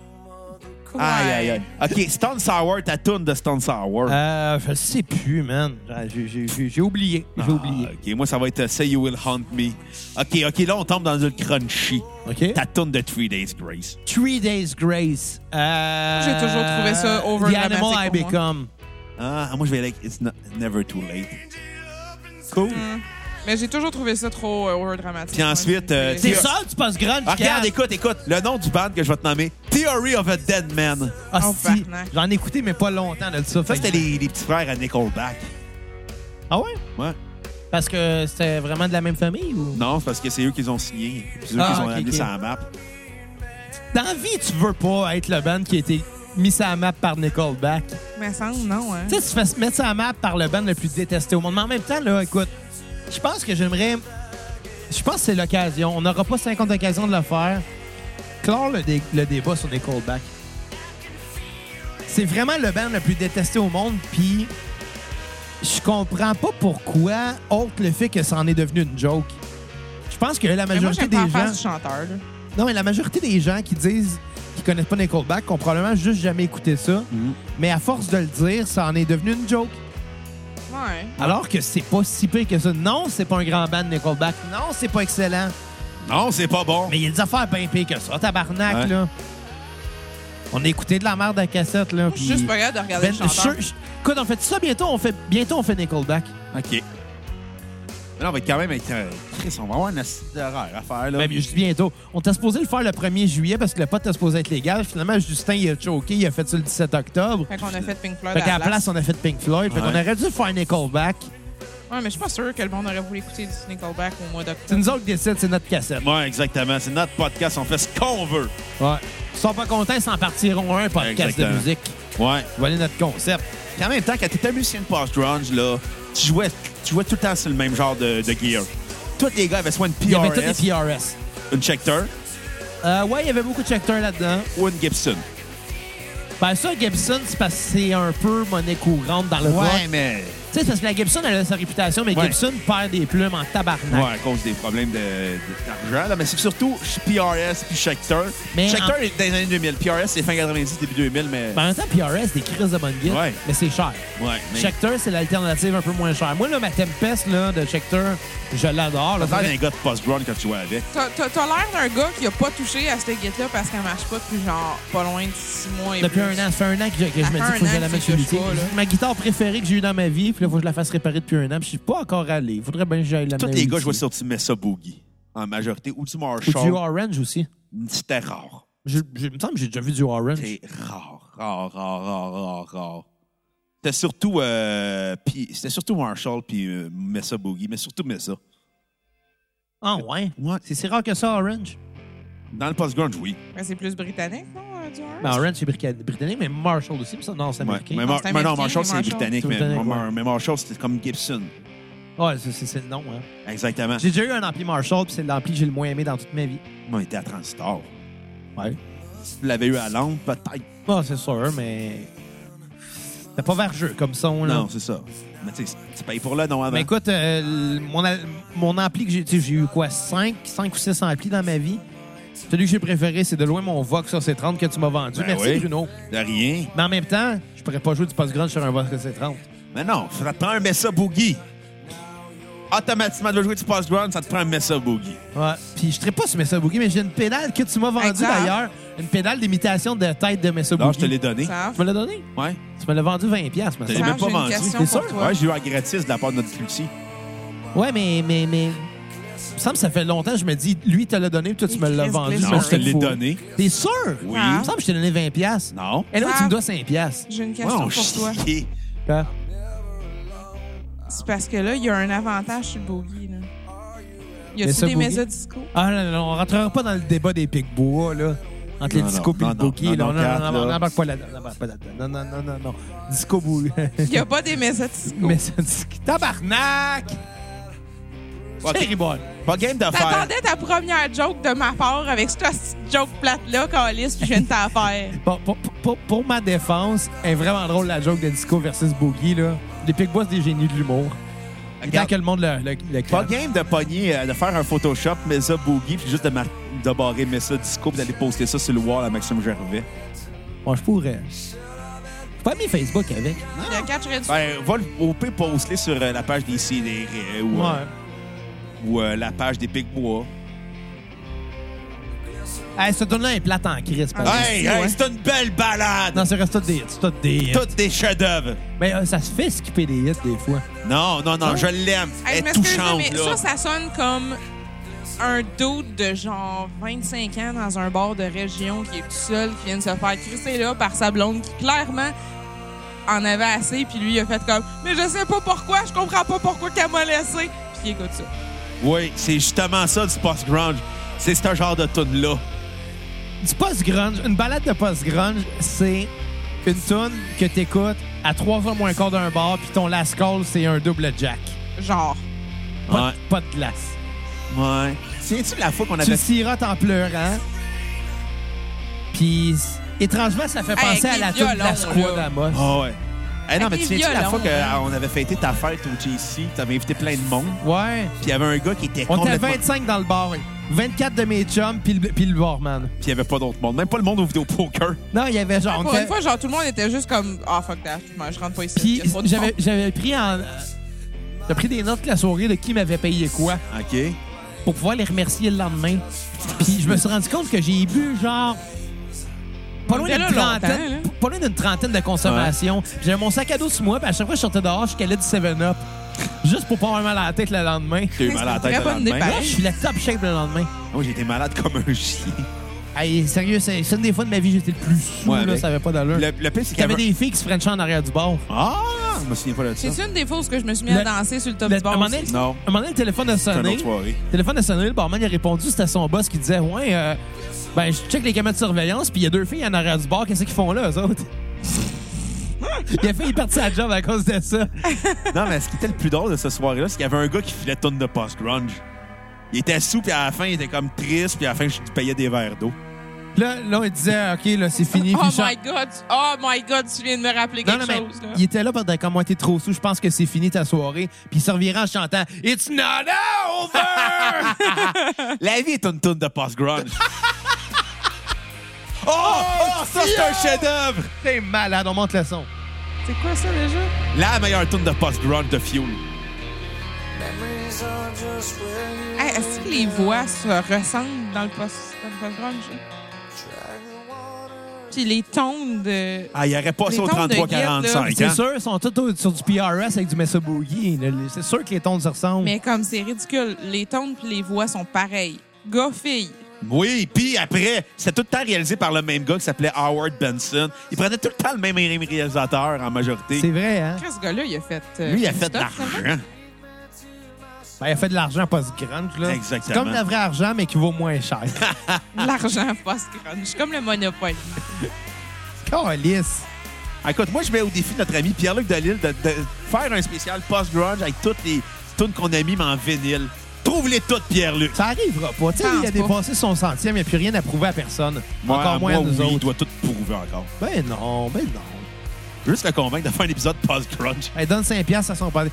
Speaker 1: Aïe, aïe, aïe. OK, Stone Sour, ta toune de Stone Sour.
Speaker 2: Euh, je sais plus, man. J'ai- j'ai- J'ai j'ai oublié. J'ai oublié.
Speaker 1: Ah, OK, moi, ça va être euh, Say You Will Hunt Me. OK, OK, là, on tombe dans le crunchy.
Speaker 2: OK?
Speaker 1: Ta toune de Three Days Grace.
Speaker 2: Three Days Grace. Euh,
Speaker 3: J'ai toujours trouvé ça over
Speaker 2: The Animal I
Speaker 3: dramatique pour
Speaker 2: Become.
Speaker 1: Ah, moi, je vais aller avec It's Not- Never Too Late.
Speaker 2: Cool.
Speaker 3: Mais j'ai toujours trouvé ça trop euh, overdramatique.
Speaker 1: Puis ensuite, euh,
Speaker 2: C'est
Speaker 1: T'es
Speaker 2: ça, tu passes grunge.
Speaker 1: Ah, regarde, écoute, écoute. Le nom du band que je vais te nommer, Theory of a Dead Man.
Speaker 2: Ah, si.
Speaker 3: oh, Tabarnak.
Speaker 2: J'en ai écouté, mais pas longtemps de ça.
Speaker 1: Ça,
Speaker 2: Fait que-
Speaker 1: c'était les, les petits frères à Nickelback.
Speaker 2: Ah ouais?
Speaker 1: Ouais.
Speaker 2: Parce que c'était vraiment de la même famille ou?
Speaker 1: Non, c'est parce que c'est eux qui les ont signé. C'est eux
Speaker 2: Ah,
Speaker 1: qui les ont
Speaker 2: ok,
Speaker 1: amenés
Speaker 2: ok.
Speaker 1: sur la map.
Speaker 2: Dans la vie, tu veux pas être le band qui a été mis sur la map par Nickelback.
Speaker 3: Mais ça, non, hein.
Speaker 2: Tu sais, tu te fais mettre sur la map par le band le plus détesté au monde. Mais en même temps, là, écoute, je pense que j'aimerais. Je pense que c'est l'occasion. On n'aura pas 50 occasions de le faire. Clore le, dé- le débat sur les callbacks. C'est vraiment le band le plus détesté au monde, puis je comprends pas pourquoi, autre le fait que ça en est devenu une joke. Je pense que la
Speaker 3: Mais moi,
Speaker 2: majorité
Speaker 3: j'aime pas en
Speaker 2: des gens.
Speaker 3: face du chanteur, là.
Speaker 2: Non, mais la majorité des gens qui disent, qui connaissent pas Nickelback, qui ont probablement juste jamais écouté ça. Mais à force de le dire, ça en est devenu une joke.
Speaker 3: Ouais.
Speaker 2: Alors que c'est pas si pire que ça. Non, c'est pas un grand band Nickelback. Non, c'est pas excellent.
Speaker 1: Non, c'est pas bon.
Speaker 2: Mais il y a des affaires bien pires que ça, tabarnak,
Speaker 1: Ouais.
Speaker 2: là. On a écouté de la merde à cassette, là.
Speaker 3: Moi, je suis
Speaker 2: puis-
Speaker 3: juste pas capable de regarder
Speaker 2: Ben,
Speaker 3: le chanteur.
Speaker 2: je- je- écoute, on fait ça bientôt, on fait, bientôt on fait Nickelback.
Speaker 1: OK. Mais Non, mais quand même, avec, euh, Chris, on va avoir une astuce d'horreur à faire, là.
Speaker 2: Ben, je dis bientôt. On était supposé le faire le 1er juillet parce que le pote était supposé être légal. Finalement, Justin, il a choqué, il a fait ça le 17 octobre.
Speaker 3: Fait qu'on a fait Pink Floyd
Speaker 2: Fait
Speaker 3: à
Speaker 2: qu'à
Speaker 3: la
Speaker 2: la place, on a fait Pink Floyd. Fait
Speaker 1: Ouais.
Speaker 2: qu'on aurait dû faire Nickelback.
Speaker 3: Ouais, mais je suis pas sûr que le monde aurait voulu écouter du Nickelback au mois
Speaker 2: C'est
Speaker 3: d'octobre.
Speaker 2: nous autres qui décident, c'est notre cassette.
Speaker 1: Ouais, exactement. C'est notre podcast. On fait ce qu'on veut.
Speaker 2: Ouais. Ils sont pas contents, ils s'en partiront un podcast
Speaker 1: Exactement.
Speaker 2: de musique.
Speaker 1: Ouais.
Speaker 2: Voilà notre concept.
Speaker 1: Puis en même temps, quand t'étais musicien de post-grunge, là, tu jouais, tu jouais tout le temps sur le même genre de, de gear. Tous les gars avaient soit une PRS,
Speaker 2: Il y avait tous des PRS.
Speaker 1: une Schecter
Speaker 2: Euh, ouais, il y avait beaucoup de checkers là-dedans.
Speaker 1: ou une Gibson.
Speaker 2: Ben ça, Gibson, c'est parce que c'est un peu monnaie courante dans le rock.
Speaker 1: mais...
Speaker 2: Tu sais, parce que la Gibson, elle a sa réputation, mais
Speaker 1: Ouais.
Speaker 2: Gibson perd des plumes en
Speaker 1: Ouais,
Speaker 2: tabarnak.
Speaker 1: à cause des problèmes de- de- d'argent. là. mais c'est surtout PRS puis Schecter.
Speaker 2: Mais
Speaker 1: Schecter
Speaker 2: en-
Speaker 1: est dans les années 2000. PRS, c'est fin 90, début 2000, mais...
Speaker 2: Ben, en même temps, PRS, des crises de bonne guide,
Speaker 1: Ouais.
Speaker 2: mais c'est cher.
Speaker 1: ouais, mais...
Speaker 2: Schecter, c'est l'alternative un peu moins chère. Moi, là, ma Tempest là, de Schecter, je l'adore. là.
Speaker 1: T'as l'air d'un gars de post-grunge quand tu jouais avec.
Speaker 3: T'as- T'as t'as l'air d'un gars qui a pas touché à cette guette-là parce qu'elle marche pas depuis genre pas loin de six mois et
Speaker 2: Depuis un
Speaker 3: plus.
Speaker 2: an, ça fait un an que je, que je
Speaker 3: Ça
Speaker 2: me dis
Speaker 3: fait
Speaker 2: qu'il faut
Speaker 3: un
Speaker 2: que je
Speaker 3: an
Speaker 2: la
Speaker 3: que
Speaker 2: mette
Speaker 3: tu
Speaker 2: sur
Speaker 3: touches
Speaker 2: l'outil.
Speaker 3: pas, là.
Speaker 2: Ma guitare préférée que j'ai eue dans ma vie, puis là, faut que je la fasse réparer depuis un an, puis je suis pas encore allé. Il faudrait bien que j'aille la
Speaker 1: Tous les gars jouaient sur du Mesa Boogie, en majorité, ou du
Speaker 2: Ou du
Speaker 1: Marshall.
Speaker 2: Orange aussi.
Speaker 1: C'était rare.
Speaker 2: Je, je- il me semble que j'ai déjà vu du Orange.
Speaker 1: C'est rare, rare, rare, rare, rare, rare. C'était surtout, euh, puis- c'était surtout Marshall puis euh, Mesa Boogie, mais surtout Mesa.
Speaker 2: Ah, ouais? C'est si rare que ça, Orange?
Speaker 1: Dans le post-grunge, oui.
Speaker 3: Mais Ben, c'est plus britannique, non, euh, du Orange?
Speaker 2: Ben, Orange, c'est brica- britannique, mais Marshall aussi, mais ça, non, c'est
Speaker 1: Ouais.
Speaker 2: américain.
Speaker 1: Mais,
Speaker 3: Non,
Speaker 1: Mar-
Speaker 3: c'est
Speaker 1: mais non,
Speaker 3: américain,
Speaker 1: Marshall, c'est
Speaker 3: Marshall.
Speaker 1: britannique,
Speaker 2: C'est
Speaker 1: mais,
Speaker 2: britannique,
Speaker 1: mais-
Speaker 2: ouais.
Speaker 1: mais Marshall, c'était comme Gibson.
Speaker 2: Ouais, c'est- c'est c'est le nom, hein.
Speaker 1: Exactement.
Speaker 2: J'ai déjà eu un ampli Marshall, puis c'est l'ampli que j'ai le moins aimé dans toute ma vie.
Speaker 1: On était à Transistor.
Speaker 2: Ouais.
Speaker 1: Si tu l'avais eu à Londres, peut-être.
Speaker 2: Bon, c'est sûr, mais. C'était pas vergeux comme son, là.
Speaker 1: Non, c'est ça. Mais tu sais, tu payes pour le nom avant.
Speaker 2: Mais écoute, euh, l- mon, al- mon ampli que j'ai. tu sais, J'ai eu quoi, 5, 5 ou 6 amplis dans ma vie? Celui que j'ai préféré, c'est de loin mon Vox AC30 que tu m'as vendu.
Speaker 1: Ben
Speaker 2: Merci,
Speaker 1: oui.
Speaker 2: Bruno.
Speaker 1: De rien.
Speaker 2: Mais en même temps, je pourrais pas jouer du post-grunge sur un Vox AC30.
Speaker 1: Mais non, ça te prend un Mesa Boogie. Automatiquement, tu vas jouer du post-grunge, ça te prend un Mesa Boogie.
Speaker 2: Ouais. Puis je serais pas sur Mesa Boogie, mais j'ai une pédale que tu m'as vendue
Speaker 3: Exact.
Speaker 2: d'ailleurs. Une pédale d'imitation de tête de Mesa
Speaker 1: Non,
Speaker 2: Boogie.
Speaker 1: je te l'ai donné.
Speaker 3: Sam,
Speaker 2: Tu me l'as donné?
Speaker 1: Ouais.
Speaker 2: Tu me l'as vendu 20$, ma
Speaker 1: Je
Speaker 2: soeur.
Speaker 1: l'ai
Speaker 3: Sam,
Speaker 1: même pas
Speaker 3: j'ai une
Speaker 1: vendu.
Speaker 3: question
Speaker 2: t'es
Speaker 3: pour
Speaker 2: sûr?
Speaker 3: toi.
Speaker 1: Ouais, j'ai eu un gratis de la part de notre culti.
Speaker 2: Ouais, mais, mais, mais. Il me semble que ça fait longtemps que je me dis, lui, te l'a donné, puis toi, tu me l'as
Speaker 3: Chris
Speaker 2: vendu.
Speaker 3: Glisser.
Speaker 1: Non, je te
Speaker 2: J'étais
Speaker 1: l'ai
Speaker 2: fou.
Speaker 1: donné.
Speaker 2: T'es sûr?
Speaker 1: Oui.
Speaker 2: Il me semble que je t'ai donné 20$. piastres.
Speaker 1: Non.
Speaker 2: Et là,
Speaker 3: Ah.
Speaker 2: tu me dois 5$. piastres.
Speaker 3: J'ai une
Speaker 1: Ouais,
Speaker 2: Oh,
Speaker 1: on
Speaker 3: question pour toi.
Speaker 1: Oh, chier.
Speaker 2: Hein?
Speaker 3: C'est parce que là, il y a un avantage sur le boogie. Là.
Speaker 2: Mais
Speaker 3: Y a-tu
Speaker 2: ce
Speaker 3: des
Speaker 2: boogie-
Speaker 3: mésa disco?
Speaker 2: Ah non, non, non, on rentrera pas dans le débat des pics-bois, là. Entre les
Speaker 1: Non,
Speaker 2: disco
Speaker 1: non,
Speaker 2: et
Speaker 1: non,
Speaker 2: le
Speaker 1: non,
Speaker 2: bookie.
Speaker 1: non,
Speaker 2: là.
Speaker 1: non,
Speaker 2: Non, non,
Speaker 1: quatre,
Speaker 2: non, non, on
Speaker 1: là.
Speaker 2: n'embarque pas là-dedans. on n'embarque pas là-dedans. Non, non, non, non, non. Disco [laughs] boogie.
Speaker 3: Y a pas des mésa
Speaker 1: Oh.
Speaker 3: disco.
Speaker 2: Mais ça dit- Tabarnak!
Speaker 1: Ok.
Speaker 2: Cherry boy.
Speaker 1: Pas game de faire.
Speaker 3: T'attendais ta première joke de ma part avec cette petite joke plate-là, Calis, puis je viens de
Speaker 1: [laughs]
Speaker 3: t'en faire.
Speaker 2: Bon, pour, pour- pour- pour ma défense, est vraiment drôle la joke de Disco versus Boogie. Là. Les Pic-Bois, c'est des génies de l'humour. Et Tant
Speaker 1: Regarde,
Speaker 2: que le monde le, le, le
Speaker 1: Pas
Speaker 2: capte.
Speaker 1: game de pogner, euh, de faire un Photoshop Mesa Boogie, puis juste de, mar- de barrer Mesa Disco, puis d'aller poster ça sur le wall à Maxime Gervais.
Speaker 2: Moi, je pourrais. J'ai pas mis Facebook avec.
Speaker 3: Le catcherais du
Speaker 1: Ben, va le- au pire poster sur euh, la page des CDR ou, euh, ou euh, la page des Big Bois.
Speaker 2: Hey, ce donne là est plate en crise. par
Speaker 3: Ah,
Speaker 2: exemple.
Speaker 1: Hey,
Speaker 3: ouais.
Speaker 1: hey, c'est une belle balade!
Speaker 2: Non, c'est reste tout des, c'est tout des hits.
Speaker 1: Toutes des chefs-d'œuvre!
Speaker 2: Mais euh, ça se fait skipper des hits des fois.
Speaker 1: Non, non, non, je l'aime.
Speaker 3: Hey, je
Speaker 1: Elle est
Speaker 3: m'excuse,
Speaker 1: touchante,
Speaker 3: mais
Speaker 1: là.
Speaker 3: ça, ça sonne comme un doute de genre 25 ans dans un bar de région qui est tout seul, qui vient de se faire crisser là par sa blonde qui clairement en avait assez, puis lui il a fait comme Mais je sais pas pourquoi, je comprends pas pourquoi qu'elle m'a laissé. Puis il écoute ça.
Speaker 1: Oui, c'est justement ça du post-grunge. C'est ce genre de tune-là.
Speaker 2: Du post-grunge, une balade de post-grunge, c'est une tune que t'écoutes à 3 fois moins quart d'un bar, puis ton last call, c'est un double jack.
Speaker 3: Genre.
Speaker 2: Pas,
Speaker 1: Ouais. Ah,
Speaker 2: de, pas de glace.
Speaker 1: Ouais. Tiens-tu la fois qu'on
Speaker 2: Tu
Speaker 1: avait.
Speaker 2: le sirotes en pleurant. Puis, étrangement, ça fait
Speaker 3: Hey,
Speaker 2: penser à
Speaker 3: avec
Speaker 2: la
Speaker 3: les
Speaker 2: tune de la
Speaker 3: violons,
Speaker 2: squad
Speaker 3: là.
Speaker 2: à Moss.
Speaker 1: Ah ouais. Eh non, mais
Speaker 3: Avec
Speaker 1: tu
Speaker 3: les
Speaker 1: tiens-tu la
Speaker 3: violons,
Speaker 1: fois
Speaker 3: hein.
Speaker 1: qu'on avait fêté ta fête au JC, t'avais invité plein de monde,
Speaker 2: Ouais.
Speaker 1: puis il y avait un gars qui était
Speaker 2: On était
Speaker 1: complètement.
Speaker 2: 25 dans le bar. 24 de mes chums, puis le, puis le barman.
Speaker 1: Puis il n'y avait pas d'autre monde. Même pas le monde au vidéo poker.
Speaker 2: Non, il y avait genre... on
Speaker 3: Pour
Speaker 2: était-
Speaker 3: une fois, genre, tout le monde était juste comme, ah, fuck that, je je rentre pas ici.
Speaker 2: Puis
Speaker 3: Il y a trop de
Speaker 2: j'avais-
Speaker 3: monde.
Speaker 2: j'avais pris en... J'ai pris des notes la soirée de qui m'avait payé quoi
Speaker 1: OK.
Speaker 2: pour pouvoir les remercier le lendemain. Puis je me suis rendu compte que j'ai bu genre... Pas loin,
Speaker 3: était
Speaker 2: d'une
Speaker 3: là
Speaker 2: trentaine,
Speaker 1: hein?
Speaker 3: longtemps, là.
Speaker 2: pas loin d'une trentaine de consommations. J'avais mon sac à dos sur moi, puis à chaque fois que je sortais dehors, je calais du 7-Up. Juste pour pas avoir mal à la tête le lendemain.
Speaker 1: J'ai eu
Speaker 3: C'est
Speaker 1: mal à la
Speaker 3: une
Speaker 1: tête
Speaker 3: très
Speaker 1: le
Speaker 3: bonne
Speaker 1: lendemain.
Speaker 3: dépasse.
Speaker 2: Là, je suis la top shape le lendemain.
Speaker 1: Moi, j'étais malade comme un chien.
Speaker 2: Hey, sérieux, c'est c'est une des fois de ma vie j'étais le plus saoul,
Speaker 1: Ouais,
Speaker 2: là,
Speaker 1: avec-
Speaker 2: ça avait pas d'allure.
Speaker 1: Le, le pire, c'est
Speaker 2: Il y
Speaker 1: qu'il y
Speaker 2: avait
Speaker 1: avait...
Speaker 2: des filles qui se frenchaient en arrière du bar.
Speaker 1: Ah! Je me souviens pas de ça.
Speaker 3: C'est une des fausses que je me suis mis
Speaker 2: Le-
Speaker 3: à danser sur le top
Speaker 2: Le-
Speaker 3: du
Speaker 2: à un
Speaker 3: bar.
Speaker 2: moment
Speaker 3: aussi.
Speaker 2: donné,
Speaker 1: Non.
Speaker 2: à un moment donné, le téléphone a
Speaker 1: C'est une
Speaker 2: sonné.
Speaker 1: autre soirée.
Speaker 2: Le téléphone a sonné, le barman il a répondu, c'était son boss qui disait Ouais, euh, ben, je check les caméras de surveillance, puis il y a deux filles en arrière du bar, qu'est-ce qu'ils font là, eux autres [laughs] Il a failli perdre sa job à cause de ça.
Speaker 1: Non, mais ce qui était le plus drôle de ce soirée-là, c'est qu'il y avait un gars qui filait tonne de post-grunge. Il était sous, puis à la fin, il était comme triste, puis à la fin, je lui payais des verres d'eau.
Speaker 2: Là, là, il disait Ok, là, c'est fini.
Speaker 3: Oh
Speaker 2: puis il
Speaker 3: my god, oh my god, tu viens de me rappeler
Speaker 2: Non,
Speaker 3: quelque
Speaker 2: non, mais
Speaker 3: chose. là.
Speaker 2: il était là pendant comme moi, t'es trop sous, je pense que c'est fini ta soirée. Puis il se revirait en chantant It's not
Speaker 3: [laughs]
Speaker 2: over!
Speaker 1: La vie est une tonne de [laughs] post-grunge. oh, oh, ça, c'est un chef-d'œuvre!
Speaker 2: T'es malade, on monte le son.
Speaker 3: C'est quoi ça déjà?
Speaker 1: La meilleure tonne de post-grunge de Fuel.
Speaker 3: Hey, Est-ce que les voix se ressemblent dans le post- dans le post-grunge? Puis les tons de.
Speaker 1: Ah, il n'y aurait pas
Speaker 3: Les
Speaker 1: ça au
Speaker 3: tons de guide,
Speaker 1: 33-45,
Speaker 2: C'est
Speaker 1: hein?
Speaker 2: sûr, ils sont tous au- sur du PRS avec du Mesa Boogie. là. C'est sûr que les tons se ressemblent.
Speaker 3: Mais comme c'est ridicule, les tons puis les voix sont pareilles. Gars, fille.
Speaker 1: Oui, puis après, c'était tout le temps réalisé par le même gars qui s'appelait Howard Benson. Il prenait tout le temps le même réalisateur en majorité.
Speaker 2: C'est vrai, hein?
Speaker 3: Qu'est-ce que ce gars-là, il a fait. euh,
Speaker 1: Lui, il a
Speaker 3: du
Speaker 1: fait de
Speaker 3: stock, finalement?
Speaker 1: l'argent.
Speaker 2: Ben, il a fait de l'argent post-grunge, là.
Speaker 1: Exactement.
Speaker 2: C'est comme le vrai argent, mais qui vaut
Speaker 1: [laughs]
Speaker 2: moins cher.
Speaker 3: L'argent post-grunge, comme le Monopoly.
Speaker 2: Calice.
Speaker 1: Ah, Écoute, moi, je mets au défi notre ami Pierre-Luc Delille de, de faire un spécial post-grunge avec toutes les tunes qu'on a mis, mais en vinyle. Trouve-les toutes, Pierre-Luc.
Speaker 2: Ça arrivera pas. Tu sais,
Speaker 3: Pense
Speaker 2: il a
Speaker 3: pas.
Speaker 2: dépassé son centième, il n'y a plus rien à prouver à personne. Encore moins
Speaker 1: moi,
Speaker 2: à nous
Speaker 1: oui, il
Speaker 2: autres.
Speaker 1: doit tout prouver encore.
Speaker 2: Ben non, ben non.
Speaker 1: Juste le convaincre de faire un épisode post-grunge.
Speaker 2: Elle donne 5 piastres à son père.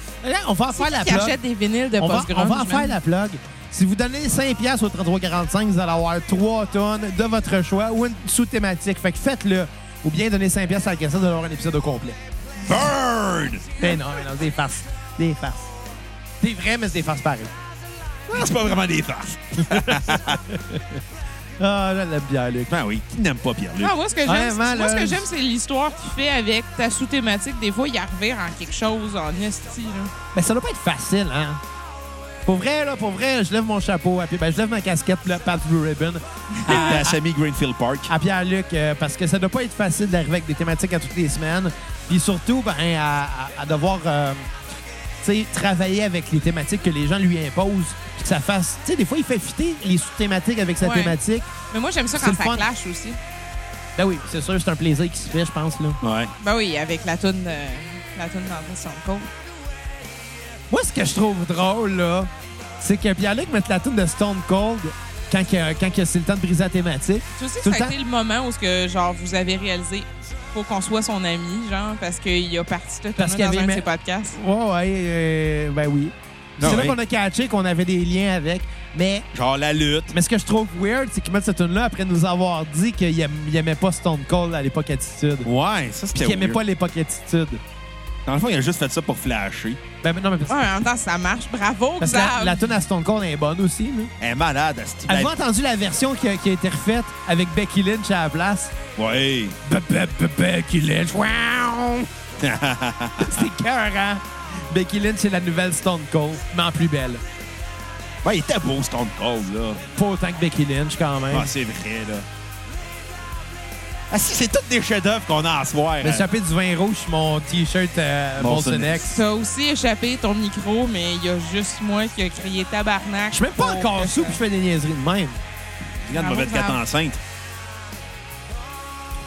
Speaker 2: On va en faire la
Speaker 3: Qui
Speaker 2: plug.
Speaker 3: achète des vinyles de
Speaker 2: On va,
Speaker 3: post-grunge?
Speaker 2: on va en faire
Speaker 3: man?
Speaker 2: la plug. Si vous donnez 5 piastres au 3345, vous allez avoir 3 tonnes de votre choix ou une sous-thématique. Fait que faites-le. Ou bien donnez 5 piastres à la cassette, vous allez avoir un épisode au complet.
Speaker 1: Burn!
Speaker 2: Ben non, ben non, des farces. Des farces. Des vrais, mais c'est des farces pareilles.
Speaker 1: Ah, C'est pas vraiment des farces.
Speaker 2: Ah, j'aime la bière, Luc.
Speaker 1: Ben oui, qui n'aime pas Pierre-Luc?
Speaker 3: Ah, moi, ce que j'aime,
Speaker 2: Vraiment,
Speaker 3: moi, ce
Speaker 2: là,
Speaker 3: que j'aime, c'est l'histoire qu'il fait avec ta sous-thématique. Des fois, il arrive en quelque chose, en esti. là.
Speaker 2: Ben, ça doit pas être facile, hein? Pour vrai, là, pour vrai, je lève mon chapeau. À, Pierre- ben, je lève ma casquette, là, Pat Blue Ribbon,
Speaker 1: Avec ta Sammy Greenfield Park.
Speaker 2: à Pierre-Luc, euh, parce que ça doit pas être facile d'arriver avec des thématiques à toutes les semaines. Puis surtout, ben, à, à- à devoir, euh, tu sais, travailler avec les thématiques que les gens lui imposent. Puis que ça fasse... Tu sais, des fois, il fait fitter les sous-thématiques avec sa
Speaker 3: Ouais.
Speaker 2: thématique.
Speaker 3: Mais moi, j'aime ça
Speaker 2: C'est
Speaker 3: quand
Speaker 2: le
Speaker 3: ça
Speaker 2: fun.
Speaker 3: clash aussi.
Speaker 2: Ben oui, c'est sûr, c'est un plaisir qui se fait, je pense, là.
Speaker 1: Ouais.
Speaker 3: Ben oui, avec la toune, euh, la toune d'André Sonko.
Speaker 2: Moi, ce que je trouve drôle, là, c'est que Pierre-Luc mette la toune de Stone Cold quand, que- quand que c'est le temps de briser la thématique.
Speaker 3: Tu sais
Speaker 2: Tout
Speaker 3: que
Speaker 2: le
Speaker 3: ça a
Speaker 2: temps.
Speaker 3: été le moment où ce que, genre, vous avez réalisé faut qu'on soit son ami, genre, parce qu'il a parti cette
Speaker 2: Parce
Speaker 3: toune
Speaker 2: qu'il
Speaker 3: dans
Speaker 2: avait
Speaker 3: un de
Speaker 2: aimé-
Speaker 3: ses podcasts.
Speaker 2: Ouais, ouais, euh, ben oui.
Speaker 1: Ah
Speaker 2: c'est
Speaker 1: oui.
Speaker 2: là qu'on a catché qu'on avait des liens avec. Mais,
Speaker 1: Genre la lutte.
Speaker 2: mais ce que je trouve weird, c'est qu'ils mettent cette tune-là après nous avoir dit qu'ils n'aimaient pas Stone Cold à l'époque Attitude.
Speaker 1: Ouais, ça
Speaker 2: Puis
Speaker 1: c'était
Speaker 2: qu'ils n'aimaient
Speaker 1: weird.
Speaker 2: pas l'époque Attitude.
Speaker 1: Dans le fond, il a juste fait ça pour flasher.
Speaker 2: Ben, ben, non, mais parce,
Speaker 3: Ouais, en même temps, ça marche. Bravo,
Speaker 2: parce que la,
Speaker 3: Xav!
Speaker 2: la tune à Stone Cold elle est bonne aussi. là.
Speaker 1: Elle est malade, à cette
Speaker 2: Avez-vous entendu la version qui a, qui a été refaite avec Becky Lynch à la place?
Speaker 1: Ouais.
Speaker 2: Be- be- be- Becky
Speaker 1: [laughs]
Speaker 2: Lynch, wow! C'est cœur, hein? Becky Lynch, c'est la nouvelle Stone Cold, mais en plus belle.
Speaker 1: Ouais, il était beau, Stone Cold, là.
Speaker 2: Pas autant que Becky Lynch, quand même.
Speaker 1: Ah, c'est vrai, là. Ah, si, c'est tous des chefs-d'œuvre qu'on a à soir.
Speaker 2: Le
Speaker 1: hein.
Speaker 2: chapitre du vin rouge, c'est mon t-shirt euh,
Speaker 1: Molson
Speaker 2: Molson
Speaker 1: X.
Speaker 2: X.
Speaker 3: T'as aussi échappé ton micro, mais il y a juste moi qui a crié tabarnak.
Speaker 2: Je suis même pas
Speaker 3: Oh,
Speaker 2: encore
Speaker 3: que
Speaker 2: sous
Speaker 3: ça.
Speaker 2: puis je fais des niaiseries de même.
Speaker 1: Regarde,
Speaker 3: Bravo,
Speaker 1: mauvaise
Speaker 3: Xav.
Speaker 1: quatre enceinte.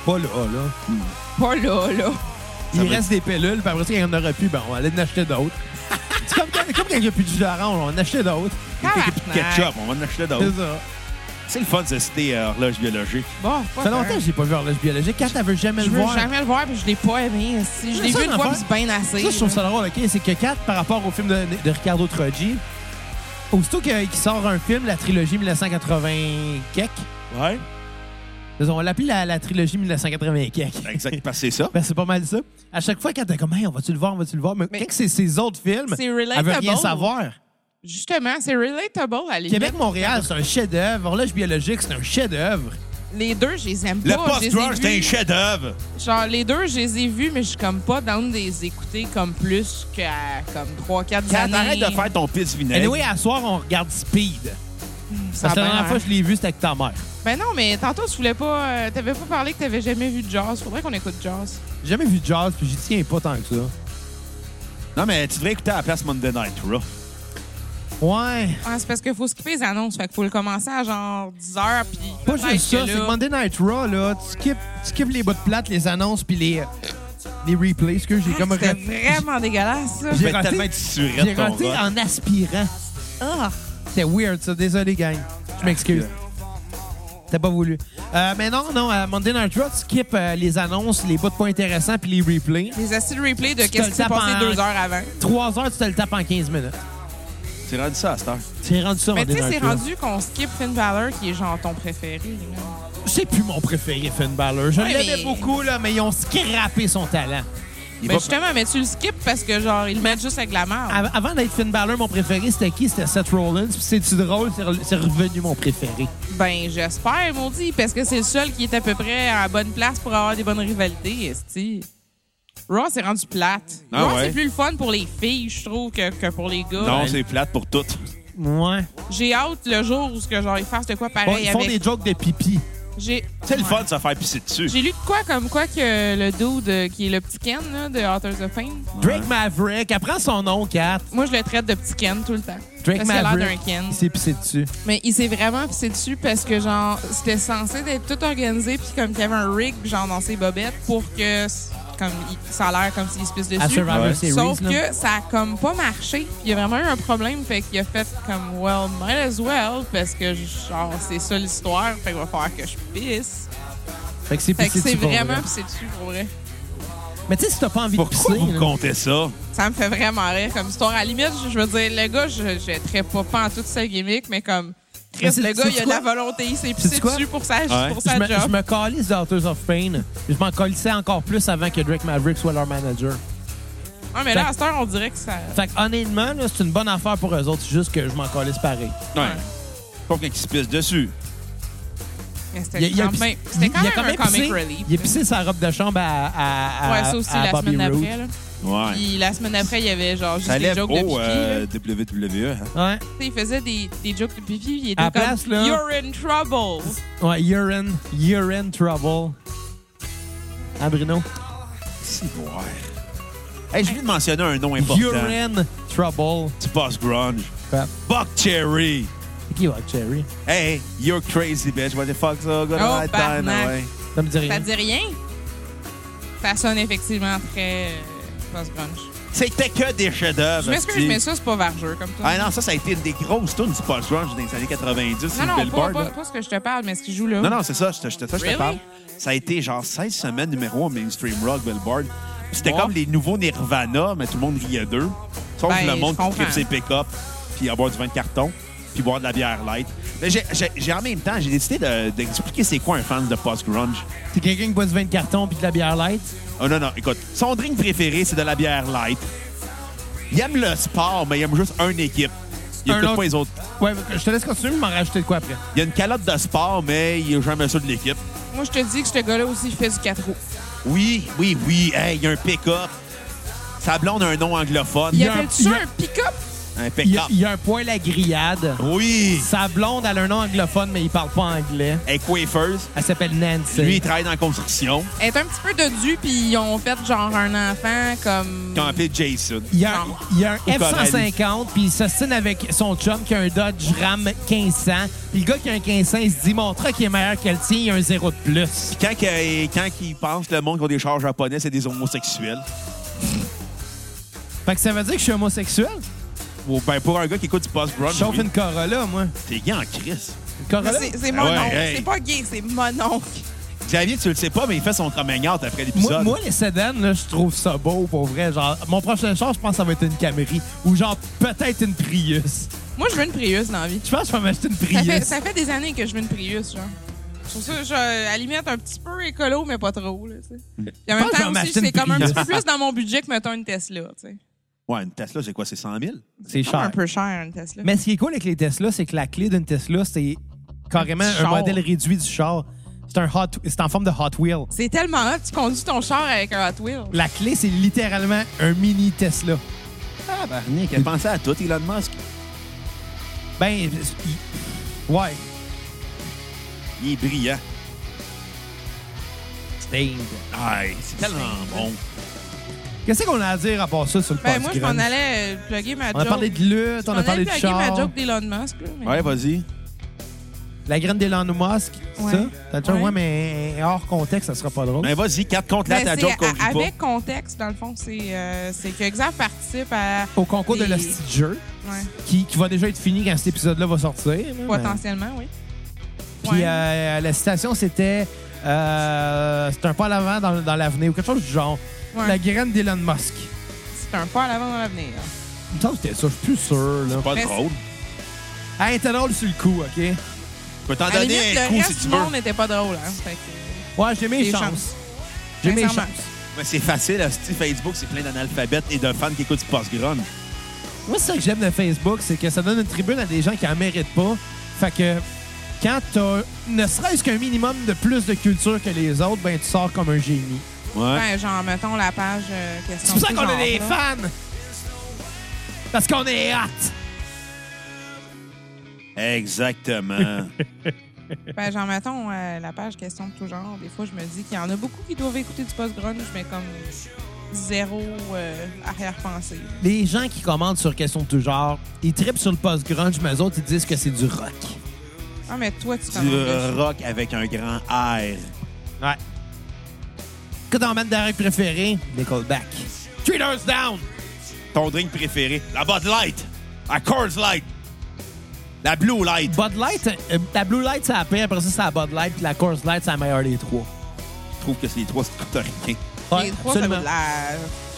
Speaker 2: Pas là, là.
Speaker 3: Pas là, là.
Speaker 2: Il
Speaker 1: Ça va
Speaker 2: reste des pellules, puis après ça, quand il y en aura plus, ben, on va aller en acheter d'autres. [laughs] c'est comme quand, comme quand il n'y a plus de jus d'orange, on en achetait d'autres.
Speaker 3: Ah!
Speaker 1: Quelqu'un qui
Speaker 3: Tabarnak.
Speaker 1: de ketchup, on va en acheter
Speaker 2: C'est
Speaker 1: d'autres.
Speaker 2: ça.
Speaker 1: C'est le fun de citer euh, horloge biologique.
Speaker 3: Bon,
Speaker 2: Ça
Speaker 3: pas
Speaker 2: fait longtemps que j'ai pas vu Horloge biologique. Quand elle veut jamais
Speaker 3: Je
Speaker 2: le
Speaker 3: veux
Speaker 2: voir.
Speaker 3: jamais le voir, puis je l'ai pas aimé. Si je
Speaker 2: Mais
Speaker 3: l'ai
Speaker 2: ça,
Speaker 3: vu une fois,
Speaker 2: l'affaire-
Speaker 3: puis c'est bien assez.
Speaker 2: Ça, je trouve ça drôle, OK? C'est que 4, par rapport au film de, de Ricardo Trogi, aussitôt que- qu'il sort un film, la trilogie 1980 kek,
Speaker 1: Ouais.
Speaker 2: on va l'appeler la, la trilogie 1980 kek.
Speaker 1: Exact, parce que c'est ça.
Speaker 2: Ben, c'est pas mal ça. À chaque fois, quand t'es comme, hey, on va-tu le voir, on va-tu le voir, mais,
Speaker 3: Mais-
Speaker 2: quand que c'est ses autres films,
Speaker 3: C'est
Speaker 2: elle veut rien
Speaker 3: relatable.
Speaker 2: savoir.
Speaker 3: Justement, c'est relatable à la limite.
Speaker 2: Québec-Montréal, c'est un chef-d'œuvre. Horloge biologique, c'est un chef-d'œuvre.
Speaker 3: Les deux, je les aime
Speaker 1: Le
Speaker 3: pas. Je les ai
Speaker 1: post-grunge,
Speaker 3: vus-
Speaker 1: c'est un chef-d'œuvre.
Speaker 3: Genre, les deux, je les ai vus, mais je suis comme pas down de les écouter comme plus qu'à comme 3-4
Speaker 1: Kat,
Speaker 3: années.
Speaker 1: Arrête de faire ton pisse vinaigre.
Speaker 2: Anyway, à soir, on regarde Speed. Parce
Speaker 3: Ça
Speaker 2: que
Speaker 3: a
Speaker 2: la
Speaker 3: bien
Speaker 2: dernière fois
Speaker 3: l'air.
Speaker 2: que je l'ai vu, c'était avec ta mère.
Speaker 3: Ben non, mais tantôt, tu voulais pas. euh, T'avais pas parlé que t'avais jamais vu de jazz. Faudrait qu'on écoute jazz.
Speaker 2: J'ai jamais vu de jazz, puis j'y tiens pas tant que ça.
Speaker 1: Non, mais tu devrais écouter à la place Monday Night Raw.
Speaker 2: Ouais.
Speaker 3: Ah, c'est parce qu'il faut skipper les annonces. Fait qu'il faut le commencer à genre 10 h puis.
Speaker 2: Pas
Speaker 3: peut-être
Speaker 2: juste ça,
Speaker 3: que
Speaker 2: c'est
Speaker 3: là-
Speaker 2: que Monday Night Raw, là, tu skippes, tu skippes les bouts de plate, les annonces, puis les, les replays. que j'ai
Speaker 3: Ah,
Speaker 2: comme...
Speaker 3: C'était
Speaker 2: re-
Speaker 3: vraiment dégueulasse, ça.
Speaker 1: Tu
Speaker 2: J'ai
Speaker 1: vas être
Speaker 2: raté-
Speaker 1: tellement être surette,
Speaker 2: J'ai
Speaker 1: ton
Speaker 2: raté
Speaker 1: rock.
Speaker 2: en aspirant.
Speaker 3: Ah!
Speaker 2: C'était weird, ça. Désolé, gang. Je m'excuse. T'as pas voulu. Euh, mais non, non, à Monday Night Raw, tu skippes euh, les annonces, les bouts de pas intéressants, puis les replays.
Speaker 3: Les acides replay de
Speaker 2: Tu te
Speaker 3: qu'est-ce
Speaker 2: le
Speaker 3: qui s'est
Speaker 2: tapes
Speaker 3: passé
Speaker 2: en-
Speaker 3: deux heures avant.
Speaker 2: Trois heures, tu te le tapes en 15 minutes.
Speaker 1: C'est rendu ça à cette heure.
Speaker 2: C'est rendu ça,
Speaker 3: Mais tu
Speaker 2: Monday
Speaker 3: sais, c'est
Speaker 2: Night Raw.
Speaker 3: rendu qu'on skip Finn Balor, qui est genre ton préféré. là.
Speaker 2: C'est plus mon préféré, Finn Balor. Je
Speaker 3: Ouais,
Speaker 2: l'aimais
Speaker 3: mais-
Speaker 2: beaucoup, là, mais ils ont scrappé son talent.
Speaker 1: Il
Speaker 3: Mais
Speaker 1: va-
Speaker 3: Ben, justement, mais tu le skip parce que genre, ils le mettent juste avec la merde.
Speaker 2: Av- Avant d'être Finn Balor, mon préféré, c'était qui? C'était Seth Rollins. Puis c'est-tu drôle? C'est re- C'est revenu mon préféré.
Speaker 3: Ben, j'espère, maudit, parce que c'est le seul qui est à peu près à la bonne place pour avoir des bonnes rivalités, esti. Raw, c'est rendu plate.
Speaker 1: Ah
Speaker 3: Raw,
Speaker 1: ouais.
Speaker 3: c'est plus le fun pour les filles, je trouve, que, que pour les gars.
Speaker 1: Non, c'est plate pour toutes.
Speaker 2: Ouais.
Speaker 3: J'ai hâte le jour où ce que, genre, ils fassent de quoi
Speaker 2: Bon,
Speaker 3: pareil
Speaker 2: ils font
Speaker 3: avec...
Speaker 2: des jokes de pipi.
Speaker 3: J'ai...
Speaker 1: C'est le
Speaker 3: Ouais.
Speaker 1: fun de se faire pisser dessus.
Speaker 3: J'ai lu de quoi comme quoi que le dude euh, qui est le petit Ken là, de Authors of Fame,
Speaker 2: Drake Maverick, apprends son nom, Kat.
Speaker 3: moi je le traite de petit Ken tout le temps.
Speaker 2: Drake
Speaker 3: Parce qu'il a l'air
Speaker 2: Maverick.
Speaker 3: d'un Ken.
Speaker 2: Il s'est pissé dessus.
Speaker 3: Mais il s'est vraiment pissé dessus parce que, genre, c'était censé être tout organisé, puis comme qu'il y avait un rig, genre, dans ses bobettes, pour que s- comme, il- ça a l'air comme s'il se pisse
Speaker 2: À
Speaker 3: dessus.
Speaker 2: Survivor
Speaker 1: Ouais.
Speaker 2: Series.
Speaker 3: Sauf
Speaker 2: là.
Speaker 3: que ça a comme pas marché. Puis Il y a vraiment eu un problème, fait qu'il a fait comme, well, might as well, parce que, genre, c'est ça l'histoire, fait qu'il va falloir que je pisse.
Speaker 2: Fait que c'est
Speaker 3: Fait que
Speaker 2: pissé
Speaker 3: c'est
Speaker 2: dessus pour
Speaker 3: vraiment
Speaker 2: vrai.
Speaker 3: pissé dessus, pour vrai.
Speaker 2: Mais tu sais, si t'as pas envie
Speaker 1: Pourquoi
Speaker 2: de
Speaker 1: vous
Speaker 2: pisser.
Speaker 1: me
Speaker 2: là,
Speaker 1: comptez ça?
Speaker 3: Ça me fait vraiment rire comme histoire. À la limite, je, je veux dire, le gars, je ne traiterai pas, pas en toute sa gimmick, mais comme, Chris,
Speaker 2: Mais c'est-
Speaker 3: le gars, il a
Speaker 2: c'est
Speaker 3: de la
Speaker 2: quoi?
Speaker 3: volonté, il s'est
Speaker 2: C'est
Speaker 3: pissé
Speaker 2: quoi?
Speaker 3: dessus pour sa,
Speaker 1: Ouais.
Speaker 3: pour
Speaker 2: je
Speaker 3: sa
Speaker 2: me,
Speaker 3: job.
Speaker 2: je me calisse de Authors of Pain. Je m'en calissais encore plus avant que Drake Maverick soit leur manager.
Speaker 3: Ah, mais là,
Speaker 2: Fait-
Speaker 3: à cette heure, on dirait que ça.
Speaker 2: Fait que, honnêtement, là, c'est une bonne affaire pour eux autres. C'est juste que je m'en calisse pareil.
Speaker 1: Ouais. Pas quelqu'un qui se pisse dessus.
Speaker 3: Mais C'était
Speaker 2: Il, il a-
Speaker 3: quand même,
Speaker 2: il-
Speaker 3: c'était quand
Speaker 2: il a
Speaker 3: même un comic
Speaker 2: pissé,
Speaker 3: relief.
Speaker 2: Il a pissé sa robe de chambre à, à, à-
Speaker 3: ouais, ça aussi,
Speaker 2: à
Speaker 3: la
Speaker 2: Bobby
Speaker 3: semaine
Speaker 2: Roode.
Speaker 3: d'après. là.
Speaker 1: Ouais.
Speaker 3: Puis la semaine d'après, il y avait genre juste
Speaker 1: Ça
Speaker 3: des
Speaker 1: lève
Speaker 3: jokes de pipi.
Speaker 1: au euh, WWE. hein.
Speaker 2: Ouais.
Speaker 3: là. Tu sais, Il faisait des, des jokes de pipi. Il était
Speaker 2: À la
Speaker 3: comme
Speaker 2: place, là-
Speaker 3: You're in trouble.
Speaker 2: ouais, urine, urine trouble. Hein, Bruno?
Speaker 1: C'est noir. Hey, j'ai oublié de mentionner un nom important.
Speaker 2: Urine trouble.
Speaker 1: Du post-grunge.
Speaker 2: Crap.
Speaker 1: Buck Cherry.
Speaker 2: C'est qui, Rock Cherry?
Speaker 1: Hey, you're crazy, bitch. What the fuck's up? Gonna
Speaker 3: Oh,
Speaker 1: light down
Speaker 3: barnac.
Speaker 1: away.
Speaker 2: Ça me dit
Speaker 3: Ça
Speaker 2: rien.
Speaker 3: dit rien. Ça sonne effectivement très euh, post-grunge.
Speaker 1: C'était que des chefs-d'œuvre.
Speaker 3: Je m'excuse,
Speaker 1: hostie.
Speaker 3: mais ça, c'est pas vargeux comme toi.
Speaker 1: Ah non, ça, ça a été une des grosses tunes du post-grunge dans les années 90 sur
Speaker 3: non,
Speaker 1: le
Speaker 3: non, pas,
Speaker 1: Billboard.
Speaker 3: pas,
Speaker 1: là.
Speaker 3: pas ce que je te parle, mais ce qu'il joue là.
Speaker 1: Non, non, c'est ça, je te, je te- ça, je te
Speaker 3: Hein? Really?
Speaker 1: parle. Ça a été genre 16 semaines numéro 1 au mainstream rock Billboard. Puis C'était
Speaker 3: Wow.
Speaker 1: comme les nouveaux Nirvana, mais tout le monde riait d'eux. Sauf
Speaker 3: Ben,
Speaker 1: le monde
Speaker 3: je
Speaker 1: qui tripe
Speaker 3: comprends.
Speaker 1: ses pick-up, puis à boire du vin de carton, puis boire de la bière light. Mais j'ai- j'ai j'ai- en même temps, j'ai décidé de- d'expliquer c'est quoi un fan de post-grunge.
Speaker 2: C'est quelqu'un qui boit du vin de carton puis de la bière light.
Speaker 1: Oh non, non, écoute, son drink préféré, c'est de la bière light. Il aime le sport, mais il aime juste une équipe. Il
Speaker 2: Un
Speaker 1: écoute
Speaker 2: autre-
Speaker 1: pas les autres.
Speaker 2: Ouais, je te laisse continuer, mais m'en rajouter de quoi après.
Speaker 1: Il y a une calotte de sport, mais il est jamais sûr de l'équipe.
Speaker 3: Moi, je te dis que ce gars-là aussi, il fait du 4 roues.
Speaker 1: Oui, oui, oui. Hey, il y a un pick-up. Sa blonde a un nom anglophone.
Speaker 3: Il
Speaker 2: y a un-
Speaker 3: appelle-tu
Speaker 2: il y
Speaker 3: ça
Speaker 2: a-
Speaker 3: un pick-up?
Speaker 1: Un
Speaker 2: Il y a,
Speaker 1: pick-up.
Speaker 2: il y a un poil à grillade.
Speaker 1: Oui.
Speaker 2: Sa blonde, elle a un nom anglophone, mais il parle pas anglais.
Speaker 1: Hey, Quafers.
Speaker 2: Elle s'appelle Nancy.
Speaker 1: Lui, il travaille dans la construction.
Speaker 3: Elle est un petit peu dodue, puis ils ont fait genre un enfant comme.
Speaker 1: Qu'on appelle Jason.
Speaker 2: il y a,
Speaker 3: Non.
Speaker 2: il y a un
Speaker 1: Ou
Speaker 2: F-150, puis il s'assine avec son chum qui a un Dodge Ram 1500. Puis le gars qui a un 1500, il se dit Mon truck est meilleur que le tien, il y a un zéro de plus.
Speaker 1: Quand, que- quand il pense que le monde qui a des chars japonais, c'est des homosexuels.
Speaker 2: Fait que ça veut dire que je suis homosexuel
Speaker 1: Ou ben, pour un gars qui écoute du post-grunge,
Speaker 2: Je chauffe
Speaker 1: oui,
Speaker 2: une Corolla, moi.
Speaker 1: t'es gay en crise.
Speaker 2: Une
Speaker 3: Mais
Speaker 2: Corolla
Speaker 3: C'est c'est
Speaker 1: Ah
Speaker 3: mon
Speaker 1: ouais,
Speaker 3: oncle.
Speaker 1: hey.
Speaker 3: C'est pas gay, c'est mon oncle.
Speaker 1: Xavier, tu le sais pas, mais il fait son coming out après
Speaker 2: moi,
Speaker 1: l'épisode.
Speaker 2: moi, les sedans, là, je trouve ça beau, pour vrai. Genre, mon prochain char, je pense que ça va être une Camry. Ou genre, peut-être une Prius.
Speaker 3: Moi, je veux une Prius dans la vie.
Speaker 2: Je pense que je vais m'acheter une
Speaker 3: Ça fait, [laughs]
Speaker 2: Prius.
Speaker 3: ça fait des années que je veux une Prius, genre. Je trouve ça, je, à la limite, un petit peu écolo, mais pas trop. Là, tu sais.
Speaker 2: Je
Speaker 3: Puis en même
Speaker 2: pense que je vais
Speaker 3: temps, aussi,
Speaker 2: m'acheter
Speaker 3: c'est
Speaker 2: une
Speaker 3: comme un
Speaker 2: Prius.
Speaker 3: petit peu plus dans mon budget que, mettons, une Tesla. tu sais.
Speaker 1: Ouais, une Tesla, c'est quoi? C'est 100 000?
Speaker 2: C'est
Speaker 3: C'est un
Speaker 2: cher.
Speaker 3: peu cher, une Tesla.
Speaker 2: Mais ce qui est cool avec les Tesla, c'est que la clé d'une Tesla, c'est carrément
Speaker 3: Un
Speaker 2: un
Speaker 3: petit char.
Speaker 2: modèle réduit du char. C'est un hot, c'est en forme de Hot Wheel.
Speaker 3: C'est tellement hot, tu conduis ton char avec un Hot Wheels. Ben,
Speaker 2: La clé, c'est littéralement un mini Tesla.
Speaker 1: Ah, bah, Il pensait à tout, Elon Musk.
Speaker 2: Ben, il- ouais.
Speaker 1: Il est brillant.
Speaker 2: Sting.
Speaker 1: Aïe, c'est tellement bon.
Speaker 2: Qu'est-ce qu'on a à dire à part ça sur le
Speaker 3: Ben,
Speaker 2: podcast
Speaker 3: moi, je
Speaker 2: grunge?
Speaker 3: m'en allais euh, plugger ma
Speaker 2: On
Speaker 3: joke.
Speaker 2: a parlé de lutte,
Speaker 3: Je
Speaker 2: on
Speaker 3: m'en
Speaker 2: a parlé
Speaker 3: allais
Speaker 2: de
Speaker 3: plugger ma
Speaker 2: char.
Speaker 3: joke d'Elon Musk. là, mais- ben,
Speaker 1: Ouais, vas-y.
Speaker 2: La graine d'Elon Musk, c'est
Speaker 3: Ouais.
Speaker 2: ça? T'as déjà,
Speaker 3: Ouais.
Speaker 2: ouais, mais hors contexte, ça sera pas drôle.
Speaker 1: Ben, vas-y, 4 contre la,
Speaker 3: Mais
Speaker 1: ta
Speaker 3: c'est
Speaker 1: joke qu'on
Speaker 3: à-
Speaker 1: joue pas.
Speaker 3: avec contexte, dans le fond, c'est euh, c'est que Xav participe à.
Speaker 2: Au concours de
Speaker 3: Les-
Speaker 2: l'hostie de jeu,
Speaker 3: ouais,
Speaker 2: qui, qui va déjà être fini quand cet épisode-là va sortir. là, mais-
Speaker 3: potentiellement, oui.
Speaker 2: Puis
Speaker 3: Ouais.
Speaker 2: euh, la citation, c'était euh, C'est un pas à l'avant dans, dans l'avenir, ou quelque chose du genre.
Speaker 3: Ouais.
Speaker 2: La graine d'Elon Musk.
Speaker 3: C'est un pas à l'avant dans l'avenir.
Speaker 2: Il me semble que c'était ça, je suis plus sûr. Là.
Speaker 1: Pas
Speaker 3: Mais
Speaker 1: drôle.
Speaker 2: Hey, t'es drôle sur le coup, OK?
Speaker 1: Je peux t'en
Speaker 3: À la
Speaker 1: donner
Speaker 3: limite,
Speaker 1: un
Speaker 3: le
Speaker 1: coup si
Speaker 3: reste
Speaker 1: tu
Speaker 3: du
Speaker 1: veux.
Speaker 3: monde n'était pas drôle. Hein, fait que,
Speaker 2: Ouais, j'ai mes
Speaker 3: Des
Speaker 2: chances.
Speaker 3: chances.
Speaker 2: J'ai mes chances.
Speaker 3: Sincèrement.
Speaker 1: Mais c'est facile, hostie. Facebook, c'est plein d'analphabètes et de fans qui écoutent du post-grunge.
Speaker 2: Moi, c'est ça que j'aime de Facebook, c'est que ça donne une tribune à des gens qui en méritent pas. Fait que quand t'as ne serait-ce qu'un minimum de plus de culture que les autres, ben tu sors comme un génie.
Speaker 1: Ouais.
Speaker 3: ben, genre, mettons la page euh, question.
Speaker 2: C'est pour ça
Speaker 3: de
Speaker 2: qu'on a
Speaker 3: genre,
Speaker 2: des
Speaker 3: là.
Speaker 2: fans! Parce qu'on est hâte!
Speaker 1: Exactement.
Speaker 3: Ben, genre, mettons euh, la page question de tout genre. Des fois, je me dis qu'il y en a beaucoup qui doivent écouter du post-grunge, mais comme zéro euh, arrière-pensée.
Speaker 2: Les gens qui commandent sur questions de tout genre, ils tripent sur le post-grunge, mais eux autres, ils disent que c'est du rock.
Speaker 3: Ah, mais toi, tu
Speaker 1: du
Speaker 3: commandes le-
Speaker 1: rock avec un grand R.
Speaker 2: Ouais. Que ton band d'arrêt préféré? Nickelback. Treaters down!
Speaker 1: Ton drink préféré? La Bud Light. La Coors Light. La Blue Light.
Speaker 2: Bud Light, euh, la Blue Light, c'est la paix, après ça, c'est la Bud Light, puis la Coors Light, c'est la meilleure des trois.
Speaker 1: Je trouve que c'est les trois, ça coûte rien.
Speaker 3: Les trois, ça vaut de la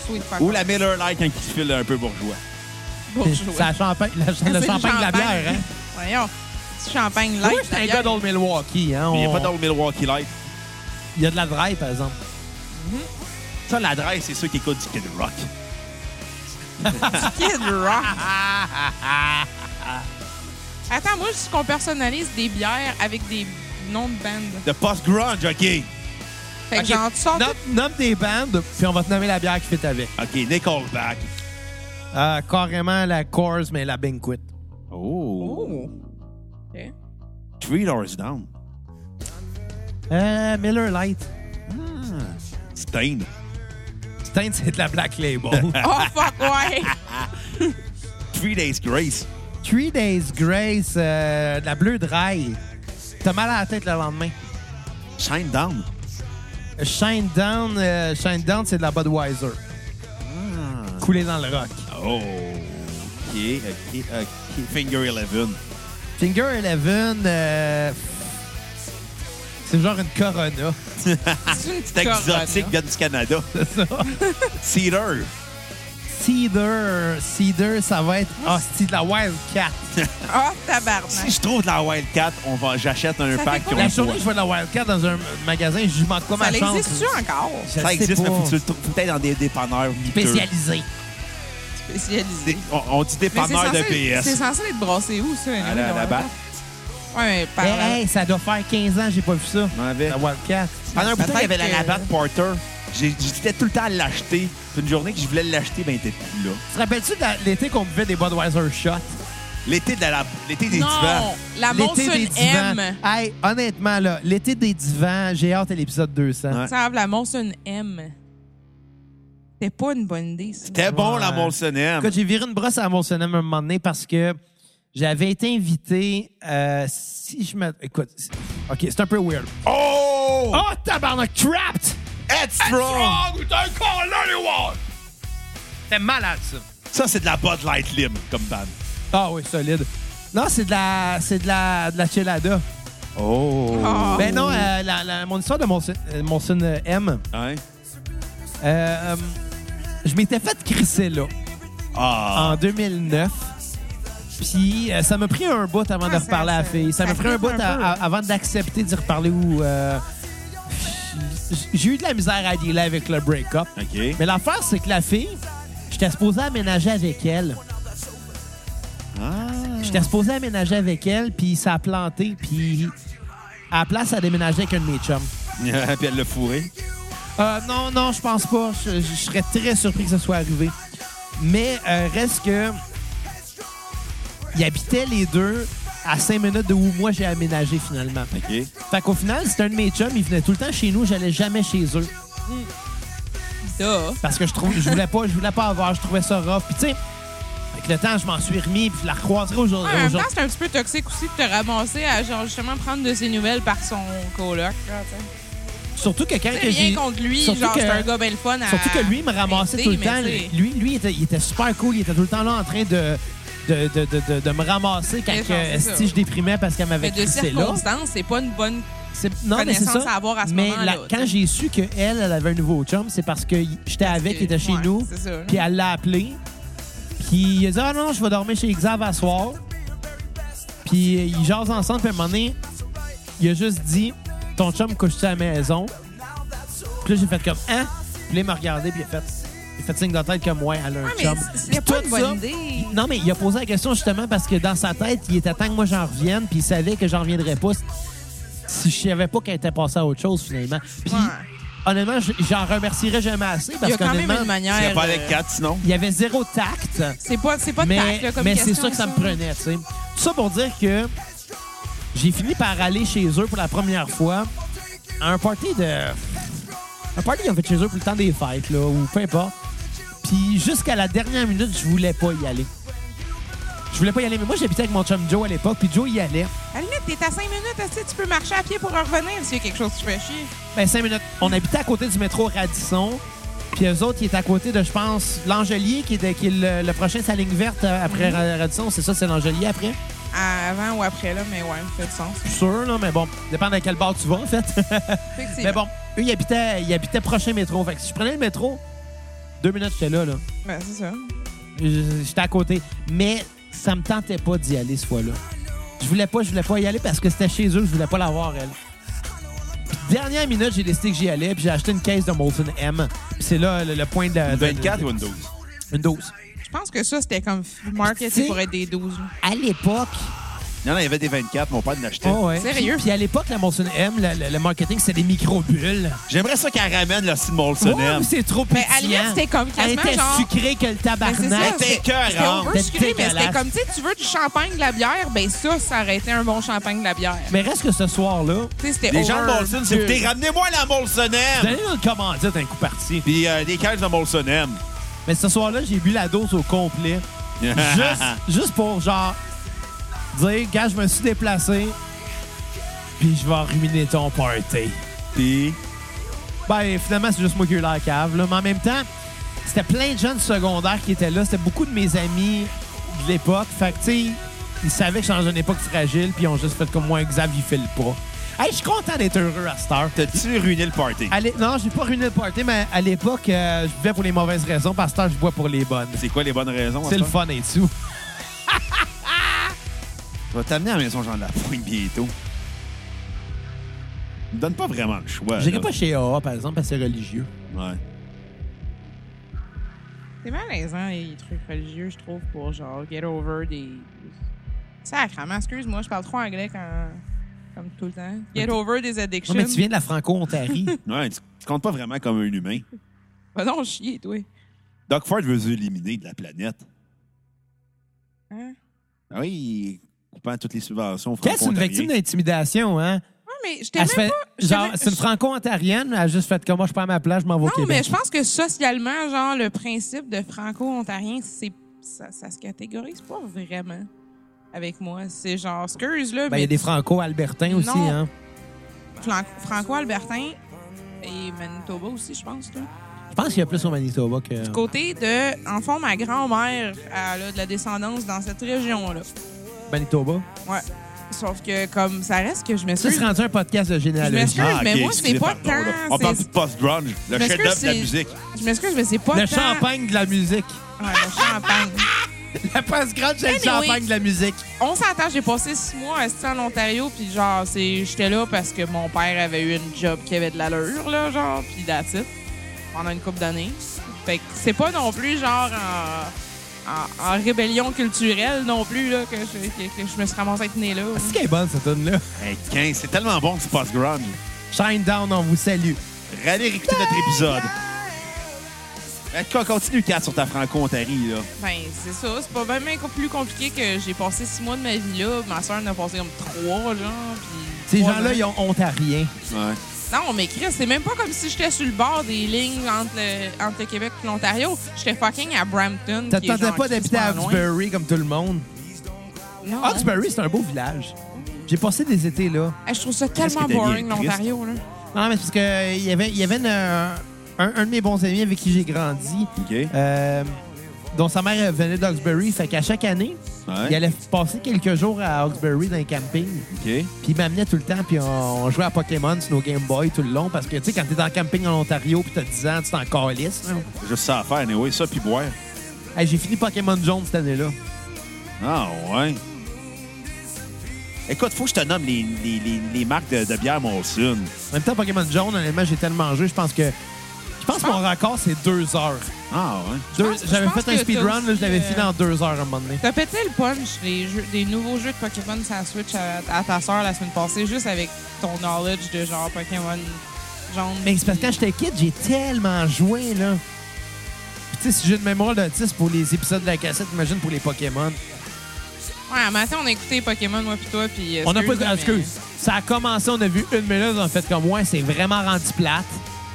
Speaker 3: sweet fuck.
Speaker 1: Ou la Miller Light quand ils se filent un peu bourgeois.
Speaker 3: bourgeois.
Speaker 2: C'est la champagne, la-
Speaker 3: [laughs] C'est
Speaker 2: le champagne de la bière, hein?
Speaker 3: Voyons. Du champagne light.
Speaker 2: Moi, je suis un gars d'Old Milwaukee, hein?
Speaker 1: Mais Il n'y a
Speaker 2: on-
Speaker 1: pas dans le Milwaukee Light.
Speaker 2: Il y a de la drive, par exemple.
Speaker 1: Ça, la drive, c'est ceux qui écoutent du Kid Rock.
Speaker 3: Kid Rock. Attends, moi, je suis qu'on personnalise des bières avec des noms de bandes.
Speaker 1: De post-grunge, OK.
Speaker 3: Fait que
Speaker 2: Ok,
Speaker 3: genre, tu sors
Speaker 2: Nomme, nomme des bandes, puis on va te nommer la bière qui fit avec.
Speaker 1: OK, Nickelback.
Speaker 2: Euh, carrément la Coors, mais la Banquet.
Speaker 1: Oh.
Speaker 3: Oh. OK.
Speaker 1: Three Doors Down.
Speaker 2: Euh, Miller Light.
Speaker 1: Stain.
Speaker 2: Stein, c'est de la Black [laughs] Label.
Speaker 3: Oh, fuck, ouais. [laughs]
Speaker 1: Three Days Grace.
Speaker 2: Three Days Grace, euh, de la Bleu Dry. T'as mal à la tête le lendemain.
Speaker 1: Shine Down.
Speaker 2: Shine Down, euh, Shine Down, c'est de la Budweiser.
Speaker 3: Ah.
Speaker 2: Coulée dans le rock.
Speaker 1: Oh. OK, OK, OK. Finger Eleven.
Speaker 2: Finger Eleven, euh, c'est genre une Corona.
Speaker 3: C'est une petite
Speaker 1: C'est exotique,
Speaker 3: Corona.
Speaker 1: vient du
Speaker 3: [laughs]
Speaker 1: Canada. Cedar.
Speaker 2: Cedar, Cedar, ça va être hostie de la Wildcat.
Speaker 3: Ah, tabarnak.
Speaker 1: Si je trouve de la Wildcat, on va, j'achète un
Speaker 3: Ça
Speaker 1: pack
Speaker 3: fait
Speaker 1: qu'on
Speaker 3: quoi?
Speaker 2: la
Speaker 1: voit.
Speaker 2: journée que je vois de la Wildcat dans un magasin, je manque quoi
Speaker 3: Ça
Speaker 2: ma chance.
Speaker 3: existe-tu encore?
Speaker 2: Je
Speaker 1: Ça
Speaker 2: sais
Speaker 1: existe, mais
Speaker 2: pas.
Speaker 1: faut que tu le trouves peut-être dans des dépanneurs miteux.
Speaker 2: Spécialisé.
Speaker 1: Des-
Speaker 3: Spécialisé.
Speaker 1: on, on dit
Speaker 3: Mais c'est
Speaker 1: dépanneur de
Speaker 3: censé- C'est
Speaker 1: PS.
Speaker 3: censé être brassé où, ça?
Speaker 1: À
Speaker 3: anyway,
Speaker 1: la-
Speaker 3: dans
Speaker 1: Là-bas.
Speaker 3: le- Ouais, mais par
Speaker 2: Hey,
Speaker 3: la-
Speaker 2: hey, ça doit faire 15 ans, j'ai pas vu ça.
Speaker 1: On avait-
Speaker 2: La Wildcat.
Speaker 1: Pendant un bout de temps, il y avait la
Speaker 3: Peut-être que-
Speaker 1: Labatt Porter. J'ai- J'hésitais tout le temps à l'acheter. Puis une journée que je voulais l'acheter, ben, il était plus là.
Speaker 2: Te rappelles-tu de la- l'été qu'on buvait des Budweiser Shots?
Speaker 1: L'été de la, l'été des divans.
Speaker 3: Non, la
Speaker 2: L'été
Speaker 3: Monson
Speaker 2: des divans.
Speaker 3: M.
Speaker 2: Hey, honnêtement, là, l'été des divans, j'ai hâte à l'épisode 200.
Speaker 1: Ouais.
Speaker 3: Ça la Monson M. C'était pas une bonne idée, ça.
Speaker 1: C'était bon, la
Speaker 2: Ouais.
Speaker 1: Molson M.
Speaker 2: Écoute, j'ai viré une brosse à Monsenheim un moment donné parce que j'avais été invité. euh, si je me. Écoute, c'est- OK, c'est un peu weird.
Speaker 1: Oh!
Speaker 2: Oh, tabarnak, trapped!
Speaker 1: Headstrong!
Speaker 2: C'était malade, ça.
Speaker 1: Ça, c'est de la Bud Light Lim comme band.
Speaker 2: Ah oui, solide. Non, c'est de la. C'est de la. De la chelada.
Speaker 1: Oh!
Speaker 3: Ah.
Speaker 2: Ben non, euh, la- la- mon histoire de Monson euh, Monson, euh, M.
Speaker 1: Hein?
Speaker 2: euh, euh, je m'étais fait crisser là
Speaker 1: Ah!
Speaker 2: en 2009. Puis euh, ça m'a pris un bout avant
Speaker 3: Ouais,
Speaker 2: de
Speaker 3: ça-
Speaker 2: reparler à la
Speaker 3: Ah, ça-
Speaker 2: fille. Ça
Speaker 3: ça
Speaker 2: m'a pris un
Speaker 3: coupe
Speaker 2: bout
Speaker 3: un
Speaker 2: à-
Speaker 3: peu.
Speaker 2: à- avant d'accepter d'y reparler où. euh, J'ai eu de la misère à dealer avec le break-up.
Speaker 1: OK.
Speaker 2: Mais l'affaire, c'est que la fille, j'étais supposé aménager avec elle.
Speaker 1: Ah. [laughs]
Speaker 3: Hmm.
Speaker 2: J'étais supposé aménager avec elle, puis ça a planté, puis à la place, ça a déménagé avec un de mes chums.
Speaker 1: Puis elle l'a fourré.
Speaker 2: Euh, non, non, je pense pas. Je, je serais très surpris que ça soit arrivé. Mais euh, reste que. Ils habitaient les deux à cinq minutes de où moi j'ai aménagé finalement.
Speaker 1: OK.
Speaker 2: Fait qu'au final, c'était un de mes chums, il venait tout le temps chez nous, j'allais jamais chez eux.
Speaker 3: Duh.
Speaker 2: Parce que je trouve, je voulais pas, je voulais pas avoir, je trouvais ça rough. Puis tu sais, avec le temps, je m'en suis remis, puis je la recroiserai
Speaker 3: Ouais,
Speaker 2: aujourd'hui.
Speaker 3: en même temps,
Speaker 2: aujourd'hui.
Speaker 3: c'est un petit peu toxique aussi de te ramasser à genre justement prendre de ses nouvelles par son coloc. là, tu sais.
Speaker 2: Surtout que quand que
Speaker 3: C'est
Speaker 2: j'ai.
Speaker 3: rien contre lui,
Speaker 2: surtout
Speaker 3: genre
Speaker 2: que-
Speaker 3: c'est un gars bien le fun à
Speaker 2: Surtout que lui, il me ramassait
Speaker 3: aider,
Speaker 2: tout le
Speaker 3: mais
Speaker 2: temps.
Speaker 3: tu sais.
Speaker 2: Lui, lui il, était, il était super cool. Il était tout le temps là en train de, de, de, de, de- de me ramasser quand
Speaker 3: Mais
Speaker 2: que,
Speaker 3: genre, c'est ça.
Speaker 2: esti, je déprimais parce qu'elle m'avait
Speaker 3: Mais de
Speaker 2: crissé là.
Speaker 3: circonstances, c'est pas une bonne.
Speaker 2: C'est- Non, mais c'est
Speaker 3: connaissance
Speaker 2: ça.
Speaker 3: à avoir à ce
Speaker 2: mais
Speaker 3: moment-là,
Speaker 2: la-
Speaker 3: tu sais.
Speaker 2: quand j'ai su qu'elle, elle avait un nouveau chum, c'est parce que y- j'étais avec, il était chez
Speaker 3: Ouais,
Speaker 2: nous.
Speaker 3: c'est ça.
Speaker 2: Puis elle l'a appelé. Puis il a dit Ah non, non, je vais dormir chez Xav à soir. Puis euh, ils jasent ensemble. Puis à un moment donné, il a juste dit Ton chum couche-tu à la maison Puis là, j'ai fait comme Hein Puis là, il m'a regardé. Puis il a fait, il a fait signe de la tête comme Ouais, elle a un
Speaker 3: Ah, mais
Speaker 2: chum.
Speaker 3: c'est- c'est
Speaker 2: Puis
Speaker 3: pas
Speaker 2: tout
Speaker 3: une bonne
Speaker 2: ça-
Speaker 3: idée.
Speaker 2: Non, mais il a posé la question justement parce que dans sa tête, il était temps que moi j'en revienne. Puis il savait que j'en reviendrais pas si- si je savais pas qu'elle était passée à autre chose finalement. Puis
Speaker 3: Ouais.
Speaker 2: honnêtement, je- j'en remercierais jamais assez
Speaker 3: Il
Speaker 2: parce
Speaker 3: y a quand même
Speaker 2: qu'honnêtement,
Speaker 3: une
Speaker 1: Tu serais
Speaker 3: manière.
Speaker 1: pas
Speaker 3: euh,
Speaker 1: avec 4 sinon?
Speaker 2: il y avait zéro tact,
Speaker 3: C'est pas, c'est pas de
Speaker 2: mais,
Speaker 3: tact, là, comme
Speaker 2: mais c'est
Speaker 3: question,
Speaker 2: ça que ça me prenait, tu sais. Tout ça pour dire que j'ai fini par aller chez eux pour la première fois à un party de. Un party qu'ils ont fait chez eux pour le temps des fêtes, là, ou peu importe. Puis jusqu'à la dernière minute, je voulais pas y aller. Je voulais pas y aller, mais moi j'habitais avec mon chum Joe à l'époque, puis Joe y allait.
Speaker 3: À la limite, t'es à 5 minutes, est-ce que tu peux marcher à pied pour en revenir s'il y a quelque chose qui te fait chier.
Speaker 2: Ben, cinq minutes. On habitait à côté du métro Radisson. Puis eux autres, ils étaient à côté de, je pense, l'Angelier, qui est, de- qui est le, le prochain sa ligne verte euh,
Speaker 3: Mhm.
Speaker 2: après Ra- Radisson. C'est ça, c'est l'Angelier après.
Speaker 3: À- Avant ou après, là, mais ouais, ça fait du sens.
Speaker 2: Je suis sûr, là, mais bon, dépend de quel bar tu vas, en [laughs] fait.
Speaker 3: Effectivement.
Speaker 2: mais bon, eux, ils habitaient, ils habitaient prochain métro. Fait que si je prenais le métro, deux minutes, j'étais là, là.
Speaker 3: Ben, c'est ça.
Speaker 2: Je- J'étais à côté. Mais ça me tentait pas d'y aller, ce fois-là. Je voulais pas, je voulais pas y aller parce que c'était chez eux, je voulais pas l'avoir, elle. Puis, dernière minute, j'ai décidé que j'y allais, puis j'ai acheté une caisse de Molson M. Puis c'est là le, le point de la.
Speaker 1: Une 24
Speaker 2: de-
Speaker 1: ou une 12?
Speaker 2: Une dose.
Speaker 3: Je pense que ça, c'était comme
Speaker 2: Tu sais-
Speaker 3: marketing pour être des 12. là.
Speaker 2: À l'époque.
Speaker 1: Non, non, il y avait des 24. Mon père en achetait.
Speaker 2: Oh, ouais.
Speaker 3: Sérieux?
Speaker 2: Puis, puis à l'époque, la Molson M, le, le- le marketing, c'était des micro-bulles.
Speaker 1: J'aimerais ça qu'elle ramène le site Molson
Speaker 2: Ouais,
Speaker 1: M.
Speaker 2: mais c'est trop
Speaker 3: Mais
Speaker 2: pétillant.
Speaker 3: à la limite, c'était comme
Speaker 2: Elle
Speaker 3: quasiment
Speaker 2: était
Speaker 3: genre-
Speaker 2: sucrée que le
Speaker 3: Ben, c'est ça,
Speaker 2: tabarnak.
Speaker 1: t'es
Speaker 3: c'est-
Speaker 1: écœurante.
Speaker 3: c'était over
Speaker 2: T'es
Speaker 3: sucré, mais c'était
Speaker 2: dégueulasse.
Speaker 3: comme, tu sais, tu veux du champagne, de la bière, ben ça, ça aurait été un bon champagne, de la bière.
Speaker 2: Mais reste que ce soir-là,
Speaker 3: Tu sais, c'était
Speaker 1: Les gens de
Speaker 3: over
Speaker 1: Molson, c'est
Speaker 3: good.
Speaker 1: écoutez, ramenez-moi la Molson M!
Speaker 2: donnez-nous le commandite un coup parti.
Speaker 1: Puis euh, des cages de Molson M.
Speaker 2: Mais ce soir-là, j'ai bu la dose au complet. juste, juste pour genre dire, gars, je me suis déplacé, puis je vais ruiner ton party.
Speaker 1: [laughs] Puis,
Speaker 2: Ben, finalement, c'est juste moi qui ai eu la cave, là. Mais en même temps, c'était plein de jeunes secondaires qui étaient là. C'était beaucoup de mes amis de l'époque. Fait que, tu sais, ils savaient que j'étais dans une époque fragile, puis ils ont juste fait comme moi, Xav, il fait le pas. Hey, je suis content d'être heureux à cette heure.
Speaker 1: t'as-tu ruiné le party?
Speaker 2: À l'é- Non, j'ai pas ruiné le party, mais à l'époque, euh, je buvais pour les mauvaises raisons, parce que cette heure, je bois pour les bonnes.
Speaker 1: C'est quoi les bonnes raisons?
Speaker 2: C'est le
Speaker 1: Antoine?
Speaker 2: fun et tout.
Speaker 1: Je vais t'amener à la maison Jean de la Fouine bientôt. Il me donne pas vraiment le choix.
Speaker 2: J'irai
Speaker 1: là.
Speaker 2: pas chez AA, par exemple, parce que c'est religieux.
Speaker 1: Ouais.
Speaker 3: C'est malaisant, les trucs religieux, je trouve, pour genre get over des. Sacrement, excuse-moi, je parle trop anglais quand. Comme tout le temps. Get over des addictions.
Speaker 2: Non, mais tu viens de la
Speaker 3: [laughs]
Speaker 2: Franco-Ontarie.
Speaker 1: Ouais, tu, tu comptes pas vraiment comme un humain.
Speaker 3: Va donc chier, toi.
Speaker 1: Doc Ford veut se éliminer de la planète.
Speaker 3: Hein?
Speaker 1: Ah oui, coupant toutes les subventions.
Speaker 2: Qu'est-ce que c'est une victime d'intimidation, hein?
Speaker 3: Non, mais je
Speaker 2: Elle
Speaker 3: même
Speaker 2: se fait-
Speaker 3: pas. j'étais
Speaker 2: genre,
Speaker 3: même-
Speaker 2: c'est une franco-ontarienne, elle a juste fait comme moi, je prends ma place, je m'en vais au
Speaker 3: Non, mais
Speaker 2: Québec.
Speaker 3: je pense que socialement, genre, le principe de franco-ontarien, c'est ça, ça se catégorise pas vraiment avec moi. C'est genre, excuse, là,
Speaker 2: Ben, il y a
Speaker 3: mais
Speaker 2: des franco-albertains aussi,
Speaker 3: Non.
Speaker 2: hein?
Speaker 3: flan- franco-albertain et Manitoba aussi, je pense, là.
Speaker 2: Je pense qu'il y a plus au Manitoba que.
Speaker 3: Du côté de, en fond, ma grand-mère, elle a de la descendance dans cette région-là.
Speaker 2: Manitoba.
Speaker 3: Ouais. Sauf que, comme, ça reste que je
Speaker 2: Ça,
Speaker 3: m'excuse.
Speaker 2: c'est rendu un podcast de généalogie.
Speaker 3: m'excuse.
Speaker 1: Ah,
Speaker 3: Ah, mais moi, c'est pas
Speaker 1: tant...
Speaker 3: tant,
Speaker 1: On
Speaker 3: c'est-
Speaker 1: parle du post-grunge, le
Speaker 3: m'excuse,
Speaker 1: chef-d'œuvre de la
Speaker 3: c'est-
Speaker 1: musique.
Speaker 3: Je m'excuse, mais c'est pas
Speaker 2: Ah, Le
Speaker 3: tant-
Speaker 2: champagne de la musique.
Speaker 3: Ouais, le champagne.
Speaker 2: [laughs] La passe grande, j'ai le
Speaker 3: Anyway.
Speaker 2: champagne de la musique.
Speaker 3: On s'entend, j'ai passé six mois à en Ontario, puis genre, c'est, j'étais là parce que mon père avait eu une job qui avait de l'allure, là, genre, puis that's it, pendant une couple d'années. Fait que c'est pas non plus, genre, en, en- en rébellion culturelle non plus, là, que je, que, que je me suis ramassée à être née là.
Speaker 2: C'est qu'elle est bonne, cette tune là
Speaker 1: Hey, 15, c'est tellement bon que tu passes grunge.
Speaker 2: Shine Down, on vous salue.
Speaker 1: Allez écouter notre épisode. Hey, co- Continue, 4 sur ta franco-ontarie, là.
Speaker 3: Ben, c'est ça, c'est pas même plus compliqué que j'ai passé six mois de ma vie là. Ma soeur en a passé comme trois, genre, puis...
Speaker 2: Ces
Speaker 3: trois
Speaker 2: gens-là,
Speaker 3: ans.
Speaker 2: ils ont honte à rien.
Speaker 1: Ouais.
Speaker 3: Non, mais Chris, c'est même pas comme si j'étais sur le bord des lignes entre le, entre le Québec et l'Ontario. J'étais fucking à Brampton.
Speaker 2: Ça
Speaker 3: qui
Speaker 2: te
Speaker 3: est
Speaker 2: tentait
Speaker 3: genre
Speaker 2: pas d'habiter à
Speaker 3: crissement loin.
Speaker 2: Hawkesbury comme tout le monde?
Speaker 3: Non. hein?
Speaker 2: Hawkesbury, c'est un beau village. J'ai passé des étés là.
Speaker 3: Hey, je trouve ça tellement
Speaker 1: que t'as
Speaker 3: boring,
Speaker 1: bien, Chris?
Speaker 3: l'Ontario. là.
Speaker 2: Non, mais c'est parce que il y avait, il y avait une, euh, un, un de mes bons amis avec qui j'ai grandi,
Speaker 1: OK.
Speaker 2: euh, dont sa mère elle venait d'Hawkesbury. Fait qu'à chaque année, il
Speaker 1: Ouais.
Speaker 2: allait passer quelques jours à Hawkesbury dans les campings.
Speaker 1: OK.
Speaker 2: Puis il m'amenait tout le temps, puis on, on jouait à Pokémon sur nos Game Boy tout le long. Parce que, tu sais, quand t'es en camping en Ontario, puis t'as 10 ans, tu t'en calisses. là.
Speaker 1: Juste ça à faire, anyway, ça, puis boire.
Speaker 2: Hey, J'ai fini Pokémon Jaune cette année-là.
Speaker 1: Ah, ouais. Écoute, faut que je te nomme les, les, les, les marques de, de bière Molson.
Speaker 2: En même temps, Pokémon Jaune, honnêtement, j'ai tellement joué, je pense que. Je pense que mon record, c'est deux heures.
Speaker 1: Ah, ouais.
Speaker 2: Deux-
Speaker 3: pense- je
Speaker 2: J'avais
Speaker 3: pense
Speaker 2: fait un
Speaker 3: que t'as
Speaker 2: speedrun, là, je
Speaker 3: aussi,
Speaker 2: l'avais
Speaker 3: euh,
Speaker 2: fini en deux heures à un moment donné.
Speaker 3: T'as pété le punch des, jeux- des nouveaux jeux de Pokémon sur la Switch à, à ta soeur la semaine passée, juste avec ton knowledge de genre Pokémon jaune.
Speaker 2: Mais c'est parce que quand j'étais kid, j'ai tellement joué, là. Puis, tu sais, si j'ai une mémoire d'autiste pour les épisodes de la cassette, imagine pour les Pokémon.
Speaker 3: Ouais, à matin, on a écouté Pokémon, moi puis toi, puis... euh,
Speaker 2: On n'a pas.
Speaker 3: excuse, là, mais-
Speaker 2: Excuse. Ça a commencé, on a vu une minute, on a fait comme, ouais, c'est vraiment rendu plate.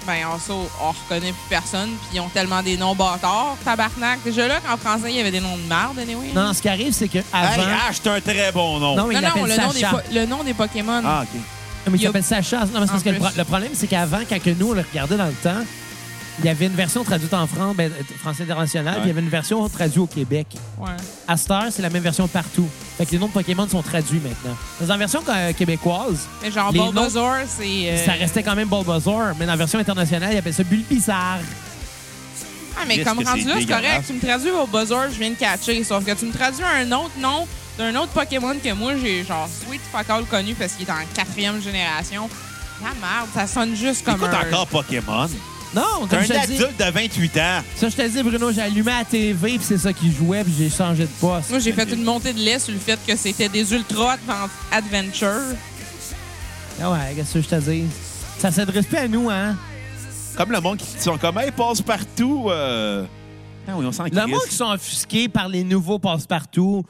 Speaker 3: Ben, en soi, on reconnaît plus personne, puis ils ont tellement des noms bâtards, tabarnak. Déjà là, qu'en français, il y avait des noms de marde, anyway.
Speaker 2: Non, non, ce qui arrive, c'est que
Speaker 1: Hey,
Speaker 2: avant.
Speaker 1: ah, c'est un très bon nom.
Speaker 2: non, mais
Speaker 3: Non,
Speaker 2: il
Speaker 3: non,
Speaker 2: l'appelle
Speaker 3: le nom, des
Speaker 2: Sacha.
Speaker 3: po- le nom des Pokémon.
Speaker 1: Ah, OK.
Speaker 2: Non, mais
Speaker 3: Il y
Speaker 2: il
Speaker 3: a-
Speaker 2: s'appelle Sacha. Non, mais c'est
Speaker 3: En
Speaker 2: parce que le, pro-
Speaker 3: plus.
Speaker 2: le problème, c'est qu'avant, quand que nous, on le regardait dans le temps, il y avait une version traduite en France, ben, euh, français international,
Speaker 1: Ouais.
Speaker 2: puis il y avait une version traduite au Québec.
Speaker 3: Ouais.
Speaker 2: À cette heure, c'est la même version partout. Fait que les noms de Pokémon sont traduits maintenant. Dans la version euh, québécoise,
Speaker 3: Mais genre,
Speaker 2: Les
Speaker 3: Bulbasaur, c'est. euh,
Speaker 2: ça restait quand même Bulbasaur, mais dans la version internationale, ils appellent ça Bulbizarre.
Speaker 3: Ah, mais comme
Speaker 1: Qu'est-ce que
Speaker 3: rendu
Speaker 1: c'est
Speaker 3: là, c'est correct.
Speaker 1: dégueulasse.
Speaker 3: Tu me traduis Bulbasaur, je viens de catcher. Sauf que tu me traduis un autre nom d'un autre Pokémon que moi, j'ai genre Sweet Fuck All connu parce qu'il est en quatrième génération. La merde, ça sonne juste comme
Speaker 1: Écoute
Speaker 3: un.
Speaker 1: encore Pokémon.
Speaker 2: Non,
Speaker 1: T'es
Speaker 2: comme
Speaker 1: un
Speaker 2: je te dis,
Speaker 1: adulte de 28 ans.
Speaker 2: ça je te dis, Bruno, j'ai allumé la TV, puis c'est ça qui jouait, puis j'ai changé de poste.
Speaker 3: Moi, j'ai fait une montée de lait sur le fait que c'était des Ultra Advan- Adventure.
Speaker 2: Ah ouais, qu'est-ce que je te dis? Ça s'adresse plus à nous, hein?
Speaker 1: Comme le monde qui sont comme, hey, passe partout. Euh... Ah oui, on s'en
Speaker 2: Le
Speaker 1: crisse.
Speaker 2: monde qui sont offusqués par les nouveaux passe-partout,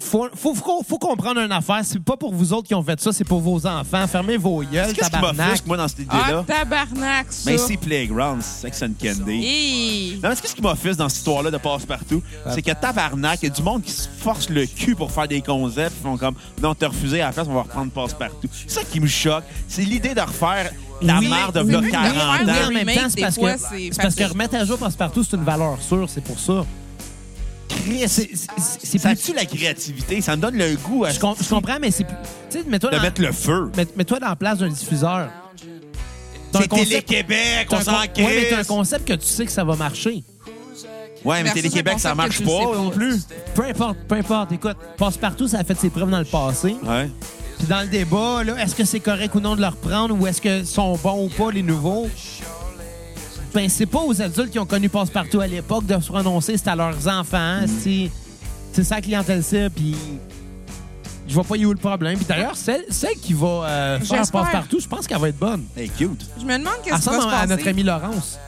Speaker 2: faut, faut, faut, faut comprendre une affaire. C'est pas pour vous autres qui ont fait ça, c'est pour vos enfants. Fermez vos gueules,
Speaker 1: Qu'est-ce qui
Speaker 2: tabarnak.
Speaker 1: m'offusque, moi, dans cette idée-là?
Speaker 3: Ah, tabarnak, ça.
Speaker 1: Mais
Speaker 2: Ben,
Speaker 1: c'est Playground, Sex and Candy.
Speaker 3: Hey!
Speaker 1: Non, mais qu'est-ce qui m'offusque dans cette histoire-là de passe-partout? C'est que tabarnak, il y a du monde qui se force le cul pour faire des concepts, puis font comme, non, t'as refusé à la place, on va reprendre passe-partout. C'est ça qui me choque. C'est l'idée de refaire la
Speaker 2: Oui,
Speaker 1: merde de
Speaker 2: oui,
Speaker 1: v'là
Speaker 2: oui,
Speaker 1: 40
Speaker 3: oui,
Speaker 1: ans.
Speaker 2: Mais en
Speaker 3: Le
Speaker 2: même
Speaker 3: remake,
Speaker 2: temps, c'est
Speaker 3: des
Speaker 2: parce,
Speaker 3: fois,
Speaker 2: que,
Speaker 3: c'est
Speaker 2: c'est parce que
Speaker 3: facile.
Speaker 2: remettre à jour passe-partout, c'est une valeur sûre, c'est pour ça. Chris, c'est- c'est- c'est
Speaker 1: Ça
Speaker 2: plus-
Speaker 1: tue la créativité, ça me donne le goût à
Speaker 2: Je, com- je comprends, mais c'est plus. Tu sais, mets-toi
Speaker 1: de
Speaker 2: dans,
Speaker 1: mettre le feu.
Speaker 2: mets- mets-toi dans la place d'un diffuseur. T'as un
Speaker 1: C'est
Speaker 2: concept-
Speaker 1: Télé-Québec,
Speaker 2: t'as
Speaker 1: on
Speaker 2: un con-
Speaker 1: s'en
Speaker 2: Ouais, mais t'as un
Speaker 1: crisse.
Speaker 2: concept que tu sais que ça va marcher.
Speaker 1: Ouais, mais
Speaker 3: Versus
Speaker 1: Télé-Québec,
Speaker 3: un
Speaker 1: ça marche
Speaker 3: concept
Speaker 1: pas
Speaker 3: que tu sais pas.
Speaker 1: non plus.
Speaker 2: Peu importe, peu importe. Écoute, passe-partout, ça a fait ses preuves dans le passé.
Speaker 1: Ouais.
Speaker 2: Puis dans le débat, là, est-ce que c'est correct ou non de le reprendre ou est-ce que sont bons ou pas les nouveaux? Ben, c'est pas aux adultes qui ont connu Passe-Partout à l'époque de se prononcer, c'est à leurs enfants. hein, si. C'est ça la clientèle cible, puis je vois pas où est le problème. Puis d'ailleurs, celle, celle qui va euh, faire
Speaker 3: J'espère.
Speaker 2: Passe-Partout, je pense qu'elle va être bonne.
Speaker 1: Hey, cute.
Speaker 3: Je me demande
Speaker 2: Elle
Speaker 3: qu'est-ce qui va
Speaker 2: ressemble
Speaker 3: se
Speaker 2: à, à
Speaker 3: passer.
Speaker 2: notre amie Laurence.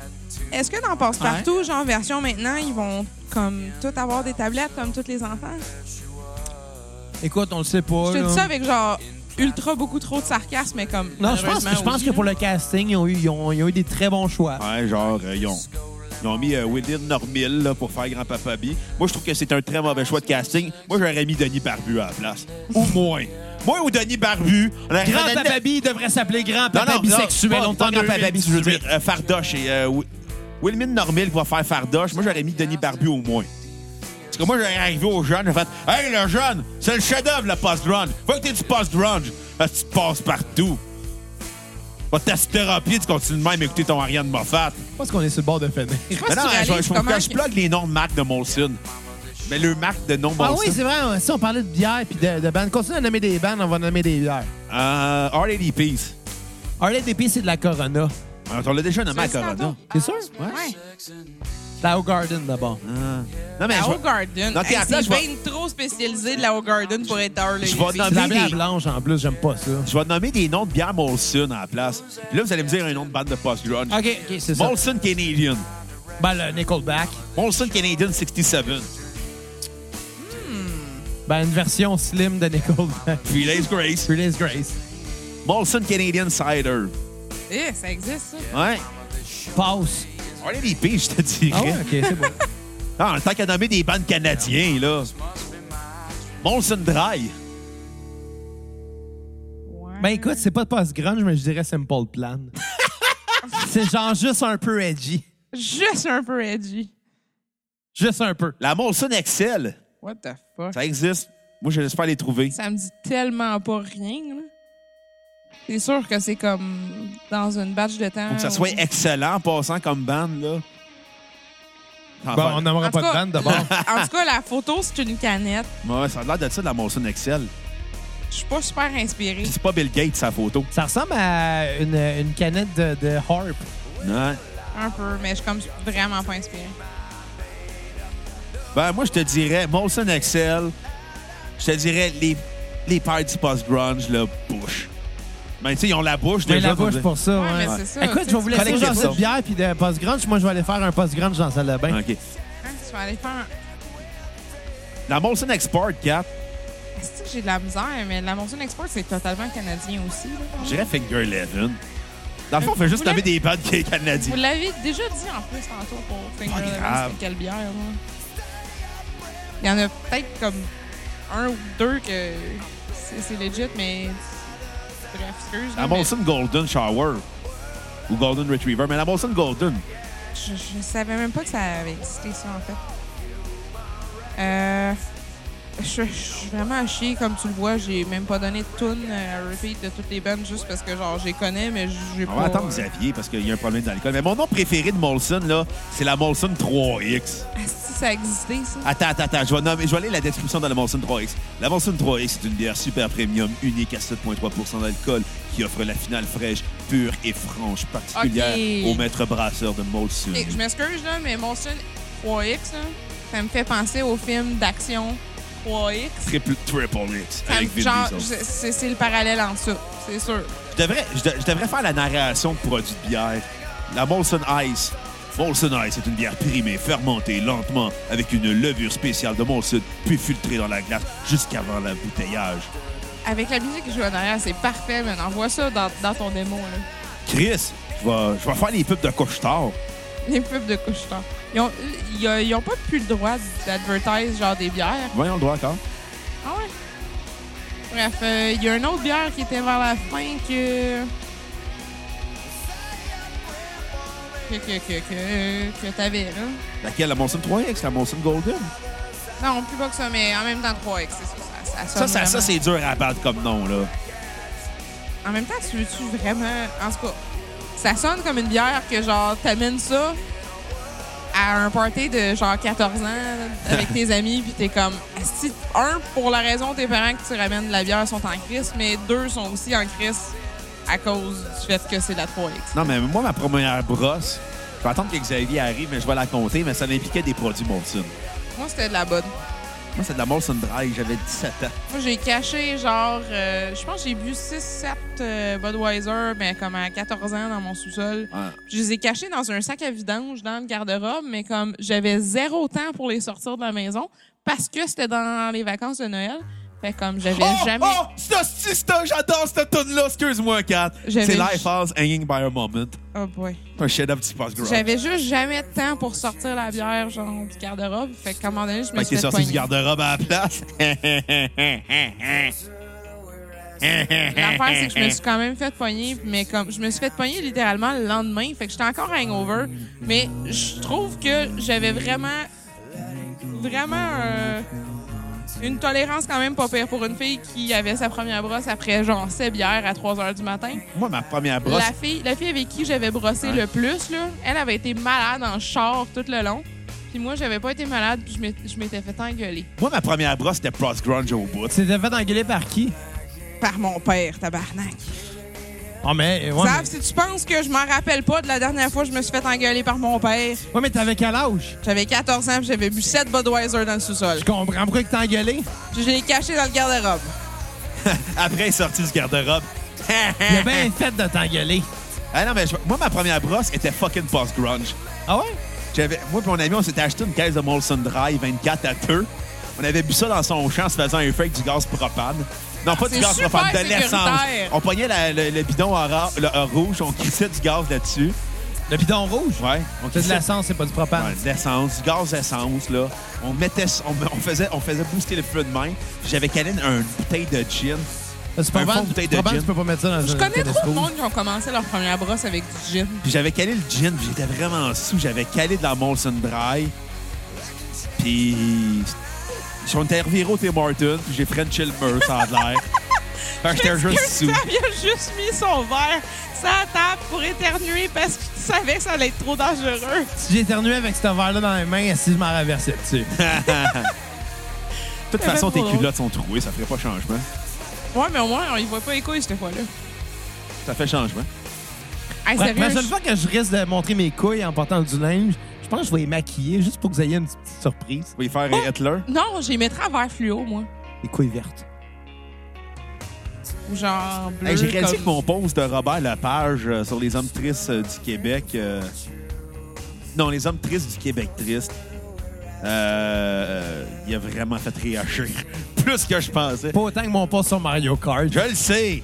Speaker 3: Est-ce que dans Passe-Partout, genre version maintenant, ils vont comme tout avoir des tablettes comme tous les enfants?
Speaker 2: Écoute, on le sait pas.
Speaker 3: Je te
Speaker 2: là.
Speaker 3: dis ça avec genre ultra beaucoup trop de sarcasme, mais comme.
Speaker 2: Non, je pense, je
Speaker 3: malheureusement,
Speaker 2: pense
Speaker 3: oui.
Speaker 2: que pour le casting, ils ont eu, ils ont- ils ont eu des très bons choix.
Speaker 1: Ouais, genre, euh, ils, ont, ils ont mis euh, William Normil là, pour faire Grand-Papa B. Moi, je trouve que c'est un très mauvais choix de casting. Moi, j'aurais mis Denis Barbu à la place. Ou moins. Moi ou Denis Barbu. on aurait
Speaker 2: Grand
Speaker 1: donné-
Speaker 2: Papa Bi devrait s'appeler Grand Papa
Speaker 1: non,
Speaker 2: bisexuel.
Speaker 1: pas-
Speaker 2: on
Speaker 1: pas
Speaker 2: t'en a
Speaker 1: Grand-Papa
Speaker 2: eu
Speaker 1: Bi,
Speaker 2: une
Speaker 1: je veux dire
Speaker 2: suite.
Speaker 1: euh, Fardoche et euh, Wi- Wilhelmine Normil qui va faire Fardoche. Moi, j'aurais mis Denis Barbu au moins. Parce que moi, j'aurais arrivé aux jeunes, j'aurais fait Hey, le jeune, c'est le chef-d'œuvre, le post-grunge. Faut que t'aies du post-grunge. Parce que tu passes partout. Va t'astéropier, tu continues de même à écouter ton Ariane Moffat.
Speaker 2: Je pense qu'on est sur le bord de finir.
Speaker 3: Je sais pas
Speaker 1: Mais
Speaker 3: si
Speaker 1: non,
Speaker 3: tu
Speaker 1: je,
Speaker 3: réalises
Speaker 1: je, faut
Speaker 3: comment
Speaker 1: que je
Speaker 3: que-
Speaker 1: plug les noms de marques de Molson. Mais le marque de non bon
Speaker 2: Ah oui,
Speaker 1: sens.
Speaker 2: c'est vrai. Si on parlait de bière puis de, de bandes, continue à nommer des bandes, on va nommer des bières.
Speaker 1: Euh, R.A.D. Peace.
Speaker 2: Harley DP, c'est de la Corona.
Speaker 1: Alors, On l'a déjà nommé à
Speaker 3: C'est
Speaker 1: Corona.
Speaker 3: tantôt.
Speaker 2: T'es sûr?
Speaker 3: Ouais.
Speaker 2: C'est La Garden, d'abord.
Speaker 1: Ah. Non, mais
Speaker 3: La
Speaker 1: je vais-
Speaker 3: Garden.
Speaker 1: Non, ok, après,
Speaker 3: c'est
Speaker 1: je vais-
Speaker 3: bien trop spécialisé de la Garden pour être Harley.
Speaker 1: Je vais
Speaker 2: C'est de la
Speaker 1: nommer
Speaker 2: bière
Speaker 1: des-
Speaker 2: blanche, en plus. J'aime pas ça.
Speaker 1: je vais nommer des noms de bières Molson à la place. Puis là, vous allez me dire un nom de bande de post-grunge.
Speaker 2: OK, OK, c'est Ah, ça.
Speaker 1: Molson Canadian.
Speaker 2: Ben, le Nickelback.
Speaker 1: Molson Canadian 67.
Speaker 2: Ben, une version slim de Nickelback. [laughs]
Speaker 1: Puis Lace Grace.
Speaker 2: Release Grace.
Speaker 1: Molson Canadian Cider.
Speaker 3: Eh, ça existe, ça.
Speaker 1: Ouais.
Speaker 2: Passe.
Speaker 1: R.A.D. Peace, je te dirais.
Speaker 2: Ah ouais, OK, c'est bon.
Speaker 1: Ah, tant qu'à nommer des bandes canadiens, là. Molson Dry.
Speaker 3: Ouais.
Speaker 2: [laughs] ben, écoute, c'est pas de post-grunge, mais je dirais Simple [laughs] Plan. c'est genre juste un peu edgy.
Speaker 3: Juste un peu edgy.
Speaker 2: Juste un peu.
Speaker 1: La Molson Excel.
Speaker 3: What the fuck?
Speaker 1: Ça existe. Moi, j'espère les trouver.
Speaker 3: Ça me dit tellement pas rien, là. C'est sûr que c'est comme dans une batch de temps.
Speaker 1: Faut que ça
Speaker 3: où-
Speaker 1: soit excellent en passant comme bande, là. T'en
Speaker 2: Bon, Ben, on
Speaker 3: En
Speaker 2: n'aimera
Speaker 3: tout
Speaker 2: pas de
Speaker 3: cas-
Speaker 2: bande, d'abord.
Speaker 3: [laughs] En tout cas, la photo, c'est une canette.
Speaker 1: Ouais, ça a l'air de ça, de la Molson Excel.
Speaker 3: Je suis pas super inspirée.
Speaker 1: Puis c'est pas Bill Gates, sa photo.
Speaker 2: Ça ressemble à une, une canette de, de harp.
Speaker 1: Non.
Speaker 3: Un peu, mais je suis comme vraiment pas inspirée.
Speaker 1: Ben, moi, je te dirais Molson Excel. Je te dirais les, les pères du post-grunge, là, Bush. Ben, tu sais, ils ont la bouche
Speaker 2: Mais
Speaker 1: déjà.
Speaker 2: la
Speaker 1: faut
Speaker 2: bouche
Speaker 1: dire.
Speaker 2: pour ça.
Speaker 3: Ouais,
Speaker 2: ouais.
Speaker 3: mais c'est ça.
Speaker 2: Écoute, je vais vous laisser
Speaker 1: Collectif,
Speaker 2: genre
Speaker 1: ça.
Speaker 2: cette bière puis de post-grunge. Moi, je vais aller faire un post-grunge dans la salle de bain.
Speaker 1: OK.
Speaker 3: Hein, tu vas aller faire un...
Speaker 1: La Molson Export 4,
Speaker 3: Est-ce que j'ai de la misère, mais la Monsoon Export, c'est totalement canadien aussi. là, quand même.
Speaker 1: je dirais Finger Eleven. Dans le fond, on fait juste
Speaker 3: Vous
Speaker 1: nommer
Speaker 3: l'avez-
Speaker 1: des bandes qui-
Speaker 3: Vous
Speaker 1: canadiens.
Speaker 3: l'avez déjà dit en plus tantôt pour Finger
Speaker 1: Pas
Speaker 3: Eleven,
Speaker 1: grave.
Speaker 3: c'est quelle bière, là. Il y en a peut-être comme un ou deux que c'est c'est legit, mais... Bref, excuse.
Speaker 1: La
Speaker 2: Ah,
Speaker 3: là, mais
Speaker 1: Molson Golden Shower. Ou Golden Retriever. Mais la Molson Golden.
Speaker 3: je, je savais même pas que ça avait existé, ça, en fait. Euh... Je, je suis vraiment à chier, comme tu le vois. J'ai même pas donné de tune euh, à repeat de toutes les bandes juste parce que, genre, je les connais, mais j'ai pas...
Speaker 1: On va attendre Xavier parce qu'il y a un problème d'alcool. Mais mon nom préféré de Molson, là, c'est la Molson 3X.
Speaker 3: Ah, si ça existait, ça.
Speaker 1: Attends, attends, attends. Je vais, nommer- je vais aller la description de la Molson 3X. La Molson 3X est une bière super premium, unique à 7,3 d'alcool, qui offre la finale fraîche, pure et franche, particulière
Speaker 3: Ok.
Speaker 1: au maître brasseur de Molson.
Speaker 3: Ok, je m'excuse, là, mais Monsoon 3X, là, ça me fait penser au film d'action 3X.
Speaker 1: Triple, triple X.
Speaker 3: Ça me-
Speaker 1: avec Vin
Speaker 3: genre,
Speaker 1: Diesel.
Speaker 3: je- c'est c'est le parallèle en ça, c'est sûr.
Speaker 1: Je devrais, je, de- je devrais faire la narration de produits de bière. La Molson Ice. Molson Ice est une bière périmée, fermentée lentement, avec une levure spéciale de Molson, puis filtrée dans la glace jusqu'avant l'embouteillage.
Speaker 3: Avec la musique que je joue en arrière, c'est parfait, mais envoie ça dans, dans ton démo. Là.
Speaker 1: Chris, je vais, je vais faire les pubs de Couche-Tard.
Speaker 3: Les pubs de couche Ils ont, ils, ont- ils ont pas plus le droit d'advertise genre des bières.
Speaker 1: Voyons le droit encore.
Speaker 3: Ah ouais? Bref, euh, il y a une autre bière qui était vers la fin que. que, que, que, que, que t'avais, là.
Speaker 1: Laquelle? La Molson 3X, la Molson Golden?
Speaker 3: Non, plus bas que ça, mais en même temps 3X, c'est ça. Ça,
Speaker 1: Ça,
Speaker 3: ça, sonne
Speaker 1: ça, ça,
Speaker 3: vraiment.
Speaker 1: c'est dur à battre comme nom, là.
Speaker 3: En même temps, tu veux-tu vraiment. En tout cas, ça sonne comme une bière que, genre, t'amènes ça à un party de, genre, 14 ans avec tes amis, puis t'es comme. Si, un, pour la raison tes parents que tu ramènes de la bière sont en crise, mais deux sont aussi en crise à cause du fait que c'est de la 3X.
Speaker 1: Non, mais moi, ma première brosse, je vais attendre que Xavier arrive, mais je vais la compter, mais ça impliquait des produits Molson.
Speaker 3: Moi, c'était de la bonne.
Speaker 1: Moi, c'est de la Molson Dry, j'avais 17 ans.
Speaker 3: Moi, j'ai caché, genre, euh, je pense que j'ai bu 6-7 euh, Budweiser, mais comme à 14 ans dans mon sous-sol.
Speaker 1: Ouais.
Speaker 3: Je les ai cachés dans un sac à vidange dans le garde-robe, mais comme j'avais zéro temps pour les sortir de la maison parce que c'était dans les vacances de Noël. Fait comme j'avais
Speaker 1: Oh,
Speaker 3: jamais.
Speaker 1: oh, c'est c'est- c'est- j'adore cette tune là excuse-moi, Kat.
Speaker 3: J'avais
Speaker 1: C'est
Speaker 3: ju-
Speaker 1: Life House Hanging by a Moment.
Speaker 3: Oh boy.
Speaker 1: Un chef-d'œuvre qui passe gros.
Speaker 3: J'avais juste jamais de temps pour sortir la bière, genre, du garde-robe. Fait qu'à un moment donné, je me
Speaker 1: Fait qu'il
Speaker 3: suis
Speaker 1: est
Speaker 3: fait
Speaker 1: sorti du
Speaker 3: poigner.
Speaker 1: garde-robe à la place. [laughs]
Speaker 3: L'affaire, c'est que je me suis quand même fait poigner, mais comme je me suis fait poigner littéralement le lendemain, fait que j'étais encore hangover, mais je trouve que j'avais vraiment, vraiment euh, une tolérance quand même pas pire pour une fille qui avait sa première brosse après genre 7 bières à 3 heures du matin.
Speaker 1: Moi, ma première brosse,
Speaker 3: La fille, la fille avec qui j'avais brossé le plus, là, elle avait été malade en char tout le long. Puis moi, j'avais pas été malade, puis je m'étais- je m'étais fait engueuler.
Speaker 1: Moi, ma première brosse, c'était Prost Grunge au bout.
Speaker 2: Tu t'es fait engueuler par qui?
Speaker 3: Par mon père, tabarnak.
Speaker 2: Oh, mais. Ouais,
Speaker 3: Sav, si tu penses que je m'en rappelle pas de la dernière fois que je me suis fait engueuler par mon père,
Speaker 2: mais, ouais, mais t'avais quel âge?
Speaker 3: j'avais 14 ans, puis j'avais bu 7 Budweiser dans le sous-sol.
Speaker 2: Je comprends pourquoi que t'as engueulé.
Speaker 3: Puis je l'ai caché dans le garde-robe.
Speaker 1: Après, il est sorti du garde-robe.
Speaker 2: Il a
Speaker 3: [laughs]
Speaker 2: bien fait de t'engueuler.
Speaker 1: ah non, mais je- moi, ma première brosse était fucking Post Grunge.
Speaker 2: Ah ouais?
Speaker 1: J'avais, moi et mon ami, on s'était acheté une caisse de Molson Dry 24 à 2. On avait bu ça dans son champ en se faisant un feu avec du gaz propane. Non, pas
Speaker 3: Ah, c'est
Speaker 1: du gaz
Speaker 3: super
Speaker 1: propane, de
Speaker 3: sécuritaire.
Speaker 1: l'essence. On pognait la- le, le bidon en ra- le- en rouge, on crissait du gaz là-dessus.
Speaker 2: Le bidon rouge?
Speaker 1: Ouais. On
Speaker 2: C'est de
Speaker 1: crissait-
Speaker 2: l'essence, c'est pas du propane.
Speaker 1: Ouais, de l'essence, du gaz essence, là. On mettait, on, on faisait, on faisait booster le feu de main. J'avais calé une bouteille de gin.
Speaker 2: C'est pas
Speaker 1: Un
Speaker 2: mal-
Speaker 1: fond de bouteille de
Speaker 2: probable
Speaker 1: gin.
Speaker 2: que tu peux pas mettre ça dans
Speaker 3: Je
Speaker 2: un
Speaker 3: connais
Speaker 2: un
Speaker 3: trop de
Speaker 2: rouge.
Speaker 3: monde qui ont commencé leur première brosse avec du gin.
Speaker 1: Puis j'avais calé le gin, puis j'étais vraiment sous. J'avais calé de la Molson Dry. Puis on était reviré au Tim Martin, puis j'ai Frenché le mur, ça a l'air. Fait que j'étais juste
Speaker 3: Est-ce que
Speaker 1: sous.
Speaker 3: Sav, il a juste mis son verre sur la table pour éternuer parce qu'il savait que ça allait être trop dangereux.
Speaker 2: Si j'éternuais avec ce verre-là dans les mains, si je m'en renversais
Speaker 3: [laughs]
Speaker 1: De
Speaker 2: dessus.
Speaker 1: toute
Speaker 3: Ça
Speaker 1: façon,
Speaker 3: fait
Speaker 1: tes
Speaker 3: trop drôle.
Speaker 1: culottes sont trouées, ça ferait pas changement.
Speaker 3: Ouais, mais au moins, on y voit pas les couilles cette fois-là.
Speaker 1: Ça fait changement.
Speaker 3: Hey,
Speaker 2: Ouais,
Speaker 3: sérieux,
Speaker 2: La seule
Speaker 3: je-
Speaker 2: fois que je risque de montrer mes couilles en portant du linge, je pense que je vais les maquiller juste pour que vous ayez une petite surprise.
Speaker 1: Tu vas y faire
Speaker 3: Oh!
Speaker 1: un Hitler.
Speaker 3: Non, j'y mettrais un verre fluo, moi.
Speaker 2: Les couilles vertes.
Speaker 3: Ou genre bleu.
Speaker 1: Hey, j'ai réalisé
Speaker 3: Euh, comme-
Speaker 1: que mon post de Robert Lepage euh, sur les hommes tristes euh, du Québec. euh, Non, les hommes tristes du Québec triste. euh, euh, il a vraiment fait réagir. [laughs] Plus que je pensais.
Speaker 2: Pas autant que mon poste sur Mario Kart.
Speaker 1: Je le sais.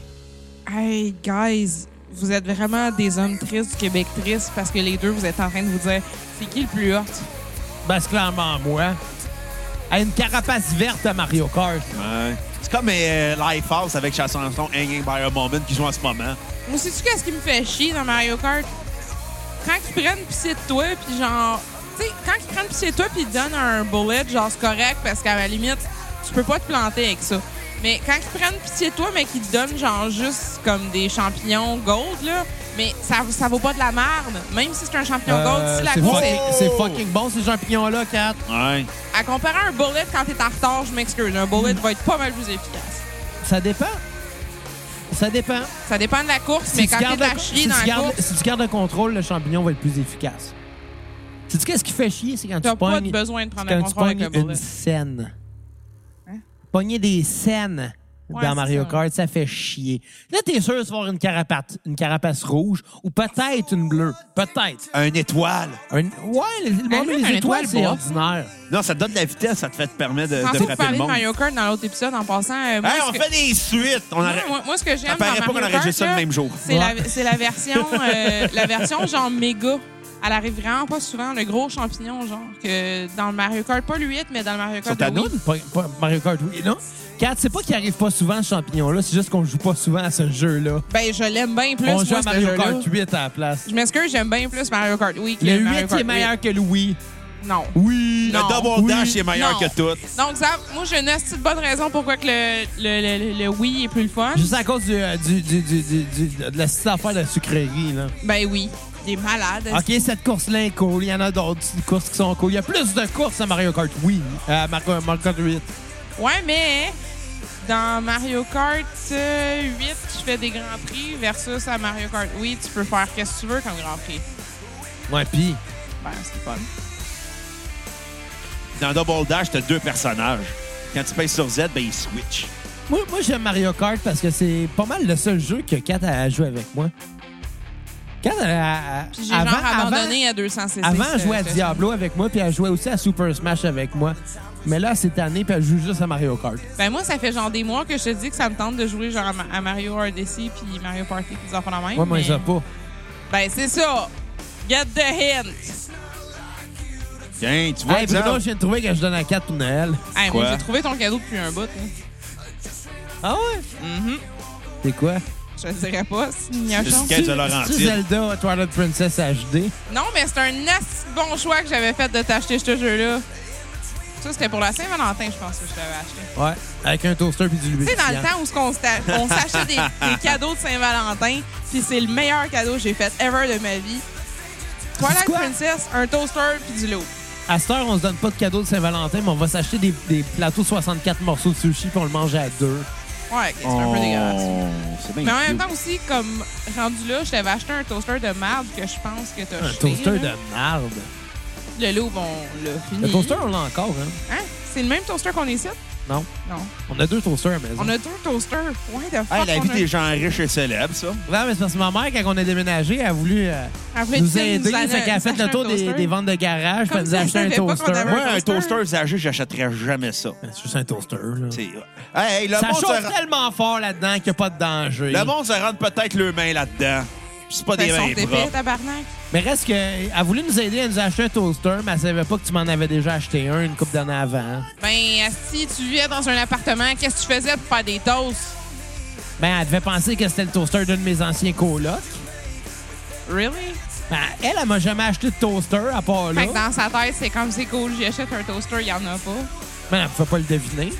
Speaker 3: Hey, guys, vous êtes vraiment des hommes tristes du Québec triste parce que les deux, vous êtes en train de vous dire c'est qui le plus hot?
Speaker 2: Ben, c'est clairement moi. Hey, une carapace verte à Mario Kart.
Speaker 1: Ouais. C'est comme euh, Lifehouse avec sa chanson Hanging by a Moment qui joue en ce moment.
Speaker 3: Moi, sais-tu qu'est-ce qui me fait chier dans Mario Kart? Quand ils prennent pitié de toi, puis genre. Tu sais, quand ils prennent pitié de toi, puis ils te donnent un bullet, genre, c'est correct, parce qu'à la limite, tu peux pas te planter avec ça. Mais quand ils prennent pitié de toi, mais qu'ils te donnent, genre, juste comme des champignons gold, là, mais ça, ça vaut pas de la merde. Même si c'est un champignon gold,
Speaker 2: Euh,
Speaker 3: si la
Speaker 2: c'est
Speaker 3: course
Speaker 2: fucking,
Speaker 3: est-
Speaker 2: c'est fucking bon, ces champignons-là, Kat.
Speaker 1: Ouais.
Speaker 3: À comparer un bullet quand t'es en retard, je m'excuse. Un bullet va être pas mal plus efficace.
Speaker 2: Ça dépend. Ça dépend.
Speaker 3: Ça dépend de la course, mais quand t'es
Speaker 2: le
Speaker 3: à
Speaker 2: co-
Speaker 3: chier
Speaker 2: si
Speaker 3: dans
Speaker 2: tu
Speaker 3: la
Speaker 2: gardes-
Speaker 3: course,
Speaker 2: si tu gardes le contrôle, le champignon va être plus efficace. Sais-tu qu'est-ce qui fait chier? C'est quand
Speaker 3: t'as
Speaker 2: tu
Speaker 3: pas
Speaker 2: pognes,
Speaker 3: de besoin de prendre le
Speaker 2: quand tu
Speaker 3: contrôle avec le
Speaker 2: pognes une
Speaker 3: bullet.
Speaker 2: scène.
Speaker 3: Hein?
Speaker 2: Pogner des scènes
Speaker 3: Ouais, c'est
Speaker 2: dans Mario
Speaker 3: ça.
Speaker 2: Kart, ça fait chier. Là, t'es sûr de se voir une carapace, une carapace rouge ou peut-être une bleue. Peut-être.
Speaker 1: Un étoile.
Speaker 2: Un- ouais, le, le
Speaker 3: Un
Speaker 2: monde
Speaker 3: bleu,
Speaker 2: des
Speaker 3: un
Speaker 2: étoiles,
Speaker 3: étoile,
Speaker 2: c'est
Speaker 3: bof.
Speaker 2: ordinaire.
Speaker 1: Non, ça te donne de la vitesse, ça te fait te permettre de, de
Speaker 3: Tantôt, vous
Speaker 1: frapper le
Speaker 3: parlez de
Speaker 1: monde.
Speaker 3: Mario Kart dans l'autre épisode en passant. euh, moi,
Speaker 1: Hey,
Speaker 3: ce
Speaker 1: on
Speaker 3: que-
Speaker 1: fait des suites. On
Speaker 3: moi,
Speaker 1: arrête-
Speaker 3: moi- moi, ce que j'aime
Speaker 1: Ça
Speaker 3: dans
Speaker 1: paraît
Speaker 3: Mario
Speaker 1: pas qu'on
Speaker 3: Kart,
Speaker 1: enregistre ça
Speaker 3: là,
Speaker 1: le même jour.
Speaker 3: C'est la, c'est
Speaker 1: [laughs]
Speaker 3: la version, euh, la version genre méga. Elle arrive vraiment pas souvent, le gros champignon, genre, que dans le Mario Kart, pas le 8, mais dans le Mario
Speaker 1: Sur
Speaker 3: Kart.
Speaker 1: ta
Speaker 3: de Wii.
Speaker 1: noune?
Speaker 2: Pas- pas Mario Kart, oui, non? Kat, c'est pas qu'il arrive pas souvent ce champignon-là, c'est juste qu'on joue pas souvent à ce jeu-là.
Speaker 3: Ben, je l'aime bien plus.
Speaker 2: On
Speaker 3: moi,
Speaker 2: joue à
Speaker 3: ce
Speaker 2: Mario
Speaker 3: jeu-là.
Speaker 2: Kart 8 à la place.
Speaker 3: Je m'excuse, j'aime bien plus Mario Kart. Oui, que
Speaker 2: Le
Speaker 3: Mario
Speaker 2: 8
Speaker 3: Kart
Speaker 2: est meilleur que le Wii.
Speaker 3: huit. Non.
Speaker 2: Oui!
Speaker 1: Le
Speaker 3: Non.
Speaker 1: double
Speaker 2: Oui.
Speaker 1: dash est meilleur
Speaker 3: Non.
Speaker 1: que tout.
Speaker 3: Donc, ça, moi, j'ai une assez bonne raison pourquoi que le, le, le, le- le Wii est plus le fun.
Speaker 2: Juste à cause du, euh, du, du, du, du- du- de la petite affaire de la sucrerie, là.
Speaker 3: Ben oui, il est malade.
Speaker 2: OK, cette course-là est cool. Il y en a d'autres courses qui sont cool. Il y a plus de courses à Mario Kart, oui. À Mario, Mario Kart 8.
Speaker 3: Ouais, mais dans Mario Kart euh, 8, tu fais des grands prix versus à Mario Kart oui, tu peux faire qu'est-ce que tu veux comme grand prix.
Speaker 2: Ouais, pis...
Speaker 3: Ben, c'est fun.
Speaker 1: Dans Double Dash, t'as deux personnages. Quand tu pèses sur Z, ben ils switch.
Speaker 2: Moi, moi j'aime Mario Kart parce que c'est pas mal le seul jeu que Kat a joué avec moi. Kat, elle a-
Speaker 3: Puis j'ai
Speaker 2: avant,
Speaker 3: genre
Speaker 2: avant,
Speaker 3: abandonné à 200 cc.
Speaker 2: avant, elle jouait à
Speaker 3: ce-
Speaker 2: Diablo avec moi, puis elle jouait aussi à Super Smash avec moi. Mais là, cette année, puis elle joue juste à Mario Kart.
Speaker 3: Ben moi, ça fait genre des mois que je te dis que ça me tente de jouer genre à, Ma- à Mario RDC puis Mario Party puis des enfants la même.
Speaker 2: Moi, moi,
Speaker 3: mais-
Speaker 2: je sais pas.
Speaker 3: Ben c'est ça. Get the hint.
Speaker 1: Tiens, tu vois,
Speaker 2: Hey,
Speaker 1: Xav?
Speaker 2: Bruno, je viens de trouver que je donne à 4 pour Noël.
Speaker 3: Hey, moi,
Speaker 1: Quoi?
Speaker 3: j'ai trouvé ton cadeau depuis un bout. hein.
Speaker 2: Ah ouais?
Speaker 3: Mhm.
Speaker 2: C'est quoi?
Speaker 3: Je le dirais pas, c'est une
Speaker 1: Jusqu'à-
Speaker 3: gnachotte.
Speaker 1: Quête de
Speaker 2: C'est-
Speaker 1: Laurentide.
Speaker 2: c'est Zelda Twilight Princess HD.
Speaker 3: Non, mais c'est un assez bon choix que j'avais fait de t'acheter ce jeu-là. Ça, c'était pour la Saint-Valentin, je pense, que je t'avais acheté.
Speaker 2: Ouais. Avec un toaster puis du
Speaker 3: Tu sais,
Speaker 2: lubrifiant.
Speaker 3: dans le temps où ce qu'on s'ta- on
Speaker 2: [laughs]
Speaker 3: s'achetait des, des cadeaux de Saint-Valentin, puis c'est le meilleur cadeau que j'ai fait ever de ma vie. Twilight
Speaker 2: quoi?
Speaker 3: Princess, un toaster puis du lot.
Speaker 2: À cette heure, on se donne pas de cadeau de Saint-Valentin, mais on va s'acheter des, des plateaux de 64 morceaux de sushi puis on le mange à deux.
Speaker 3: Ouais, ok, c'est un
Speaker 2: Oh.
Speaker 3: peu dégueulasse.
Speaker 1: C'est bien
Speaker 3: Mais en même
Speaker 1: cute.
Speaker 3: temps aussi, comme rendu là, je t'avais acheté un toaster de marde que je pense que t'as
Speaker 2: Un
Speaker 3: jeté.
Speaker 2: toaster de
Speaker 3: là.
Speaker 2: merde.
Speaker 3: Le loup, on l'a fini.
Speaker 2: Le toaster, on l'a encore, hein?
Speaker 3: Hein? C'est le même toaster qu'on est ici?
Speaker 2: Non.
Speaker 3: Non.
Speaker 2: On a deux toasters à la maison.
Speaker 3: On a deux toasters. Ouais, de
Speaker 1: Hey,
Speaker 3: fuck,
Speaker 1: la
Speaker 3: on
Speaker 1: vie
Speaker 3: a-
Speaker 1: des gens riches et célèbres, ça.
Speaker 2: Ouais, mais c'est parce que ma mère, quand on a déménagé, elle a voulu euh,
Speaker 3: Après,
Speaker 2: nous
Speaker 3: tu sais,
Speaker 2: aider.
Speaker 3: nous en
Speaker 2: Fait qu'elle a fait le
Speaker 3: acheté
Speaker 2: tour
Speaker 3: un
Speaker 2: des,
Speaker 3: toaster.
Speaker 2: des ventes de garage, puis
Speaker 3: Comme
Speaker 2: elle nous
Speaker 3: ça,
Speaker 2: a
Speaker 3: je
Speaker 2: acheté un
Speaker 3: savais pas qu'on
Speaker 2: toaster.
Speaker 3: avait
Speaker 1: Moi, un
Speaker 3: toaster?
Speaker 1: toaster usagé, j'achèterais jamais ça.
Speaker 2: Ouais, C'est juste un toaster, là.
Speaker 1: C'est- Hey, hey, le
Speaker 2: Ça
Speaker 1: monde
Speaker 2: chauffe
Speaker 1: se rend-
Speaker 2: tellement fort là-dedans qu'il n'y a pas de danger.
Speaker 1: Le monde se rentre peut-être le main là-dedans. Puis C'est pas
Speaker 3: Ben,
Speaker 1: des
Speaker 3: ils sont
Speaker 1: mains
Speaker 3: épais,
Speaker 1: propres.
Speaker 3: tabarnak.
Speaker 2: Mais reste que, elle a voulu nous aider à nous acheter un toaster, mais elle savait pas que tu m'en avais déjà acheté un une couple d'années avant.
Speaker 3: Ben, si tu vivais dans un appartement, qu'est-ce que tu faisais pour faire des toasts?
Speaker 2: Ben, elle devait penser que c'était le toaster d'un de mes anciens colocs.
Speaker 3: Really?
Speaker 2: Ben, elle, elle m'a jamais acheté de toaster à part là.
Speaker 3: Fait que dans sa tête, c'est comme c'est cool, j'y achète un toaster, il y en a pas.
Speaker 2: Ben, elle pouvait pas le deviner.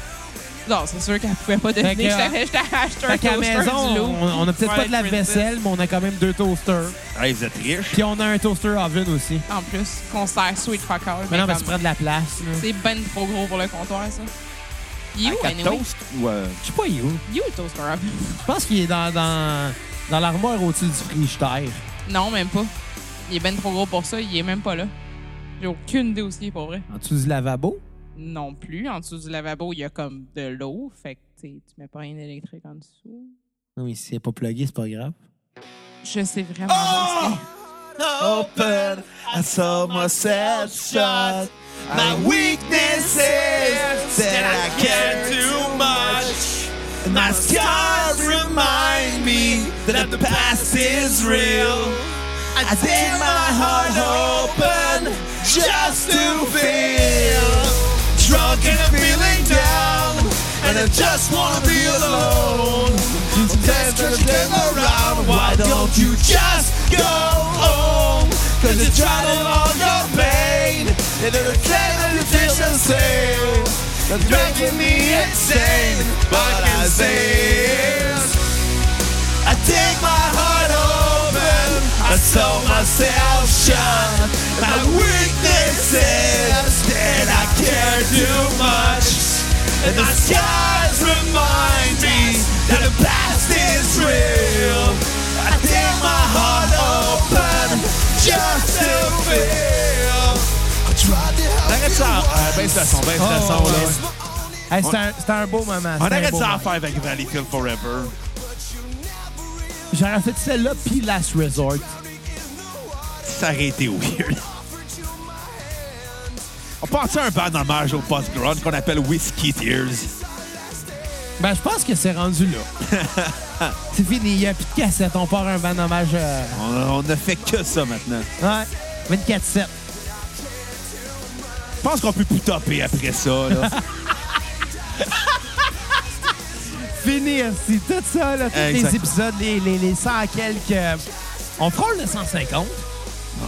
Speaker 3: Non, c'est sûr qu'elle pouvait pas
Speaker 2: Fait
Speaker 3: deviner
Speaker 2: que,
Speaker 3: que j'avais- je t'avais acheté un
Speaker 2: Fait qu'à
Speaker 3: toaster
Speaker 2: la maison,
Speaker 3: du loup.
Speaker 2: on, on a peut-être
Speaker 3: Ouais,
Speaker 2: pas de la
Speaker 3: Princess.
Speaker 2: vaisselle, mais on a quand même deux toasters.
Speaker 1: Hey, vous êtes riches.
Speaker 2: Puis on a un toaster oven aussi.
Speaker 3: En plus, qu'on sert sweet fucker.
Speaker 2: Mais
Speaker 3: mais
Speaker 2: non, ben,
Speaker 3: comme-
Speaker 2: tu prends de la place. là.
Speaker 3: C'est ben trop gros pour le comptoir, ça. You,
Speaker 1: Avec la
Speaker 3: anyway.
Speaker 1: toast ou... euh,
Speaker 2: Je sais pas où.
Speaker 3: You, toaster hein? oven.
Speaker 2: Je pense qu'il est dans, dans, dans l'armoire au-dessus du frigidaire.
Speaker 3: Non, même pas. Il est ben trop gros pour ça, il est même pas là. J'ai aucune idée où ce qu'il est, pour vrai.
Speaker 2: En dessous du lavabo.
Speaker 3: Non plus. En dessous du lavabo, il y a comme de l'eau. Fait que tu sais, tu mets pas rien d'électrique en dessous.
Speaker 2: Non, il s'est pas plugué, c'est pas grave.
Speaker 3: Je sais vraiment Ah!
Speaker 1: Oh! Open, I saw myself shut. My weakness is that I care too much. And my scars remind me that the past is real. I tear my heart open just to feel drunk and I'm feeling down, and I just wanna be alone. Dance just live around. Why don't you just go home? Cause you're drowning all your pain, and the claiming you feel the same. That's making me insane, but I say. I take my heart open. I saw myself shine. My weakness is that I care too much. And the scars remind me that the past is real. I tear my heart open just to feel. Arrête ça, euh, baisse le son, baisse
Speaker 2: le son, là. Hey, c'était un- c'était un, beau moment.
Speaker 1: On
Speaker 2: c'était un
Speaker 1: arrête
Speaker 2: beau
Speaker 1: ça
Speaker 2: moment.
Speaker 1: à faire avec Valleyfield Forever.
Speaker 2: J'aurais fait celle-là, puis Last Resort.
Speaker 1: Ça aurait été weird. On pensait à un band hommage au post-grunge qu'on appelle Whiskey Tears.
Speaker 2: Ben, je pense que c'est rendu là.
Speaker 1: [laughs]
Speaker 2: c'est fini, il n'y a plus de cassette. On part un van hommage. euh,
Speaker 1: On, on ne fait que ça maintenant.
Speaker 2: Ouais, 24-7.
Speaker 1: Je pense qu'on peut plus topper après ça.
Speaker 3: [laughs]
Speaker 1: Là.
Speaker 2: Fini, c'est tout ça, là, tous
Speaker 1: Exact.
Speaker 2: les épisodes, les, les, les 100 quelques. euh, On frôle le 150.
Speaker 1: Non,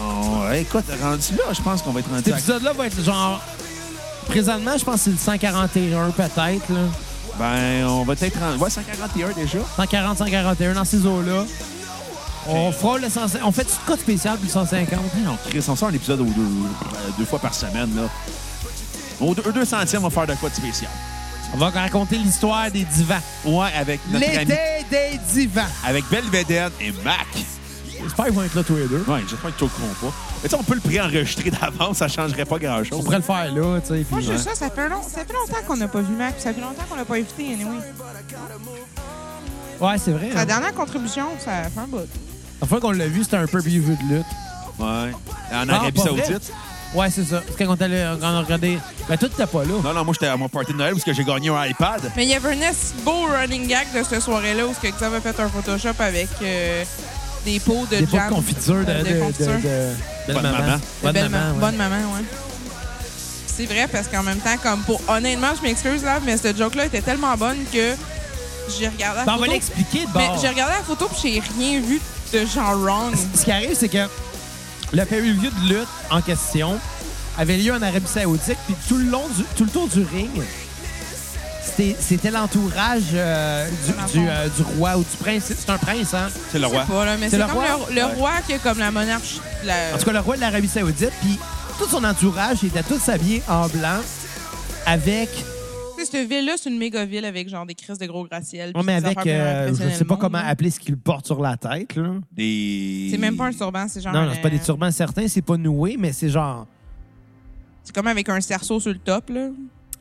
Speaker 1: Oh, écoute, rendu là, je pense qu'on va être rendu
Speaker 2: Cet
Speaker 1: à...
Speaker 2: épisode-là va être genre. Présentement, je pense que c'est le 141 peut-être. là.
Speaker 1: Ben, on va être rendu... Ouais, 141 déjà.
Speaker 2: 140, 141 dans ces eaux-là. On frôle le 150. On fait du code spécial puis le 150.
Speaker 1: On crée on sort un épisode aux deux, euh, deux fois par semaine. là. Au deux, deux centièmes, on va faire de quoi de spécial.
Speaker 2: On va raconter l'histoire des divans.
Speaker 1: Ouais, avec notre ami...
Speaker 2: L'été des divans.
Speaker 1: Avec Belvedere et Mac.
Speaker 2: J'espère qu'ils vont être là tous les deux.
Speaker 1: Ouais, j'espère que tu le comprends pas. Mais tu sais, on peut le préenregistrer [laughs] d'avance, ça changerait pas
Speaker 2: On
Speaker 1: grand-chose.
Speaker 2: pourrait le faire là, tu sais.
Speaker 3: Moi,
Speaker 2: puis- euh,
Speaker 3: je ça, ça fait, long- ça fait longtemps qu'on n'a pas vu Mac, puis ça fait longtemps qu'on l'a pas invité, anyway.
Speaker 2: Ouais, c'est vrai.
Speaker 3: Sa
Speaker 2: hein.
Speaker 3: dernière contribution, ça fait un bout.
Speaker 2: La fois qu'on l'a vu, c'était un peu plus vieux de lutte.
Speaker 1: Ouais. En
Speaker 2: Ah,
Speaker 1: Arabie
Speaker 2: pas vrai?
Speaker 1: Saoudite.
Speaker 2: Ouais, c'est ça. C'est quand on allait regarder. Ben, toi, t'étais pas là.
Speaker 1: Non, non, moi, j'étais à mon party de Noël parce que j'ai gagné un iPad.
Speaker 3: Mais il y avait un assez beau running gag de cette soirée-là où ce que Xav a fait un Photoshop avec euh, des pots de
Speaker 2: Des pots
Speaker 3: jam.
Speaker 2: de confiture de.
Speaker 3: Euh, de
Speaker 2: de- de-
Speaker 3: confiture.
Speaker 2: de- belle
Speaker 1: Bonne maman.
Speaker 3: De
Speaker 2: Bonne
Speaker 3: belle
Speaker 2: maman.
Speaker 3: ma-
Speaker 2: ouais.
Speaker 3: Bonne maman, ouais. C'est vrai parce qu'en même temps, comme pour honnêtement, je m'excuse là, mais cette joke-là était tellement bonne que j'ai regardé la
Speaker 2: Ben, on va
Speaker 3: photo.
Speaker 2: l'expliquer de
Speaker 3: Mais
Speaker 2: bord.
Speaker 3: j'ai regardé la photo puis j'ai rien vu de genre wrong.
Speaker 2: Ce qui arrive, c'est que le pay-per-view de lutte en question avait lieu en Arabie Saoudite, puis tout le long du, tout le tour du ring, c'était c'était l'entourage euh,
Speaker 3: Ah
Speaker 2: du, du, euh, du roi ou du prince. C'est un prince, hein?
Speaker 1: C'est le
Speaker 3: Je sais
Speaker 1: roi.
Speaker 3: pas, là, mais
Speaker 2: C'est
Speaker 3: c'est
Speaker 2: le
Speaker 3: comme
Speaker 2: roi?
Speaker 3: le, le
Speaker 1: Ouais.
Speaker 3: roi qui a comme la monarchie. de La...
Speaker 2: En tout cas, le roi de l'Arabie Saoudite, puis tout son entourage, ils étaient tous habillés en blanc avec.
Speaker 3: Tu sais, Cette ville-là, c'est une méga ville avec genre des crises de gros gratte-ciel.
Speaker 2: Non, mais
Speaker 3: puis des
Speaker 2: avec.
Speaker 3: affaires
Speaker 2: euh,
Speaker 3: pour
Speaker 2: je sais
Speaker 3: impressionner
Speaker 2: pas
Speaker 3: le
Speaker 2: comment
Speaker 3: monde, là.
Speaker 2: appeler ce qu'il porte sur la tête, là.
Speaker 1: Des...
Speaker 3: C'est même pas un turban, c'est genre.
Speaker 2: Non, non, c'est pas des
Speaker 3: euh,
Speaker 2: turbans certains, c'est pas noué, mais c'est genre.
Speaker 3: C'est comme avec un cerceau sur le top, là.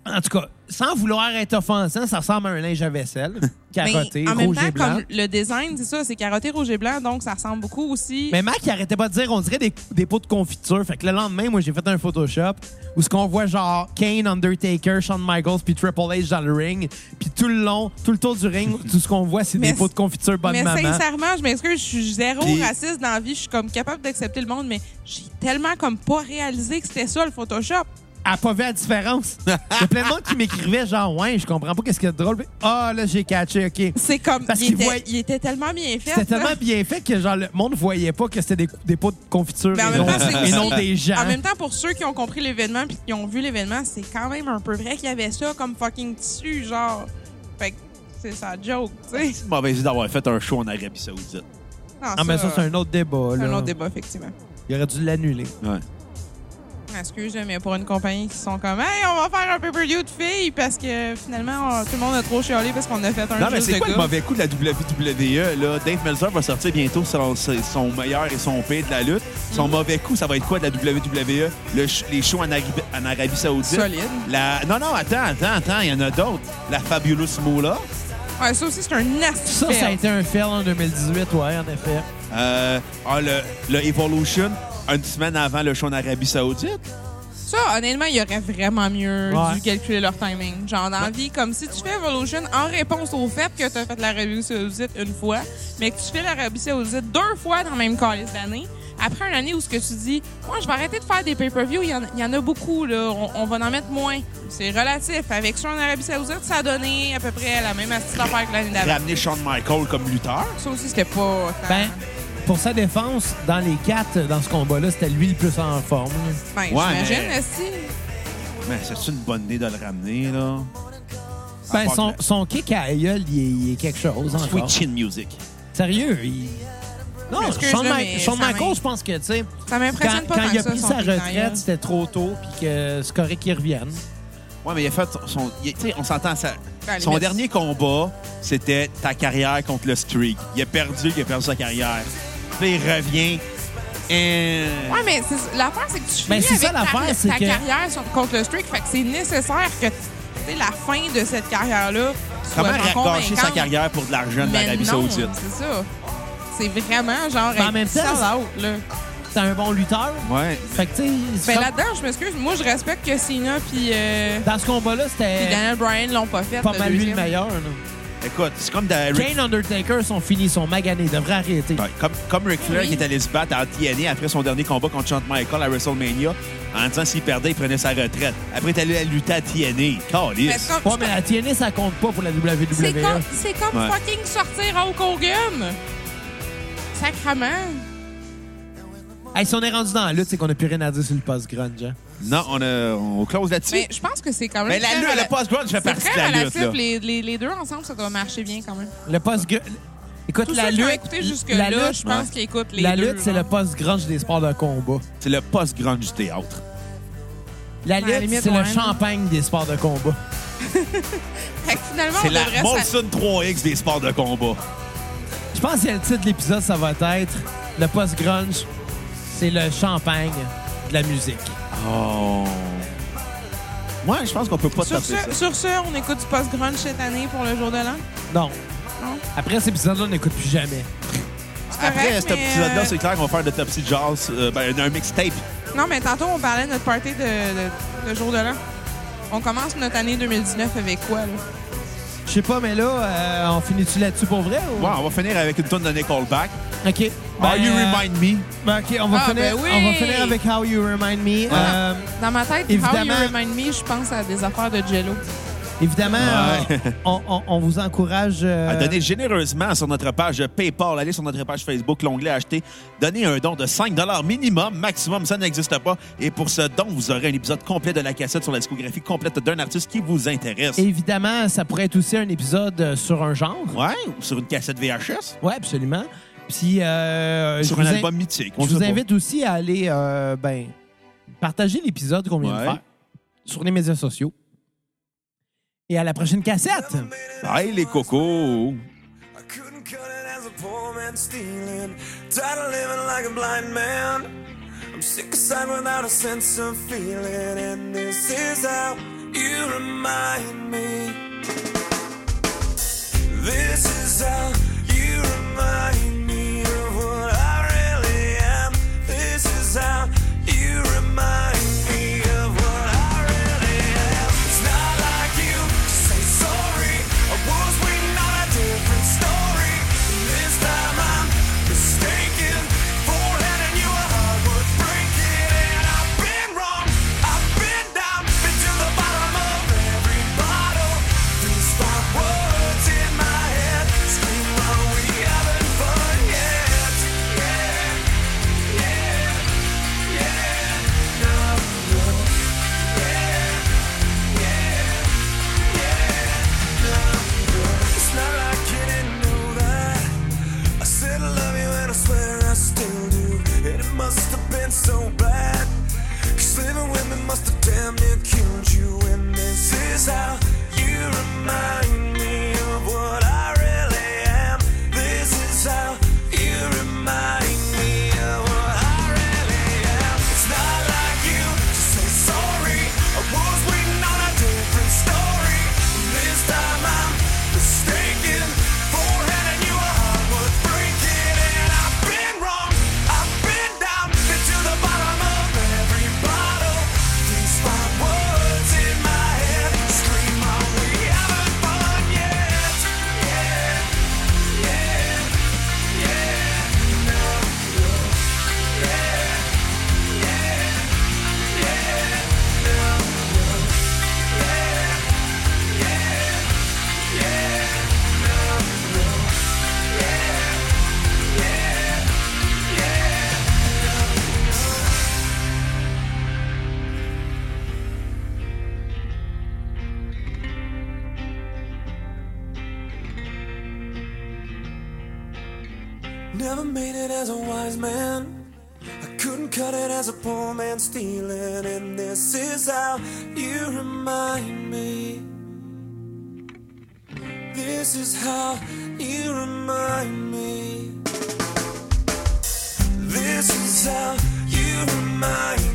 Speaker 2: En tout cas, sans vouloir être offensant, ça ressemble à un linge à
Speaker 3: [laughs]
Speaker 2: vaisselle, carotté,
Speaker 3: Mais en même
Speaker 2: rouge
Speaker 3: temps,
Speaker 2: et blanc.
Speaker 3: comme le design, c'est ça, c'est carotté, rouge et blanc, donc ça ressemble beaucoup aussi.
Speaker 2: Mais Mac, il arrêtait pas de dire, on dirait des, des pots de confiture. Fait que le lendemain, moi, j'ai fait un Photoshop où ce qu'on voit, genre, Kane, Undertaker, Shawn Michaels, puis Triple H dans le ring. Puis tout le long, tout le tour du ring, tout ce qu'on voit, c'est des
Speaker 3: Mais-
Speaker 2: pots de confiture bonne
Speaker 3: Mais
Speaker 2: maman.
Speaker 3: sincèrement, je m'excuse, je suis zéro
Speaker 1: Puis-
Speaker 3: raciste dans la vie. Je suis comme capable d'accepter le monde, mais j'ai tellement comme pas réalisé que c'était ça le Photoshop.
Speaker 2: Elle a pas vu la différence. Il y a plein de monde qui m'écrivait, genre, ouais, je comprends pas qu'est-ce qu'il y a de drôle. Ah, là, j'ai catché, OK.
Speaker 3: C'est comme
Speaker 2: Parce
Speaker 3: il,
Speaker 2: qu'il
Speaker 3: était,
Speaker 2: voit-
Speaker 3: il était tellement bien fait.
Speaker 2: C'était
Speaker 3: là.
Speaker 2: tellement bien fait que, genre, le monde voyait pas que c'était des, des pots de confiture
Speaker 3: Mais Ben,
Speaker 2: et,
Speaker 3: en même
Speaker 2: non,
Speaker 3: temps, c'est
Speaker 2: et non
Speaker 3: aussi-
Speaker 2: des gens.
Speaker 3: En même temps, pour ceux qui ont compris l'événement puis qui ont vu l'événement, c'est quand même un peu vrai qu'il y avait ça comme fucking tissu, genre. Fait que c'est ça joke, tu sais.
Speaker 1: C'est une mauvaise idée d'avoir fait un show en Arabie Saoudite.
Speaker 3: Non,
Speaker 2: Ah, mais ça, c'est un autre débat.
Speaker 3: c'est
Speaker 2: Là.
Speaker 3: un autre débat, effectivement. Ah,
Speaker 2: Il aurait dû l'annuler.
Speaker 1: Ouais.
Speaker 3: Excuse, mais pour une compagnie qui sont comme, hey, on va faire un pay-per-view de filles parce que finalement, on- tout le monde a trop chialé parce qu'on a fait un
Speaker 1: Non, mais
Speaker 3: juste
Speaker 1: c'est
Speaker 3: de
Speaker 1: quoi
Speaker 3: gars.
Speaker 1: le mauvais coup de la WWE? Là? Dave Meltzer va sortir bientôt selon ses- son meilleur et son pire de la lutte. Son mauvais coup, ça va être quoi de la WWE? Le ch- les shows en, Arabie- en Arabie Saoudite?
Speaker 3: Solide.
Speaker 1: La... Non, non, attends, attends, attends, il y en a d'autres. La Fabulous Moolah.
Speaker 3: Ouais, ça aussi, c'est un astuce.
Speaker 2: Ça, ça a été un fail en 2018, ouais, en effet.
Speaker 1: Euh, ah, le, le Evolution, une semaine avant le show en Arabie Saoudite.
Speaker 3: Ça, honnêtement, il y aurait vraiment mieux
Speaker 2: Ouais. Ben-
Speaker 3: dû calculer leur timing. Genre, dans la vie, comme si tu fais Evolution en réponse au fait que tu as fait l'Arabie Saoudite une fois, mais que tu fais l'Arabie Saoudite deux fois dans le même calice d'année. Après une année où ce que tu dis, moi, je vais arrêter de faire des pay-per-view, il y, en- il y en a beaucoup, là. On, on va en mettre moins. C'est relatif. Avec ça en Arabie Saoudite, ça a donné à peu près la même astuce d'affaires que l'année d'avant.
Speaker 1: Ramener Shawn Michaels comme lutteur.
Speaker 3: Ça aussi, c'était pas. tant-
Speaker 2: Ben, pour sa défense, dans les quatre, dans ce combat-là, c'était lui le plus en forme. là.
Speaker 3: Ben,
Speaker 1: ouais,
Speaker 3: j'imagine,
Speaker 1: mais-
Speaker 3: si.
Speaker 1: Mais c'est une bonne idée de le ramener, là.
Speaker 2: Ben,
Speaker 3: Ah,
Speaker 1: part
Speaker 2: son,
Speaker 1: que-
Speaker 2: son kick à aïeul, il est, il est quelque chose encore.
Speaker 1: Switching Music.
Speaker 2: Sérieux, il... Non,
Speaker 3: Excuse,
Speaker 2: Shawn,
Speaker 3: là,
Speaker 2: Mi-
Speaker 3: mais
Speaker 2: Shawn
Speaker 3: ça
Speaker 2: Michaels,
Speaker 3: m'in-
Speaker 2: je pense que, tu sais,
Speaker 3: Ça
Speaker 2: quand,
Speaker 3: m'impressionne pas
Speaker 2: quand
Speaker 3: tant
Speaker 2: il a
Speaker 3: que ça,
Speaker 2: pris
Speaker 3: son
Speaker 2: sa
Speaker 3: pied dans la
Speaker 2: retraite,
Speaker 3: gueule.
Speaker 2: c'était trop tôt, puis que c'est correct qu'il revienne.
Speaker 1: Ouais, mais il a fait son. son- il- tu sais, on s'entend, ça.
Speaker 3: Ben,
Speaker 1: son
Speaker 3: limite.
Speaker 1: dernier combat, c'était ta carrière contre le streak. Il a perdu, il a perdu sa carrière. Puis il revient. Euh,
Speaker 3: Ouais, mais c'est- l'affaire, c'est que tu finis
Speaker 2: Ben, c'est
Speaker 3: avec
Speaker 2: ça,
Speaker 3: ta,
Speaker 2: l'affaire, c'est
Speaker 3: ta
Speaker 2: que-
Speaker 3: carrière sur- contre le streak. Fait que c'est nécessaire que tu sais, la fin de cette carrière-là soit
Speaker 1: Comment
Speaker 3: vraiment
Speaker 1: gâcher sa
Speaker 3: convaincante.
Speaker 1: carrière pour de l'argent de
Speaker 3: Mais
Speaker 1: l'Arabie
Speaker 3: non,
Speaker 1: Saoudite?
Speaker 3: C'est ça. C'est vraiment genre
Speaker 2: Ben, en même temps,
Speaker 3: out, là.
Speaker 2: C'est un bon lutteur.
Speaker 1: Ouais.
Speaker 2: Fait que, tu sais, c'est
Speaker 3: Ben
Speaker 2: comme-
Speaker 3: là-dedans, je m'excuse. Moi, je respecte que Cena puis euh,
Speaker 2: dans ce combat-là,
Speaker 3: puis
Speaker 2: c'était
Speaker 3: Daniel Bryan l'ont pas fait.
Speaker 2: Ben, pas
Speaker 3: le
Speaker 2: mal lui le
Speaker 3: deuxième.
Speaker 2: meilleur. là.
Speaker 1: Écoute, c'est comme, dans Ric-
Speaker 2: Kane Undertaker sont finis, sont maganés, ils devraient arrêter.
Speaker 1: Ouais, comme, comme Ric Flair
Speaker 3: Oui.
Speaker 1: qui est allé se battre à TNA après son dernier combat contre Shawn Michael à WrestleMania en disant s'il perdait, il prenait sa retraite. Après, il est allé lutter à TNA. Calisse.
Speaker 3: Mais c'est
Speaker 2: Ouais,
Speaker 3: comme-
Speaker 2: mais la TNA, ça compte pas pour la E. WWE.
Speaker 3: C'est comme, c'est comme
Speaker 1: Ouais.
Speaker 3: fucking sortir Hulk Hogan. Sacrement.
Speaker 2: Hey, si on est rendu dans la lutte, c'est qu'on a plus rien à dire sur le post-grunge. hein.
Speaker 1: Non, on, a- on close là-dessus.
Speaker 3: Mais je pense que c'est quand même.
Speaker 1: Mais la
Speaker 3: très
Speaker 1: lutte, le
Speaker 3: rela-
Speaker 1: post-grunge fait
Speaker 3: C'est
Speaker 1: partie de
Speaker 3: très
Speaker 1: la lutte.
Speaker 3: relatif.
Speaker 1: là.
Speaker 3: Les, les, les deux ensemble, ça doit marcher bien quand même.
Speaker 2: Le post-grunge. Écoute,
Speaker 3: Tous
Speaker 2: la
Speaker 3: ceux qui ont
Speaker 2: lutte.
Speaker 3: écouté
Speaker 2: la
Speaker 3: jusque-là,
Speaker 2: lutte,
Speaker 3: je pense
Speaker 1: ouais.
Speaker 3: qu'ils écoutent les
Speaker 2: la
Speaker 3: deux.
Speaker 2: lutte, c'est
Speaker 3: là.
Speaker 2: le post-grunge des sports de combat.
Speaker 1: C'est le post-grunge du théâtre.
Speaker 3: Ah,
Speaker 2: La
Speaker 3: À la
Speaker 2: lutte,
Speaker 3: limite,
Speaker 2: c'est le
Speaker 3: ouais.
Speaker 2: champagne des sports de combat.
Speaker 3: Fait que finalement, on
Speaker 1: C'est la
Speaker 3: devrait... s'a-
Speaker 1: Molson 3X des sports de combat.
Speaker 2: Je pense que le titre de l'épisode, ça va être Le post-grunge, c'est le champagne de la musique.
Speaker 1: Oh. Moi, je pense qu'on peut pas
Speaker 3: Sur
Speaker 1: taper
Speaker 3: ce,
Speaker 1: ça.
Speaker 3: sur ce, on écoute du post-grunge cette année pour le jour de l'an.
Speaker 2: Non.
Speaker 3: Non.
Speaker 2: Après cet épisode-là, on n'écoute plus jamais.
Speaker 3: C'est
Speaker 1: Après
Speaker 3: correct,
Speaker 1: cet
Speaker 3: mais,
Speaker 1: épisode-là,
Speaker 3: euh,
Speaker 1: c'est clair qu'on va faire de Topsy Jazz, euh, ben, un mixtape.
Speaker 3: Non, mais tantôt, on parlait de notre party de, de- de jour de l'an. On commence notre année 2019 avec quoi, là?
Speaker 2: Je sais pas, mais là, euh, on finit-tu là-dessus pour vrai? Ou...
Speaker 1: Ouais, on va finir avec une tonne de Nickelback.
Speaker 2: OK.
Speaker 1: Oh,
Speaker 3: Ben,
Speaker 1: you
Speaker 2: euh,
Speaker 1: remind me.
Speaker 2: ben, OK, on va,
Speaker 3: Ah,
Speaker 2: finir,
Speaker 3: ben oui!
Speaker 2: on va finir avec How You Remind Me. Euh,
Speaker 3: Dans ma tête, How You
Speaker 2: Évidemment.
Speaker 3: Remind Me, je pense à des affaires de Jello.
Speaker 2: Évidemment,
Speaker 1: Ouais.
Speaker 2: euh, on, on- on vous encourage euh,
Speaker 1: à donner généreusement sur notre page PayPal. Allez sur notre page Facebook, l'onglet acheter. Donnez un don de 5 minimum, maximum, ça n'existe pas. Et pour ce don, vous aurez un épisode complet de la cassette sur la discographie complète d'un artiste qui vous intéresse.
Speaker 2: Évidemment, ça pourrait être aussi un épisode euh, sur un genre.
Speaker 1: Ouais, ou sur une cassette VHS,
Speaker 2: Ouais, absolument. Puis, euh,
Speaker 1: sur
Speaker 2: je
Speaker 1: un
Speaker 2: vous in-
Speaker 1: album mythique. on
Speaker 2: Je vous
Speaker 1: sait pas.
Speaker 2: invite aussi à aller, euh, ben, partagez l'épisode qu'on vient de
Speaker 1: Ouais.
Speaker 2: faire sur les médias sociaux. Et à la prochaine cassette!
Speaker 1: Bye, les cocos!
Speaker 4: I couldn't cut it as a poor man stealing. Tired of living like a blind man. I'm sick aside without a sense of feeling. And this is how you remind me. This is how you remind me of what I really am. This is how you remind me of what I really am. It's not like you to say sorry. I was waiting on a different story. And this time I'm mistaken for letting you a heart worth breaking. And I've been wrong. I've been down, been to the bottom of every bottle. These five words in my head scream, "Are we having fun yet?" Yeah, yeah, yeah. No, no. Yeah, yeah, yeah. No, no. It's not like you didn't know that. I said I love you and I swear I still do. And it must have been so bad. Cause living with me must have damn near killed you. And this is how you remind me of what I really am. This is how you remind me of what I really am. It's not like you to say sorry. I was waiting on a different story. And this time I'm mistaken for having you a heart worth breaking. And I've been wrong. I've been down, been to the bottom of every bottle. These five words in my head scream, "Are we having fun yet?" Yeah, yeah, yeah. No, no. Yeah, yeah, yeah. No, no. Yeah, yeah, yeah. No, no. Yeah, yeah, yeah. Never made it as a wise man. I couldn't cut it as a poor man stealing. And this is how you remind me. This is how you remind me. This is how you remind